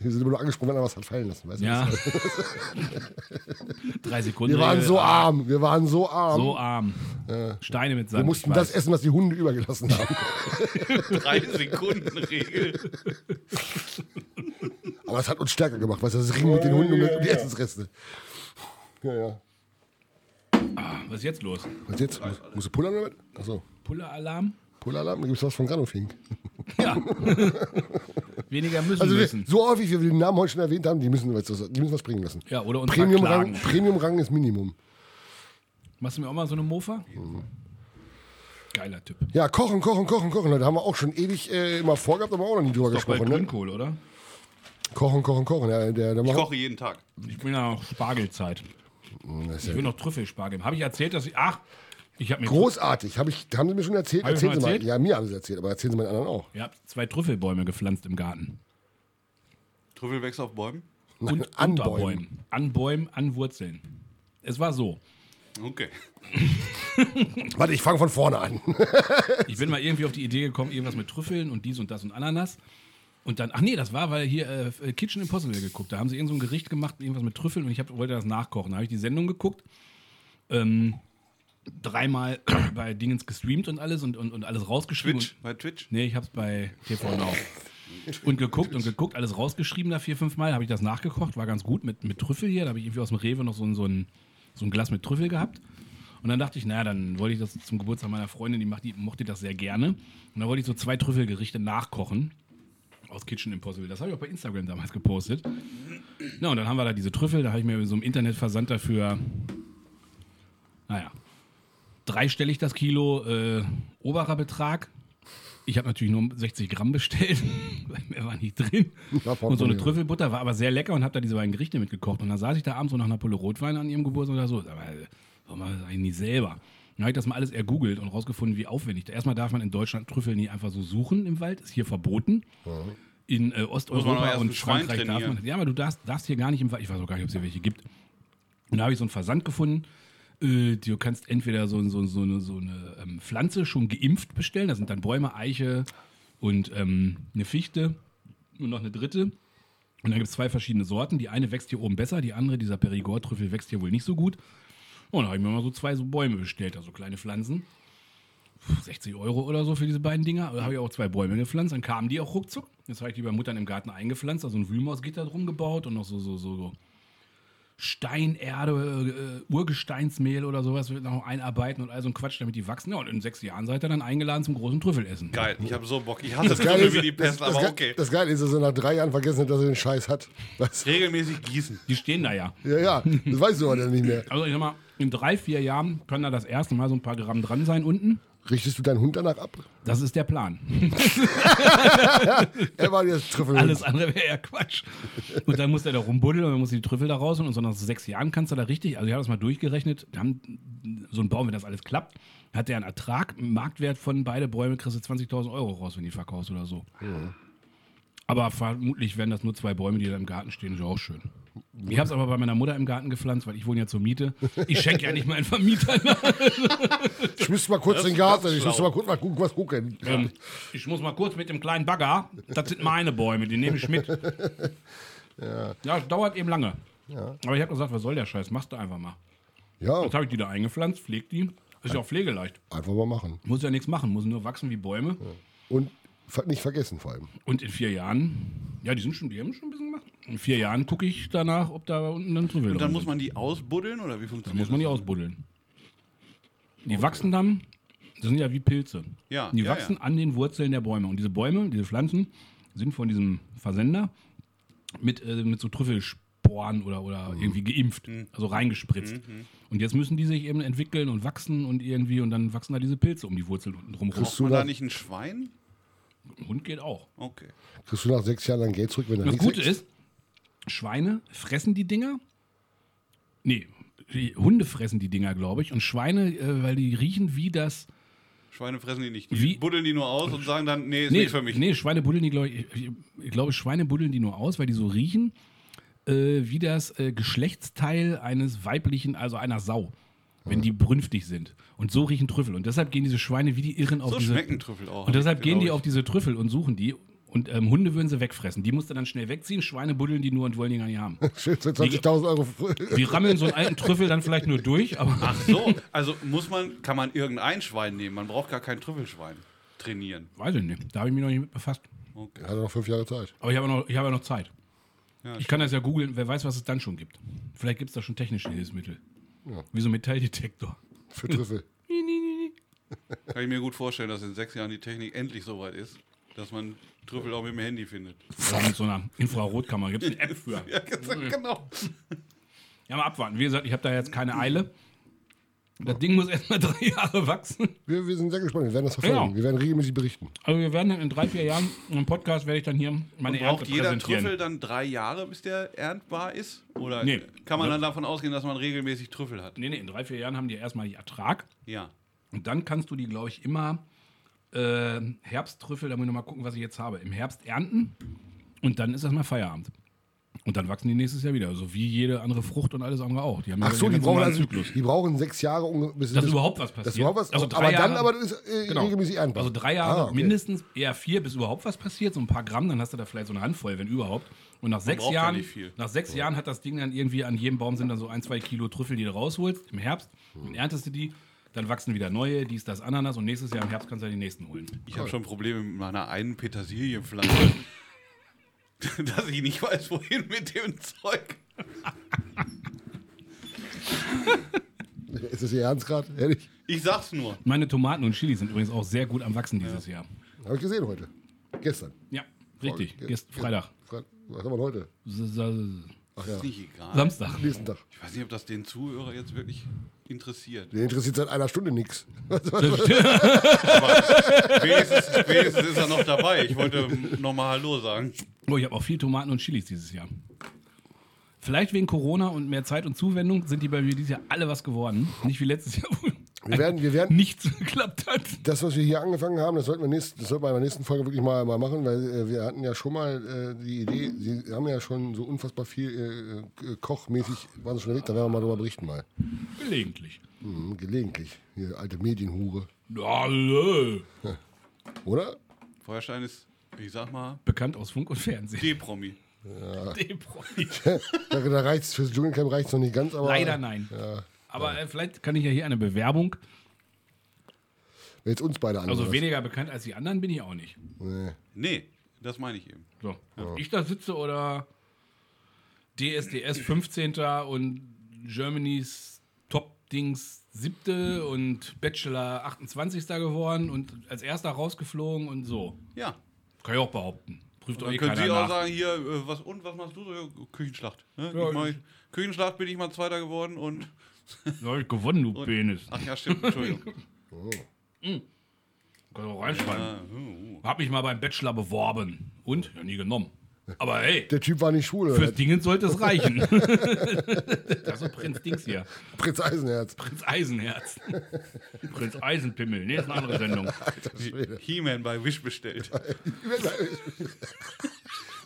Speaker 1: wir sind immer nur angesprungen, wenn einer was hat fallen lassen. Weißt du?
Speaker 3: Ja. Drei Sekunden.
Speaker 1: Wir waren so
Speaker 3: arm.
Speaker 1: arm. Wir waren so arm.
Speaker 3: So arm. Steine mit Sand.
Speaker 1: wir mussten
Speaker 3: ich
Speaker 1: das
Speaker 3: weiß.
Speaker 1: essen, was die Hunde übergelassen haben.
Speaker 2: Drei Sekunden Regel.
Speaker 1: Aber das hat uns stärker gemacht, weißt du, das Ringen mit den Hunden und die Essensreste. Ja, ja.
Speaker 3: Was ist jetzt los?
Speaker 1: Was jetzt? Muss- Musst du pullern damit? Achso,
Speaker 3: Puller-Alarm?
Speaker 1: Pullalarm? Da gibt es was von Granofink.
Speaker 3: Ja. Weniger müssen
Speaker 1: Also, wir,
Speaker 3: müssen.
Speaker 1: so häufig, wie wir den Namen heute schon erwähnt haben, die müssen, was- die müssen was bringen lassen.
Speaker 3: Ja, oder uns
Speaker 1: Premium-Rang
Speaker 3: verklagen.
Speaker 1: Premium -Rang ist Minimum.
Speaker 3: Machst du mir auch mal so eine Mofa? Geiler Typ.
Speaker 1: Ja, kochen, kochen, kochen, kochen. Leute, haben wir auch schon ewig äh, immer vorgehabt, aber auch noch nie drüber
Speaker 3: Doch bei
Speaker 1: gesprochen. Ne?
Speaker 3: Grünkohl, oder?
Speaker 1: Kochen, kochen, kochen. Ja, der, der
Speaker 2: Ich
Speaker 1: macht-
Speaker 2: koche jeden Tag.
Speaker 3: Ich bin ja noch Spargelzeit.
Speaker 1: Hm, Das ist
Speaker 3: Ich
Speaker 1: ja
Speaker 3: will noch Trüffelspargel. Habe ich erzählt, dass ich. Ach, ich habe mir.
Speaker 1: großartig. Hab ich, haben sie mir schon erzählt?
Speaker 3: Hab ich
Speaker 1: Erzählen
Speaker 3: schon
Speaker 1: sie mal.
Speaker 3: erzählt?
Speaker 1: Ja, mir haben sie erzählt, aber erzählen sie mal den anderen auch.
Speaker 3: Ich habe zwei Trüffelbäume gepflanzt im Garten.
Speaker 2: Trüffel wächst auf Bäumen?
Speaker 3: Und
Speaker 1: an
Speaker 3: unter
Speaker 1: Bäumen.
Speaker 3: Bäumen. An Bäumen, an Wurzeln. Es war so.
Speaker 2: Okay.
Speaker 1: Warte, ich fange von vorne an.
Speaker 3: Ich bin mal irgendwie auf die Idee gekommen, irgendwas mit Trüffeln und dies und das und Ananas. Und dann, ach nee, das war, weil hier äh, Kitchen Impossible geguckt. Da haben sie irgend so ein Gericht gemacht, irgendwas mit Trüffeln und ich hab, wollte das nachkochen. Da habe ich die Sendung geguckt, ähm, dreimal bei Dingens gestreamt und alles und, und, und alles rausgeschrieben.
Speaker 2: Twitch, bei Twitch.
Speaker 3: Nee, ich hab's bei TV Now. Und geguckt und geguckt, alles rausgeschrieben da vier, fünf Mal, habe ich das nachgekocht, war ganz gut mit, mit Trüffel hier. Da habe ich irgendwie aus dem Rewe noch so ein, so, ein, so ein Glas mit Trüffel gehabt. Und dann dachte ich, naja, dann wollte ich das zum Geburtstag meiner Freundin, die, macht, die mochte das sehr gerne. Und dann wollte ich so zwei Trüffelgerichte nachkochen aus Kitchen Impossible. Das habe ich auch bei Instagram damals gepostet. Na, und dann haben wir da diese Trüffel, da habe ich mir so im Internetversand dafür, naja, dreistellig das Kilo äh, oberer Betrag. Ich habe natürlich nur 60 Gramm bestellt, weil mehr war nicht drin.
Speaker 1: Ja,
Speaker 3: Und so eine
Speaker 1: Problem.
Speaker 3: Trüffelbutter war aber sehr lecker und habe da diese beiden Gerichte mitgekocht. Und dann saß ich da abends so nach einer Pulle Rotwein an ihrem Geburtstag oder so. Sag mal, warum machen wir das eigentlich nicht selber? Dann habe ich das mal alles ergoogelt und rausgefunden, wie aufwendig. Erstmal darf man in Deutschland Trüffel nie einfach so suchen im Wald, ist hier verboten. In äh,
Speaker 2: Muss man aber
Speaker 3: Osteuropa
Speaker 2: erst
Speaker 3: und
Speaker 2: ein Schwein
Speaker 3: Frankreich darf
Speaker 2: trainieren.
Speaker 3: man. Ja, aber du darfst, darfst hier gar nicht im Wald. Ich weiß auch gar nicht, ob es hier welche gibt. Und da habe ich so einen Versand gefunden. Äh, du kannst entweder so, so, so eine, so eine ähm, Pflanze schon geimpft bestellen. Das sind dann Bäume, Eiche und ähm, eine Fichte und noch eine dritte. Und dann gibt es zwei verschiedene Sorten. Die eine wächst hier oben besser, die andere, dieser Perigord-Trüffel, wächst hier wohl nicht so gut. Und da habe ich mir mal so zwei so Bäume bestellt, also kleine Pflanzen. Puh, 60 Euro oder so für diese beiden Dinger. Da habe ich auch zwei Bäume gepflanzt. Dann kamen die auch ruckzuck. Jetzt habe ich die bei Muttern im Garten eingepflanzt, also ein Wühlmausgitter drum gebaut und noch so, so, so, so Steinerde, äh, Urgesteinsmehl oder sowas wird noch einarbeiten und all so ein Quatsch, damit die wachsen. Ja, und in sechs Jahren seid ihr dann eingeladen zum großen Trüffelessen.
Speaker 2: Geil, ich habe so Bock. Ich hasse das
Speaker 1: Geil
Speaker 2: Trüffel wie die Pest,
Speaker 1: das,
Speaker 2: aber
Speaker 1: Ge-
Speaker 2: okay.
Speaker 1: das Geile ist, dass er nach drei Jahren vergessen hat, dass er den Scheiß hat. Weißt du?
Speaker 2: Regelmäßig gießen.
Speaker 3: Die stehen da ja.
Speaker 1: Ja, ja, das weißt du aber dann nicht mehr.
Speaker 3: Also ich sag mal, in drei, vier Jahren können da das erste Mal so ein paar Gramm dran sein unten.
Speaker 1: Richtest du deinen Hund danach ab?
Speaker 3: Das ist der Plan.
Speaker 1: Er war jetzt Trüffel.
Speaker 3: Alles andere wäre ja Quatsch. Und dann muss er da rumbuddeln und dann muss die Trüffel da raus und so nach sechs Jahren kannst du da richtig, also ich habe das mal durchgerechnet, wir haben so ein Baum, wenn das alles klappt, hat der einen Ertrag, einen Marktwert von beide Bäume kriegst du 20.000 Euro raus, wenn die verkaufst oder so. Aber vermutlich wären das nur zwei Bäume, die da im Garten stehen, ist ja auch schön. Ich habe es aber bei meiner Mutter im Garten gepflanzt, weil ich wohne ja zur Miete. Ich schenke ja nicht meinen Vermietern.
Speaker 1: Ich müsste mal kurz den Garten, ich
Speaker 2: schlau.
Speaker 1: müsste mal kurz mal gucken, was gucken.
Speaker 3: Ähm, ich muss mal kurz mit dem kleinen Bagger, das sind meine Bäume, die nehme ich mit. ja. es dauert eben lange. Aber ich habe gesagt, was soll der Scheiß? Machst du einfach mal.
Speaker 1: Ja,
Speaker 3: Jetzt habe ich die da eingepflanzt, pflegt die. Ist ja auch pflegeleicht.
Speaker 1: einfach mal machen.
Speaker 3: Muss ja nichts machen, muss nur wachsen wie Bäume.
Speaker 1: Und ver- nicht vergessen vor allem.
Speaker 3: Und in vier Jahren, ja, die sind schon, die haben schon ein bisschen gemacht. In vier Jahren gucke ich danach, ob da unten dann Trüffel
Speaker 2: Und dann
Speaker 3: drin
Speaker 2: muss
Speaker 3: sind.
Speaker 2: man die ausbuddeln oder wie
Speaker 3: Dann
Speaker 2: funktioniert
Speaker 3: muss man die ausbuddeln. Die wachsen dann, das sind ja wie Pilze.
Speaker 2: Ja,
Speaker 3: die
Speaker 2: ja,
Speaker 3: wachsen
Speaker 2: ja.
Speaker 3: an den Wurzeln der Bäume. Und diese Bäume, diese Pflanzen, sind von diesem Versender mit, äh, mit so Trüffelsporen oder, oder
Speaker 2: Mhm.
Speaker 3: irgendwie geimpft, also reingespritzt. Und jetzt müssen die sich eben entwickeln und wachsen und irgendwie, und dann wachsen da diese Pilze um die Wurzeln unten drum rum.
Speaker 2: das? Braucht man da nicht ein Schwein?
Speaker 3: Hund geht auch.
Speaker 2: Okay.
Speaker 1: Kriegst du nach sechs Jahren dein Geld zurück, wenn er
Speaker 3: Das
Speaker 1: nichts
Speaker 3: Gute
Speaker 1: wächst?
Speaker 3: ist, Schweine fressen die Dinger. Nee, die Hunde fressen die Dinger, glaube ich. Und Schweine, äh, weil die riechen wie das.
Speaker 2: Schweine fressen die nicht. Die
Speaker 3: Wie-
Speaker 2: buddeln die nur aus und sagen dann, nee, ist
Speaker 3: Nee,
Speaker 2: nichts für mich.
Speaker 3: nee Schweine buddeln die, glaube ich, ich, ich glaube, Schweine buddeln die nur aus, weil die so riechen äh, wie das äh, Geschlechtsteil eines weiblichen, also einer Sau, wenn die brünftig sind. Und so riechen Trüffel. Und deshalb gehen diese Schweine wie die Irren auf
Speaker 2: So
Speaker 3: diese.
Speaker 2: schmecken Trüffel auch.
Speaker 3: Und deshalb gehen die
Speaker 2: glaub
Speaker 3: auf diese Trüffel und suchen die. Und ähm, Hunde würden sie wegfressen. Die musst du dann schnell wegziehen. Schweine buddeln die nur und wollen die gar nicht haben.
Speaker 1: Schön, 20.000 Euro.
Speaker 3: Die rammeln so einen alten Trüffel dann vielleicht nur durch, aber.
Speaker 2: ich. Ach so, also muss man, kann man irgendein Schwein nehmen. Man braucht gar kein Trüffelschwein trainieren.
Speaker 3: Weiß ich nicht. Da habe ich mich noch nicht mit befasst.
Speaker 1: Er hat noch fünf Jahre Zeit.
Speaker 3: Aber ich habe ja noch, ich habe ja noch Zeit. ich kann das ja googeln. Wer weiß, was es dann schon gibt. Vielleicht gibt es da schon technische Hilfsmittel. Wie so ein Metalldetektor.
Speaker 1: Für Trüffel.
Speaker 2: Kann ich mir gut vorstellen, dass in sechs Jahren die Technik endlich so weit ist, dass man Trüffel auch mit dem Handy findet.
Speaker 3: Oder mit so einer Infrarotkamera. Gibt es eine App für.
Speaker 2: Ja, genau.
Speaker 3: Ja, mal abwarten. Wie gesagt, ich habe da jetzt keine Eile. Das Ding muss erst mal drei Jahre wachsen.
Speaker 1: Wir, wir sind sehr gespannt. Wir werden das verfolgen.
Speaker 3: Genau.
Speaker 1: Wir werden regelmäßig berichten.
Speaker 3: Also wir werden dann in drei, vier Jahren im Podcast werde ich dann hier meine
Speaker 2: Braucht
Speaker 3: Ernte
Speaker 2: jeder
Speaker 3: präsentieren.
Speaker 2: Trüffel dann drei Jahre, bis der erntbar ist? Oder
Speaker 3: Nee.
Speaker 2: kann man dann davon ausgehen, dass man regelmäßig Trüffel hat?
Speaker 3: Nee, nee, in drei, vier Jahren haben die erstmal die Ertrag.
Speaker 2: Ja.
Speaker 3: Und dann kannst du die, glaube ich, immer äh, Herbsttrüffel, da muss ich nochmal gucken, was ich jetzt habe, im Herbst ernten. Und dann ist erstmal Feierabend. Und dann wachsen die nächstes Jahr wieder. So wie jede andere Frucht und alles andere auch. Die haben
Speaker 1: Ach so,
Speaker 3: ihren
Speaker 1: die
Speaker 3: ganz
Speaker 1: brauchen,
Speaker 3: normalen
Speaker 1: also, die brauchen sechs Jahre, um, bis
Speaker 3: Dass
Speaker 1: bis-
Speaker 3: überhaupt was passiert.
Speaker 1: Dass überhaupt was,
Speaker 3: Also
Speaker 1: aber
Speaker 3: drei
Speaker 1: dann
Speaker 3: Jahre-
Speaker 1: aber das ist äh,
Speaker 3: Genau.
Speaker 1: regelmäßig einbar.
Speaker 3: Also drei Jahre
Speaker 1: Ah, okay.
Speaker 3: mindestens, eher vier, bis überhaupt was passiert. So ein paar Gramm, dann hast du da vielleicht so eine Handvoll, wenn überhaupt. Und nach sechs
Speaker 2: braucht ja
Speaker 3: Jahren,
Speaker 2: nicht viel.
Speaker 3: nach sechs Jahren hat das Ding dann irgendwie an jedem Baum sind dann so ein, zwei Kilo Trüffel, die du rausholst im Herbst.
Speaker 2: Hm.
Speaker 3: Dann erntest du die, dann wachsen wieder neue, dies, das, Ananas. Und nächstes Jahr im Herbst kannst du ja die nächsten holen.
Speaker 2: Ich habe schon Probleme mit meiner einen Petersilienpflanze, dass ich nicht weiß, wohin mit dem Zeug.
Speaker 1: Ist das Ihr Ernst gerade? Ehrlich?
Speaker 2: Ich sag's nur.
Speaker 3: Meine Tomaten und Chili sind übrigens auch sehr gut am Wachsen dieses Jahr.
Speaker 1: Habe ich gesehen heute. Gestern.
Speaker 3: Ja, richtig.
Speaker 1: Ge-
Speaker 3: Gest
Speaker 1: ge-
Speaker 3: Freitag.
Speaker 1: Fre- Was haben wir heute?
Speaker 3: S -s
Speaker 1: Ach ja,
Speaker 2: Ist nicht egal.
Speaker 3: Samstag.
Speaker 1: nächsten Tag.
Speaker 2: Ich weiß nicht, ob das den Zuhörer jetzt wirklich interessiert.
Speaker 1: Den interessiert seit einer Stunde nichts.
Speaker 2: Wenigstens, wenigstens ist er noch dabei. Ich wollte nochmal Hallo sagen.
Speaker 3: Oh, ich habe auch viel Tomaten und Chilis dieses Jahr. Vielleicht wegen Corona und mehr Zeit und Zuwendung sind die bei mir dieses Jahr alle was geworden. Nicht wie letztes Jahr, wo
Speaker 1: Wir werden, wir werden
Speaker 3: nichts geklappt hat.
Speaker 1: das, was wir hier angefangen haben, das sollten wir, nächst, das sollten wir in der nächsten Folge wirklich mal, mal machen, weil äh, wir hatten ja schon mal äh, die Idee, Sie haben ja schon so unfassbar viel äh, äh, kochmäßig, waren Sie schon weg, da werden wir mal drüber berichten mal.
Speaker 3: Gelegentlich.
Speaker 1: Hm, gelegentlich, hier alte Medienhure,
Speaker 3: Alle.
Speaker 1: oder?
Speaker 2: Feuerstein ist, ich sag mal,
Speaker 3: Bekannt aus Funk und Fernsehen.
Speaker 2: D-Promi.
Speaker 1: Da, da reicht es, fürs Dschungelcamp reicht es noch nicht ganz, aber
Speaker 3: Leider nein. Aber äh, vielleicht kann ich ja hier eine Bewerbung.
Speaker 1: wenn jetzt uns beide anhören.
Speaker 3: Also weniger bekannt als die anderen bin ich auch nicht.
Speaker 1: Nee.
Speaker 2: Nee, das meine ich eben.
Speaker 3: So. Ob ich da sitze oder DSDS 15. und Germany's Top-Dings 7. und Bachelor 28. geworden und als erster rausgeflogen und so.
Speaker 2: Ja.
Speaker 3: Kann ich auch behaupten. Prüft
Speaker 2: Dann
Speaker 3: euch
Speaker 2: können
Speaker 3: eh keiner
Speaker 2: Sie auch
Speaker 3: nach.
Speaker 2: sagen, hier, äh, was und was machst du so? Ja, Küchenschlacht. Ne?
Speaker 3: Ja,
Speaker 2: ich mach, Küchenschlacht bin ich mal Zweiter geworden und.
Speaker 3: Da hab ich gewonnen, du Penis.
Speaker 2: Ach ja, stimmt, Entschuldigung.
Speaker 3: Kann auch reinschreiben.
Speaker 2: Ah, uh, uh.
Speaker 3: Hab mich mal beim Bachelor beworben. Und? Ja, nie genommen. Aber hey,
Speaker 1: Der Typ war nicht schwul, oder?
Speaker 3: fürs Dingen sollte es reichen. das ist Prinz Dings hier.
Speaker 1: Prinz Eisenherz.
Speaker 3: Prinz Eisenherz. Prinz Eisenpimmel. Nee, ist eine andere Sendung.
Speaker 2: He-Man bei Wish bestellt.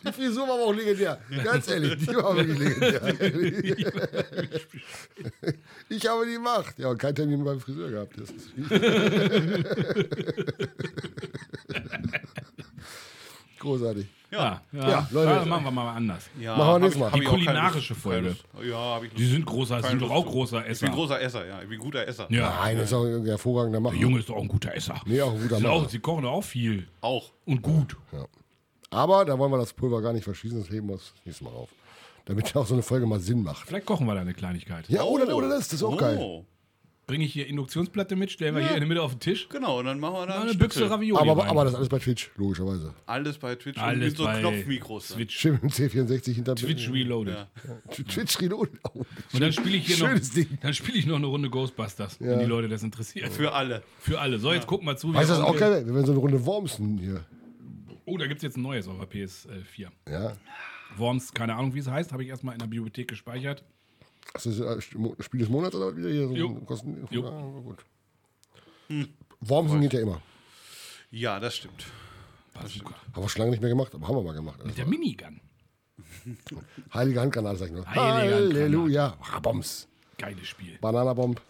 Speaker 1: Die Frisur war aber auch legendär. Ganz ehrlich, die war wirklich legendär. Ich habe die Macht. Ja, und keinen Termin beim Friseur gehabt. Das ist Großartig.
Speaker 3: Ja, ja.
Speaker 1: Ja, Leute. äh,
Speaker 3: Ja, machen wir mal anders.
Speaker 2: Ja,
Speaker 1: Machen wir
Speaker 2: hab
Speaker 1: nächstes
Speaker 2: ich-
Speaker 1: Mal.
Speaker 2: hab
Speaker 3: Die
Speaker 2: ich auch keine
Speaker 3: kulinarische
Speaker 2: Lust-
Speaker 3: Folge.
Speaker 2: keine Lust. Ja, habe ich Lust.
Speaker 3: Die sind großer, sind doch auch großer
Speaker 2: Ich bin
Speaker 3: Esser.
Speaker 2: großer Esser, ja. Ich bin guter Esser.
Speaker 3: Ja,
Speaker 1: Nein, das ist auch ein hervorragender Macher.
Speaker 3: der Junge ist doch auch ein guter Esser.
Speaker 1: Nee, auch ein guter
Speaker 3: Sind
Speaker 1: Macher.
Speaker 3: auch, sie kochen doch auch viel
Speaker 2: Auch.
Speaker 3: und gut.
Speaker 1: Aber da wollen wir das Pulver gar nicht verschießen, das heben wir uns nächstes Mal auf. Damit auch so eine Folge mal Sinn macht.
Speaker 3: Vielleicht kochen wir da eine Kleinigkeit.
Speaker 1: Ja, oder, oder das, das ist auch
Speaker 2: Oh,
Speaker 1: geil.
Speaker 3: Bringe ich hier Induktionsplatte mit, stellen wir
Speaker 2: Ja.
Speaker 3: hier in der Mitte auf den Tisch.
Speaker 2: Genau, und dann machen wir da
Speaker 3: Mal
Speaker 2: einen
Speaker 3: Eine Büchse
Speaker 2: Schnitzel.
Speaker 3: Ravioli.
Speaker 1: Aber,
Speaker 3: rein.
Speaker 1: aber das alles bei Twitch, logischerweise.
Speaker 2: Alles bei Twitch und
Speaker 3: Alles
Speaker 2: mit so
Speaker 3: bei
Speaker 2: Knopfmikros. ne? dann.
Speaker 3: Switch,
Speaker 1: Schön mit C64 hinter
Speaker 3: Switch Reloaded.
Speaker 2: Ja.
Speaker 1: Twitch Reload. Oh,
Speaker 3: Und dann spiele ich hier
Speaker 1: Schönes
Speaker 3: noch,
Speaker 1: Ding.
Speaker 3: dann spiele ich noch eine Runde Ghostbusters, wenn die Leute das interessiert. Für,
Speaker 2: Für alle.
Speaker 3: alle. So, jetzt gucken wir zu. wie
Speaker 1: Weißt du, das
Speaker 3: wir-
Speaker 1: ist auch geil? wäre? Wir werden so eine Runde Wormsen hier.
Speaker 3: Oh, da gibt es jetzt ein neues auf der PS4.
Speaker 1: Ja.
Speaker 3: äh, Worms, keine Ahnung, wie es heißt, habe ich erstmal in der Bibliothek gespeichert.
Speaker 1: Das ist äh, Spiel des Monats oder was wieder hier so
Speaker 3: Jo.
Speaker 1: Kosten.
Speaker 3: Jo.
Speaker 1: Ah, gut.
Speaker 2: Hm.
Speaker 1: Wormsen geht ja immer.
Speaker 2: Ja, das stimmt.
Speaker 3: Bazooka.
Speaker 1: Haben wir schon lange nicht mehr gemacht, aber haben wir mal gemacht. Also,
Speaker 3: Der Minigun.
Speaker 1: heilige Handgranate, sag ich nur.
Speaker 3: Heilige Handgranate. Ah,
Speaker 1: Halleluja. Raboms.
Speaker 3: Geiles Spiel.
Speaker 1: Bananabomb.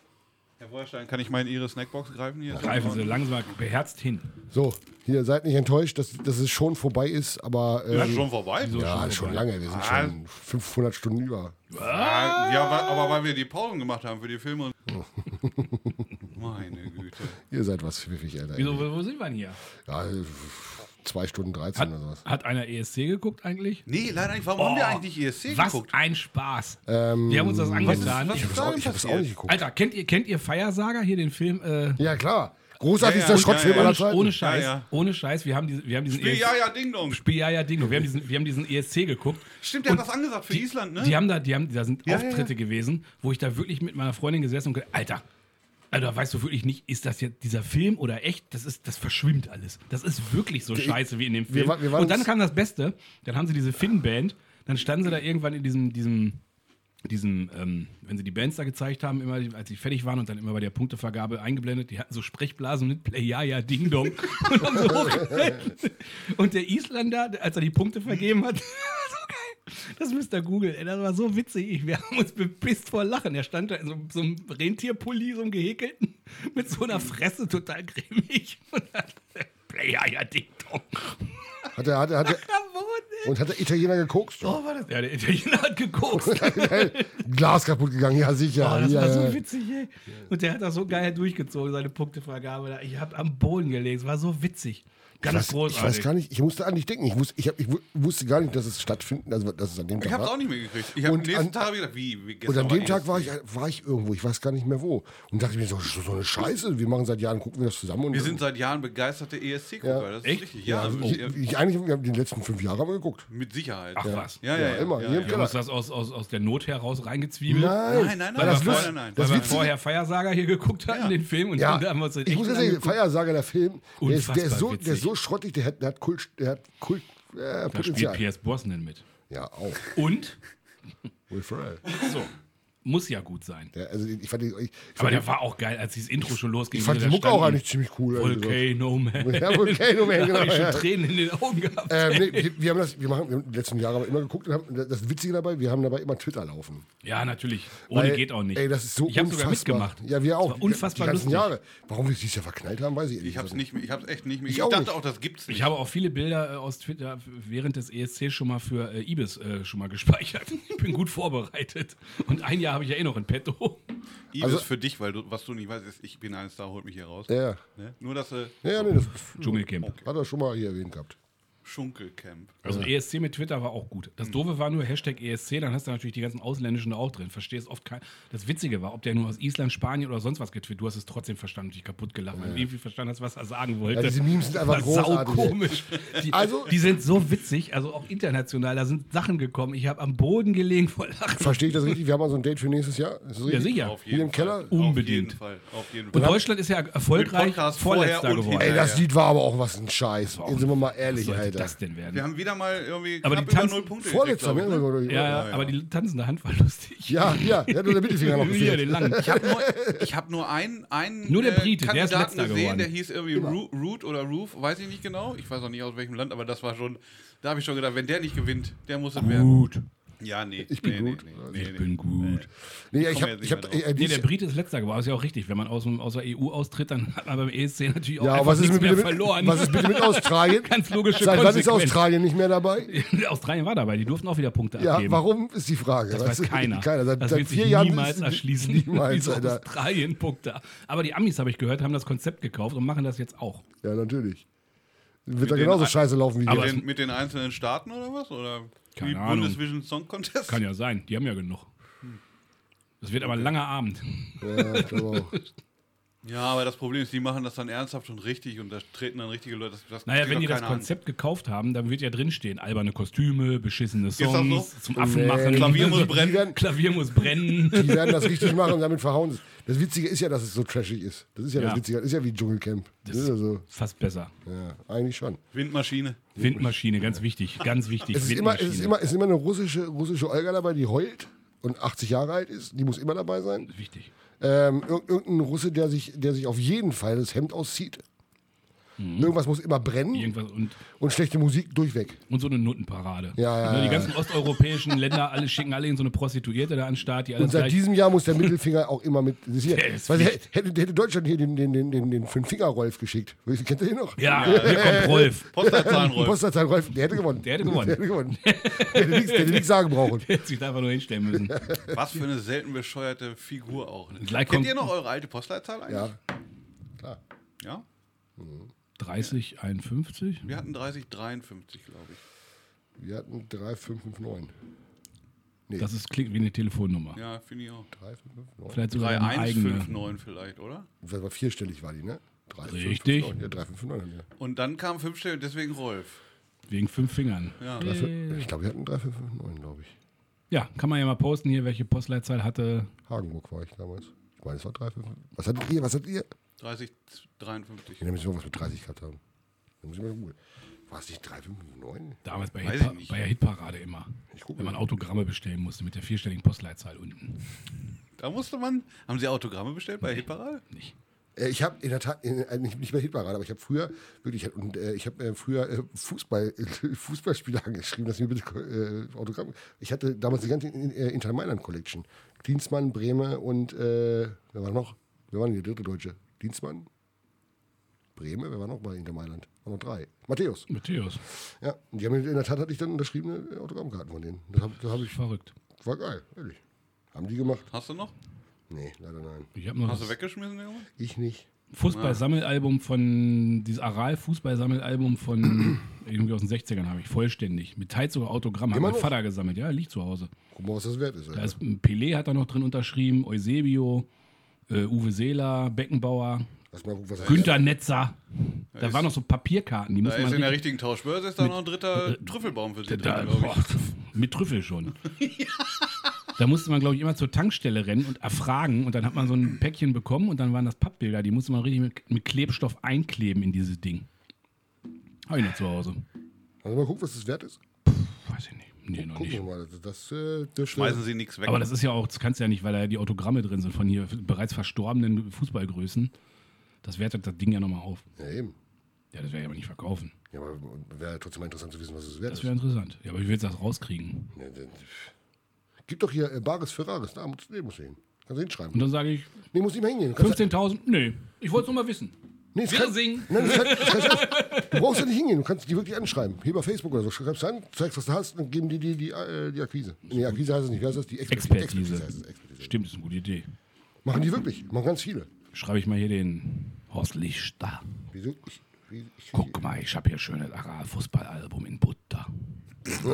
Speaker 2: Herr Feuerstein, kann ich mal in Ihre Snackbox greifen hier?
Speaker 3: Greifen Sie langsam beherzt hin.
Speaker 1: So, hier seid nicht enttäuscht, dass, dass es schon vorbei ist, aber ähm,
Speaker 2: Ja, schon vorbei.
Speaker 3: Wieso?
Speaker 1: ja,
Speaker 3: schon
Speaker 1: schon
Speaker 3: vorbei.
Speaker 1: lange. Wir sind schon 500 Stunden über.
Speaker 2: Ah, ja, wa- aber weil wir die Pausen gemacht haben für die Filme. und- Meine Güte.
Speaker 1: Ihr seid was pfiffig, Alter.
Speaker 3: Wieso, wo wo sind wir denn hier?
Speaker 1: Ja, äh, zwei Stunden 13
Speaker 3: Hat,
Speaker 1: oder sowas.
Speaker 3: hat einer ESC geguckt eigentlich?
Speaker 2: Nee, leider nicht. Warum haben wir eigentlich nicht ESC
Speaker 3: Oh. Was Ah,
Speaker 2: geguckt?
Speaker 3: ein Spaß. Wir haben uns das angetan.
Speaker 2: was ist
Speaker 1: Ähm, Ich hab das auch- Ich habe das auch nicht geguckt.
Speaker 3: Alter, kennt ihr, kennt ihr Firesaga hier den Film? Äh,
Speaker 1: Ja, klar. Großartigster
Speaker 2: Ja, ja,
Speaker 1: Schrottfilm
Speaker 2: ja,
Speaker 1: aller
Speaker 2: ja. Ohne-
Speaker 1: Zeiten.
Speaker 3: ohne Scheiß,
Speaker 2: Ja, ja.
Speaker 3: ohne Scheiß, wir haben, diese, wir haben diesen E
Speaker 2: Spiel, ja, ja, Ding Dong.
Speaker 3: Spiel, ja, ja, Ding. Wir haben diesen, wir haben diesen ESC geguckt.
Speaker 2: Stimmt, der hat was angesagt für Island, ne?
Speaker 3: Die haben da, die haben, da sind
Speaker 2: Ja, ja,
Speaker 3: Auftritte gewesen, wo ich da wirklich mit meiner Freundin gesessen und gedacht, Alter, Alter, weißt du wirklich nicht, ist das jetzt dieser Film oder echt? Das ist, das verschwimmt alles. Das ist wirklich so scheiße wie in dem Film.
Speaker 1: wa- wir waren
Speaker 3: und dann
Speaker 1: uns-
Speaker 3: kam das Beste, dann haben sie diese Finn-Band, dann standen sie da irgendwann in diesem, diesem, diesem, ähm, wenn sie die Bands da gezeigt haben, immer als sie fertig waren und dann immer bei der Punktevergabe eingeblendet, die hatten so Sprechblasen mit Play, ja, ja, Ding Dong. und, haben so hochgeblendet. und der Isländer, als er die Punkte vergeben hat, so geil. Das ist Mr. Google, ey, das war so witzig. Ich- Wir haben uns bepisst vor Lachen. Er stand da in so, so einem Rentierpulli, so einem gehäkelten, mit so einer Fresse total cremig. Und hat Play, ja, ja, Ding Dong.
Speaker 1: Hat er, hat er, hat er,
Speaker 3: Am Boden.
Speaker 1: und hat der Italiener gekokst?
Speaker 3: Oh, war das? Ja, der Italiener hat gekokst.
Speaker 1: Glas kaputt gegangen, ja sicher.
Speaker 3: Oh, das
Speaker 1: ja,
Speaker 3: war
Speaker 1: ja.
Speaker 3: so witzig, ey. Und der hat das so geil durchgezogen, seine Punktevergabe. da. Ich hab am Boden gelegen. Es war so witzig.
Speaker 1: ich,
Speaker 3: Ganz
Speaker 1: weiß, ich
Speaker 3: großartig.
Speaker 1: weiß gar nicht, ich musste an dich denken. Ich wusste, ich hab, ich wu- wusste gar nicht, dass es stattfinden, also dass es an dem
Speaker 2: Ich
Speaker 1: Tag
Speaker 2: hab's auch
Speaker 1: war.
Speaker 2: nicht mehr gekriegt. Ich hab
Speaker 1: Und
Speaker 2: am nächsten
Speaker 1: an-
Speaker 2: Tag hab ich gedacht, wie, wie gestern
Speaker 1: Und an dem
Speaker 2: war eh
Speaker 1: Tag war
Speaker 2: ESC.
Speaker 1: ich, war ich irgendwo, ich weiß gar nicht mehr wo. Und dachte mir so, so eine Scheiße, wir machen seit Jahren, gucken wir das zusammen. Und
Speaker 2: Wir sind seit Jahren begeisterte ESC-Gucker. Das ist
Speaker 3: Echt?
Speaker 2: richtig.
Speaker 1: ja,
Speaker 2: Ja, also äh,
Speaker 1: ich, ich, eigentlich, wir haben die letzten fünf Jahre haben wir geguckt.
Speaker 2: mit Sicherheit.
Speaker 3: Ach was.
Speaker 2: Ja, ja,
Speaker 1: Ja,
Speaker 2: ja.
Speaker 1: immer,
Speaker 2: Ja,
Speaker 1: hier
Speaker 2: ja.
Speaker 1: im
Speaker 3: Du
Speaker 1: Keller.
Speaker 3: hast das aus, aus, aus der Not heraus reingezwiebelt.
Speaker 1: Nein,
Speaker 2: Nein, nein,
Speaker 1: weil
Speaker 2: nein,
Speaker 1: das
Speaker 2: nein,
Speaker 1: Lust,
Speaker 2: nein, nein.
Speaker 1: das
Speaker 3: Weil wir
Speaker 1: Witz,
Speaker 3: vorher Feiersager hier geguckt hatten, den Film. Und
Speaker 1: Ja,
Speaker 3: dann haben wir uns den
Speaker 1: ich muss
Speaker 3: echten
Speaker 1: ja sagen,
Speaker 3: angeguckt.
Speaker 1: Feiersager, der Film, der ist, der ist,
Speaker 3: Unfassbar
Speaker 1: so, der ist
Speaker 3: witzig.
Speaker 1: so schrottig, der hat, der hat Kult, der hat Kult, äh,
Speaker 3: Da spielt
Speaker 1: Potenzial.
Speaker 3: Piers Brosnan mit.
Speaker 1: Ja, auch.
Speaker 3: Und?
Speaker 1: Will Ferrell.
Speaker 3: So. Muss ja gut sein.
Speaker 1: Der, also ich fand, die- ich, ich
Speaker 3: Aber
Speaker 1: fand,
Speaker 3: der war auch geil, als dieses Intro schon losging.
Speaker 1: ich fand
Speaker 3: wie
Speaker 1: die
Speaker 3: wir da
Speaker 1: Mucke auch
Speaker 3: standen.
Speaker 1: eigentlich ziemlich cool. ehrlich gesagt.
Speaker 3: Volcano Man.
Speaker 1: Ja, Volcano Man,
Speaker 3: Da
Speaker 1: genau.
Speaker 3: habe ich schon
Speaker 1: ja.
Speaker 3: Tränen in den Augen gehabt.
Speaker 1: Ähm, nee, wir, wir haben das, wir machen, wir haben die letzten Jahre aber immer geguckt und haben, das Witzige dabei, wir haben dabei immer Twitter laufen.
Speaker 3: Ja, natürlich. Ohne
Speaker 1: Weil,
Speaker 3: geht auch nicht.
Speaker 1: Ey, das ist so
Speaker 3: ich habe sogar
Speaker 1: unfassbar.
Speaker 3: mitgemacht.
Speaker 1: Ja, wir auch.
Speaker 3: war unfassbar
Speaker 1: die ganzen
Speaker 3: lustig.
Speaker 1: Jahre. Warum wir es dieses Jahr verknallt haben, weiß ich ehrlich
Speaker 2: Ich hab's
Speaker 1: gesagt
Speaker 2: nicht, mehr- ich hab's echt nicht mehr.
Speaker 1: Ich
Speaker 2: Ich,
Speaker 1: auch
Speaker 2: dachte
Speaker 1: nicht.
Speaker 2: auch, das gibt's nicht.
Speaker 3: Ich habe auch viele Bilder äh, aus Twitter f- während des ESC schon mal für äh, Ibis äh, schon mal gespeichert. Ich bin gut vorbereitet. Und ein Jahr habe ich ja eh noch in petto.
Speaker 2: Ibis
Speaker 1: Also-
Speaker 2: für dich, weil du, was du nicht weißt, ist, ich bin ein Star, holt mich hier raus.
Speaker 1: Ja,
Speaker 2: Ne? Nur das äh,
Speaker 1: ja, ja nee, das
Speaker 3: Dschungelcamp.
Speaker 1: hat er schon mal hier erwähnt gehabt.
Speaker 2: Schunkelcamp.
Speaker 3: Also ESC mit Twitter war auch gut.
Speaker 1: Mhm.
Speaker 3: Das Doofe war nur Hashtag ESC, dann hast du natürlich die ganzen Ausländischen da auch drin. Verstehst oft kein. Das Witzige war, ob der nur aus Island, Spanien oder sonst was getwittert, du hast es trotzdem verstanden und dich kaputt gelacht, weil du irgendwie verstanden hast, was er sagen wollte.
Speaker 1: Ja, diese Memes sind einfach
Speaker 3: Das war
Speaker 1: großartig, ey.
Speaker 3: saukomisch. Die,
Speaker 1: Also-
Speaker 3: also, die sind so witzig, also auch international, da sind Sachen gekommen. Ich habe am Boden gelegen vor Lachen.
Speaker 1: Verstehe ich das richtig? Wir haben also ein Date für nächstes Jahr? Ist das
Speaker 3: Ja,
Speaker 1: richtig?
Speaker 3: sicher.
Speaker 2: Auf jeden
Speaker 1: Hier im Keller?
Speaker 2: Fall.
Speaker 3: Unbedingt.
Speaker 2: Auf jeden Fall. Auf jeden
Speaker 3: Und
Speaker 2: Fall.
Speaker 3: Deutschland ist ja erfolgreich
Speaker 2: Mit Podcast
Speaker 3: vorletzter
Speaker 2: vorher und
Speaker 3: geworden.
Speaker 1: Ey,
Speaker 2: Ja,
Speaker 1: das
Speaker 2: ja.
Speaker 1: Lied war aber auch was ein Scheiß. Jetzt sind wir mal
Speaker 3: was
Speaker 1: ehrlich,
Speaker 3: sollte
Speaker 1: Alter.
Speaker 3: das denn werden?
Speaker 2: Wir haben wieder mal irgendwie
Speaker 3: Aber
Speaker 2: knapp
Speaker 3: die
Speaker 2: über
Speaker 3: tanzen-
Speaker 2: null Punkte
Speaker 1: Vorletzter,
Speaker 2: gekriegt, glaub ich, ne?
Speaker 1: ne?
Speaker 3: ja, ja,
Speaker 2: Ja, ja.
Speaker 3: aber die tanzende Hand war lustig.
Speaker 1: ja, ja, ja, nur der Mittelfinger noch
Speaker 3: ja,
Speaker 1: gefehlt.
Speaker 3: den langen.
Speaker 2: Ich habe nur, ich hab nur einen, einen
Speaker 3: Nur der
Speaker 2: äh,
Speaker 3: Brite, der ist
Speaker 2: Kandidaten
Speaker 3: letzter
Speaker 2: gesehen,
Speaker 3: geworden.
Speaker 2: der hieß irgendwie
Speaker 1: Genau.
Speaker 2: Ru- Root oder Roof, weiß ich nicht genau. Ich weiß auch nicht aus welchem Land, aber das war schon, da habe ich schon gedacht, wenn der nicht gewinnt, der muss es werden.
Speaker 3: Gut.
Speaker 2: Ja, nee.
Speaker 1: Ich bin
Speaker 2: nee,
Speaker 1: gut.
Speaker 2: Nee, nee,
Speaker 3: Ich
Speaker 2: nee, nee.
Speaker 3: bin gut.
Speaker 1: Nee, ich
Speaker 2: Kommen wir
Speaker 1: hab,
Speaker 2: jetzt
Speaker 1: ich hab,
Speaker 2: nicht
Speaker 1: äh,
Speaker 2: mehr
Speaker 3: Nee,
Speaker 1: dieses-
Speaker 3: der Brite ist letzter geworden. Ist ja auch richtig. Wenn man aus, dem- aus der EU austritt, dann hat man beim ESC natürlich auch
Speaker 1: ja, aber
Speaker 3: einfach
Speaker 1: was ist,
Speaker 3: nichts
Speaker 1: mit,
Speaker 3: mehr
Speaker 1: mit,
Speaker 3: verloren.
Speaker 1: was ist bitte mit Australien?
Speaker 3: Ganz logische
Speaker 1: Seit wann ist
Speaker 3: Konsequenz.
Speaker 1: Australien nicht mehr dabei?
Speaker 3: Australien war dabei. Die durften auch wieder Punkte
Speaker 1: Ja,
Speaker 3: abgeben.
Speaker 1: warum ist die Frage?
Speaker 3: Das
Speaker 1: weißt
Speaker 3: weiß
Speaker 1: du?
Speaker 3: keiner.
Speaker 1: keiner. Seit,
Speaker 3: das
Speaker 1: seit
Speaker 3: wird
Speaker 1: vier
Speaker 3: sich
Speaker 1: Jahren
Speaker 3: niemals
Speaker 1: ist-
Speaker 3: erschließen.
Speaker 1: Niemals,
Speaker 3: diese
Speaker 1: Alter.
Speaker 3: Australien-Punkte. Aber die Amis, habe ich gehört, haben das Konzept gekauft und machen das jetzt auch.
Speaker 1: Ja, natürlich. Wird da
Speaker 2: den
Speaker 1: genauso
Speaker 2: Al-
Speaker 1: scheiße laufen wie
Speaker 3: Aber-
Speaker 1: hier.
Speaker 2: Mit den, mit den einzelnen Staaten oder was? Oder
Speaker 3: Keine
Speaker 2: wie
Speaker 3: Ahnung.
Speaker 2: Bundesvision Song Contest?
Speaker 3: Kann ja sein.
Speaker 2: Hm.
Speaker 3: Die haben ja genug. Das wird aber ein langer Abend.
Speaker 1: Ja, ich glaube auch.
Speaker 2: Ja, aber das Problem ist, die machen das dann ernsthaft und richtig und da treten dann richtige Leute. Das, das
Speaker 3: Naja,
Speaker 2: kriegt
Speaker 3: wenn
Speaker 2: doch
Speaker 3: die das
Speaker 2: keiner an.
Speaker 3: Konzept gekauft haben, dann wird ja drinstehen, alberne Kostüme, beschissene
Speaker 2: das
Speaker 3: Songs,
Speaker 2: so?
Speaker 3: zum Affen machen.
Speaker 2: Klavier muss
Speaker 1: Die
Speaker 2: brennen.
Speaker 1: werden-
Speaker 3: Klavier muss brennen.
Speaker 1: Die werden das richtig machen und damit verhauen. es. Das Witzige ist ja, dass es so trashig ist. Das ist ja,
Speaker 3: Ja.
Speaker 1: das Witzige. Das ist ja wie Dschungelcamp. Das ist ja so.
Speaker 3: Fast besser.
Speaker 1: Ja, eigentlich schon.
Speaker 2: Windmaschine.
Speaker 3: Windmaschine, ganz wichtig, ganz wichtig.
Speaker 1: Es ist, immer, es, ist immer, es ist immer eine russische, russische Olga dabei, die heult und 80 Jahre alt ist. Die muss immer dabei sein.
Speaker 3: wichtig.
Speaker 1: Ähm, ir irgendein Russe, der sich, der sich auf jeden Fall das Hemd auszieht.
Speaker 3: Hm.
Speaker 1: Irgendwas muss immer brennen
Speaker 3: Irgendwas und,
Speaker 1: und schlechte Musik durchweg.
Speaker 3: und so eine Nuttenparade.
Speaker 1: Ja, ja,
Speaker 3: Ne, die
Speaker 1: ja.
Speaker 3: ganzen osteuropäischen Länder alle schicken alle in so eine Prostituierte da an den Start, die alles
Speaker 1: Und seit
Speaker 3: gleich.
Speaker 1: diesem Jahr muss der Mittelfinger auch immer mit. Das ist hier,
Speaker 3: Der ist
Speaker 1: weil hätte, hätte hätte Deutschland hier den, den, den, den, den Fünf-Finger-Rolf geschickt. Kennt ihr den noch?
Speaker 3: ja, hier kommt Rolf.
Speaker 2: Postleitzahlenrolf.
Speaker 1: Postleitzahl Rolf, der hätte gewonnen.
Speaker 3: Der hätte gewonnen.
Speaker 1: Der hätte, gewonnen. der hätte, nichts, der hätte nichts sagen brauchen.
Speaker 3: Der hätte sich da einfach nur hinstellen müssen.
Speaker 2: Was für eine selten bescheuerte Figur auch. Ne?
Speaker 3: Gleich kommt-
Speaker 2: Kennt ihr noch eure alte Postleitzahl eigentlich?
Speaker 1: Ja.
Speaker 2: Ja?
Speaker 3: 30, 51?
Speaker 2: Wir hatten 3053, glaube ich.
Speaker 1: Wir hatten 3559.
Speaker 3: Das ist, klingt wie eine Telefonnummer.
Speaker 2: Ja, finde ich auch.
Speaker 1: 3559.
Speaker 3: Vielleicht sogar eine eigene.
Speaker 2: 3159 vielleicht, oder?
Speaker 1: Das war vierstellig, war die, ne? 3,
Speaker 3: Richtig.
Speaker 1: Ja, 3559.
Speaker 2: Und dann kam fünfstellig, deswegen Rolf.
Speaker 3: Wegen fünf Fingern.
Speaker 2: Ja.
Speaker 1: Ja. Ich glaube, wir hatten 3559, glaube ich.
Speaker 3: Ja, kann man ja mal posten hier, welche Postleitzahl hatte.
Speaker 1: Hagenburg war ich damals. Ich meine, es war 3559. Was hattet ihr? Was hattet ihr?
Speaker 2: 3053.
Speaker 1: Ja, da müssen wir was mit 30 gehabt haben. Da muss ich mal googeln. War es nicht 3559?
Speaker 3: Damals bei,
Speaker 2: Weiß
Speaker 3: Hitpa
Speaker 2: ich nicht.
Speaker 3: bei der Hitparade immer.
Speaker 1: Ich gucke
Speaker 3: Wenn man
Speaker 1: mal.
Speaker 3: Autogramme bestellen musste mit der vierstelligen Postleitzahl unten.
Speaker 2: Da musste man. Haben Sie Autogramme bestellt bei Hipparade?
Speaker 3: Nicht.
Speaker 1: Äh, Ich habe in der Tat in, äh, nicht, nicht mehr Hitparade, aber ich habe früher wirklich und äh, ich habe äh, früher äh, Fußball, Fußballspieler angeschrieben, dass sie mir bitte äh, Autogramm. Ich hatte damals die ganze in, äh, Inter Mailand Collection. Dienstmann, Brehme und äh, wer war noch? Wer war denn der dritte Deutsche? Dienstmann, Brehme, wer war noch bei Inter Mailand? War noch drei. Matthäus.
Speaker 3: Matthäus,
Speaker 1: Ja, und die haben in der Tat hatte ich dann unterschriebene äh, Autogrammkarten von denen. Das habe das hab ich
Speaker 3: verrückt.
Speaker 1: war geil, ehrlich. Haben die gemacht?
Speaker 2: Hast du noch?
Speaker 1: Nee, leider nein.
Speaker 3: Ich habe noch
Speaker 2: Hast du
Speaker 3: das
Speaker 2: weggeschmissen, Junge?
Speaker 1: Ich nicht.
Speaker 3: Fußballsammelalbum von, dieses Aral-Fußballsammelalbum von irgendwie aus den 60ern habe ich vollständig. Mit teils sogar Autogramm. Hat
Speaker 1: Immer
Speaker 3: mein
Speaker 1: noch?
Speaker 3: Vater gesammelt, ja, liegt zu Hause.
Speaker 1: Guck mal, was das wert ist.
Speaker 3: Da
Speaker 1: Alter.
Speaker 3: ist Pelé hat da noch drin unterschrieben, Eusebio, äh, Uwe Seeler, Beckenbauer,
Speaker 1: Lass mal gucken, was das
Speaker 3: Günter Netzer. Da
Speaker 2: ist-
Speaker 3: waren noch so Papierkarten, die
Speaker 2: Da
Speaker 3: musste
Speaker 2: ist
Speaker 3: man
Speaker 2: in der
Speaker 3: richtig-
Speaker 2: richtigen Tauschbörse ist da noch ein dritter Trüffelbaum für Sie
Speaker 3: Da,
Speaker 2: drin, glaube
Speaker 3: boah, mit Trüffel schon. Da musste man, glaube ich, immer zur Tankstelle rennen und erfragen. Und dann hat man so ein Päckchen bekommen und dann waren das Pappbilder. Die musste man richtig mit, mit Klebstoff einkleben in dieses Ding. Habe ich noch zu Hause.
Speaker 1: Also mal gucken, was das wert ist.
Speaker 3: Weiß ich nicht. Nee, noch
Speaker 1: Gucken
Speaker 3: nicht.
Speaker 1: wir mal. Das, das, äh, das
Speaker 2: ich. Schmeißen Sie nichts weg.
Speaker 3: Aber das ist ja auch, das kannst du ja nicht, weil da die Autogramme drin sind von hier bereits verstorbenen Fußballgrößen. Das wertet das Ding ja nochmal auf.
Speaker 1: Ja, eben.
Speaker 3: Ja, das werde ich aber nicht verkaufen.
Speaker 1: Ja, aber wäre trotzdem mal interessant zu wissen, was es wert
Speaker 3: Das
Speaker 1: ist.
Speaker 3: wäre interessant. Ja, aber ich will das rauskriegen.
Speaker 1: Ja, dann- Gib doch hier äh, Bares Ferraris. Da muss nee, musst du hin. Kannst du hinschreiben.
Speaker 3: Und dann sage ich,
Speaker 1: Nee, musst du ihm hingehen. Kannst,
Speaker 3: 15.000? Nee, ich wollte es nur mal wissen.
Speaker 1: nee, es
Speaker 3: Wir
Speaker 1: kann,
Speaker 3: singen.
Speaker 1: Nein, das kann, das kannst, du brauchst ja nicht hingehen. Du kannst die wirklich anschreiben. Hier bei Facebook oder so. Schreibst an, zeigst, was du hast und geben die die, die, äh, die Akquise. Nee, Akquise heißt es nicht. Wie heißt das? Die Expertise.
Speaker 3: Expertise.
Speaker 1: Expertise heißt es. Expertise.
Speaker 3: Stimmt, ist eine gute Idee.
Speaker 1: Machen die wirklich. Machen ganz viele.
Speaker 3: Schreibe ich mal hier den Horst Lichter.
Speaker 1: Wieso? Ich, wie, ich,
Speaker 3: Guck mal, ich habe hier schönes Aral-Fußballalbum in Butter.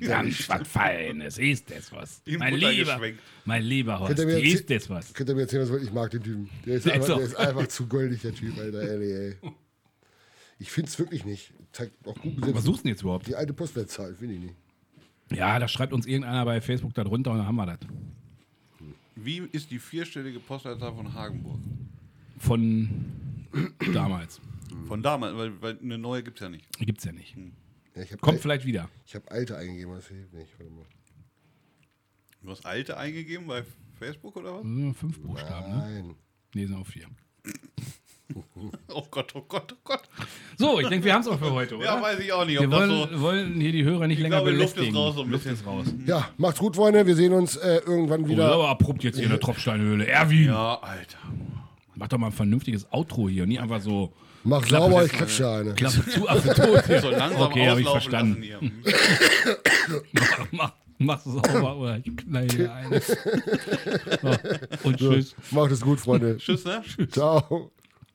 Speaker 3: Ganz was Feines. Ist das was?
Speaker 2: In
Speaker 3: mein
Speaker 2: Butter
Speaker 3: lieber,
Speaker 2: geschwenkt.
Speaker 3: mein lieber Horst,
Speaker 1: Könnt ihr mir erzäh-
Speaker 3: ist das was?
Speaker 1: Könnt ihr mir erzählen, was wollt ihr? ich mag den Typen. Der ist,
Speaker 3: Der
Speaker 1: einfach,
Speaker 3: ist auch-
Speaker 1: der ist einfach zu goldig, der Typ, Alter, ehrlich, ey. Ich find's wirklich nicht. Zeigt auch gut
Speaker 3: Was
Speaker 1: gesetzt.
Speaker 3: suchst du denn jetzt überhaupt?
Speaker 1: Die alte Postleitzahl, finde ich nicht.
Speaker 3: Ja, da schreibt uns irgendeiner bei Facebook da drunter und dann haben wir das.
Speaker 2: Wie ist die vierstellige Postleitzahl von Hagenburg?
Speaker 3: Von damals.
Speaker 2: Von damals, weil, weil eine neue gibt es ja nicht.
Speaker 3: Gibt's ja nicht.
Speaker 1: Ja, ich habe
Speaker 3: Kommt Hm? vielleicht wieder.
Speaker 1: hab alte eingegeben, das hilft nicht. Warte mal.
Speaker 2: Du hast alte eingegeben bei Facebook oder was?
Speaker 3: Äh, Fünf Buchstaben, ne?
Speaker 1: Nein.
Speaker 3: Nee, sind auch vier.
Speaker 2: Oh Gott, oh Gott, oh Gott.
Speaker 3: So, ich denke, wir haben es auch für heute, oder?
Speaker 2: Ja, weiß ich auch nicht,
Speaker 3: wir
Speaker 2: ob das
Speaker 3: wollen,
Speaker 2: so.
Speaker 3: wollen hier die Hörer nicht länger
Speaker 2: glaube, Luft ist
Speaker 3: belästigen.
Speaker 2: raus so ein
Speaker 3: Luft
Speaker 2: bisschen.
Speaker 3: ist raus.
Speaker 1: Ja, macht's gut, Freunde. Wir sehen uns äh, irgendwann
Speaker 3: Oh, das ist
Speaker 1: wieder.
Speaker 3: aber abrupt jetzt hier in der Tropfsteinhöhle. Erwin,
Speaker 2: Ja, Alter.
Speaker 3: mach doch mal ein vernünftiges Outro hier. Nicht einfach so
Speaker 1: Mach sauber, ich klatsche dir eine.
Speaker 3: Klappe zu, Affe tot.
Speaker 2: So langsam
Speaker 3: Okay, hab ich
Speaker 2: auslaufen
Speaker 3: verstanden.
Speaker 2: lassen hier.
Speaker 3: Mach, mach, mach sauber oder ich knall dir ein. So, und tschüss.
Speaker 1: Macht es gut, Freunde.
Speaker 2: Tschüss, ne?
Speaker 1: Ciao.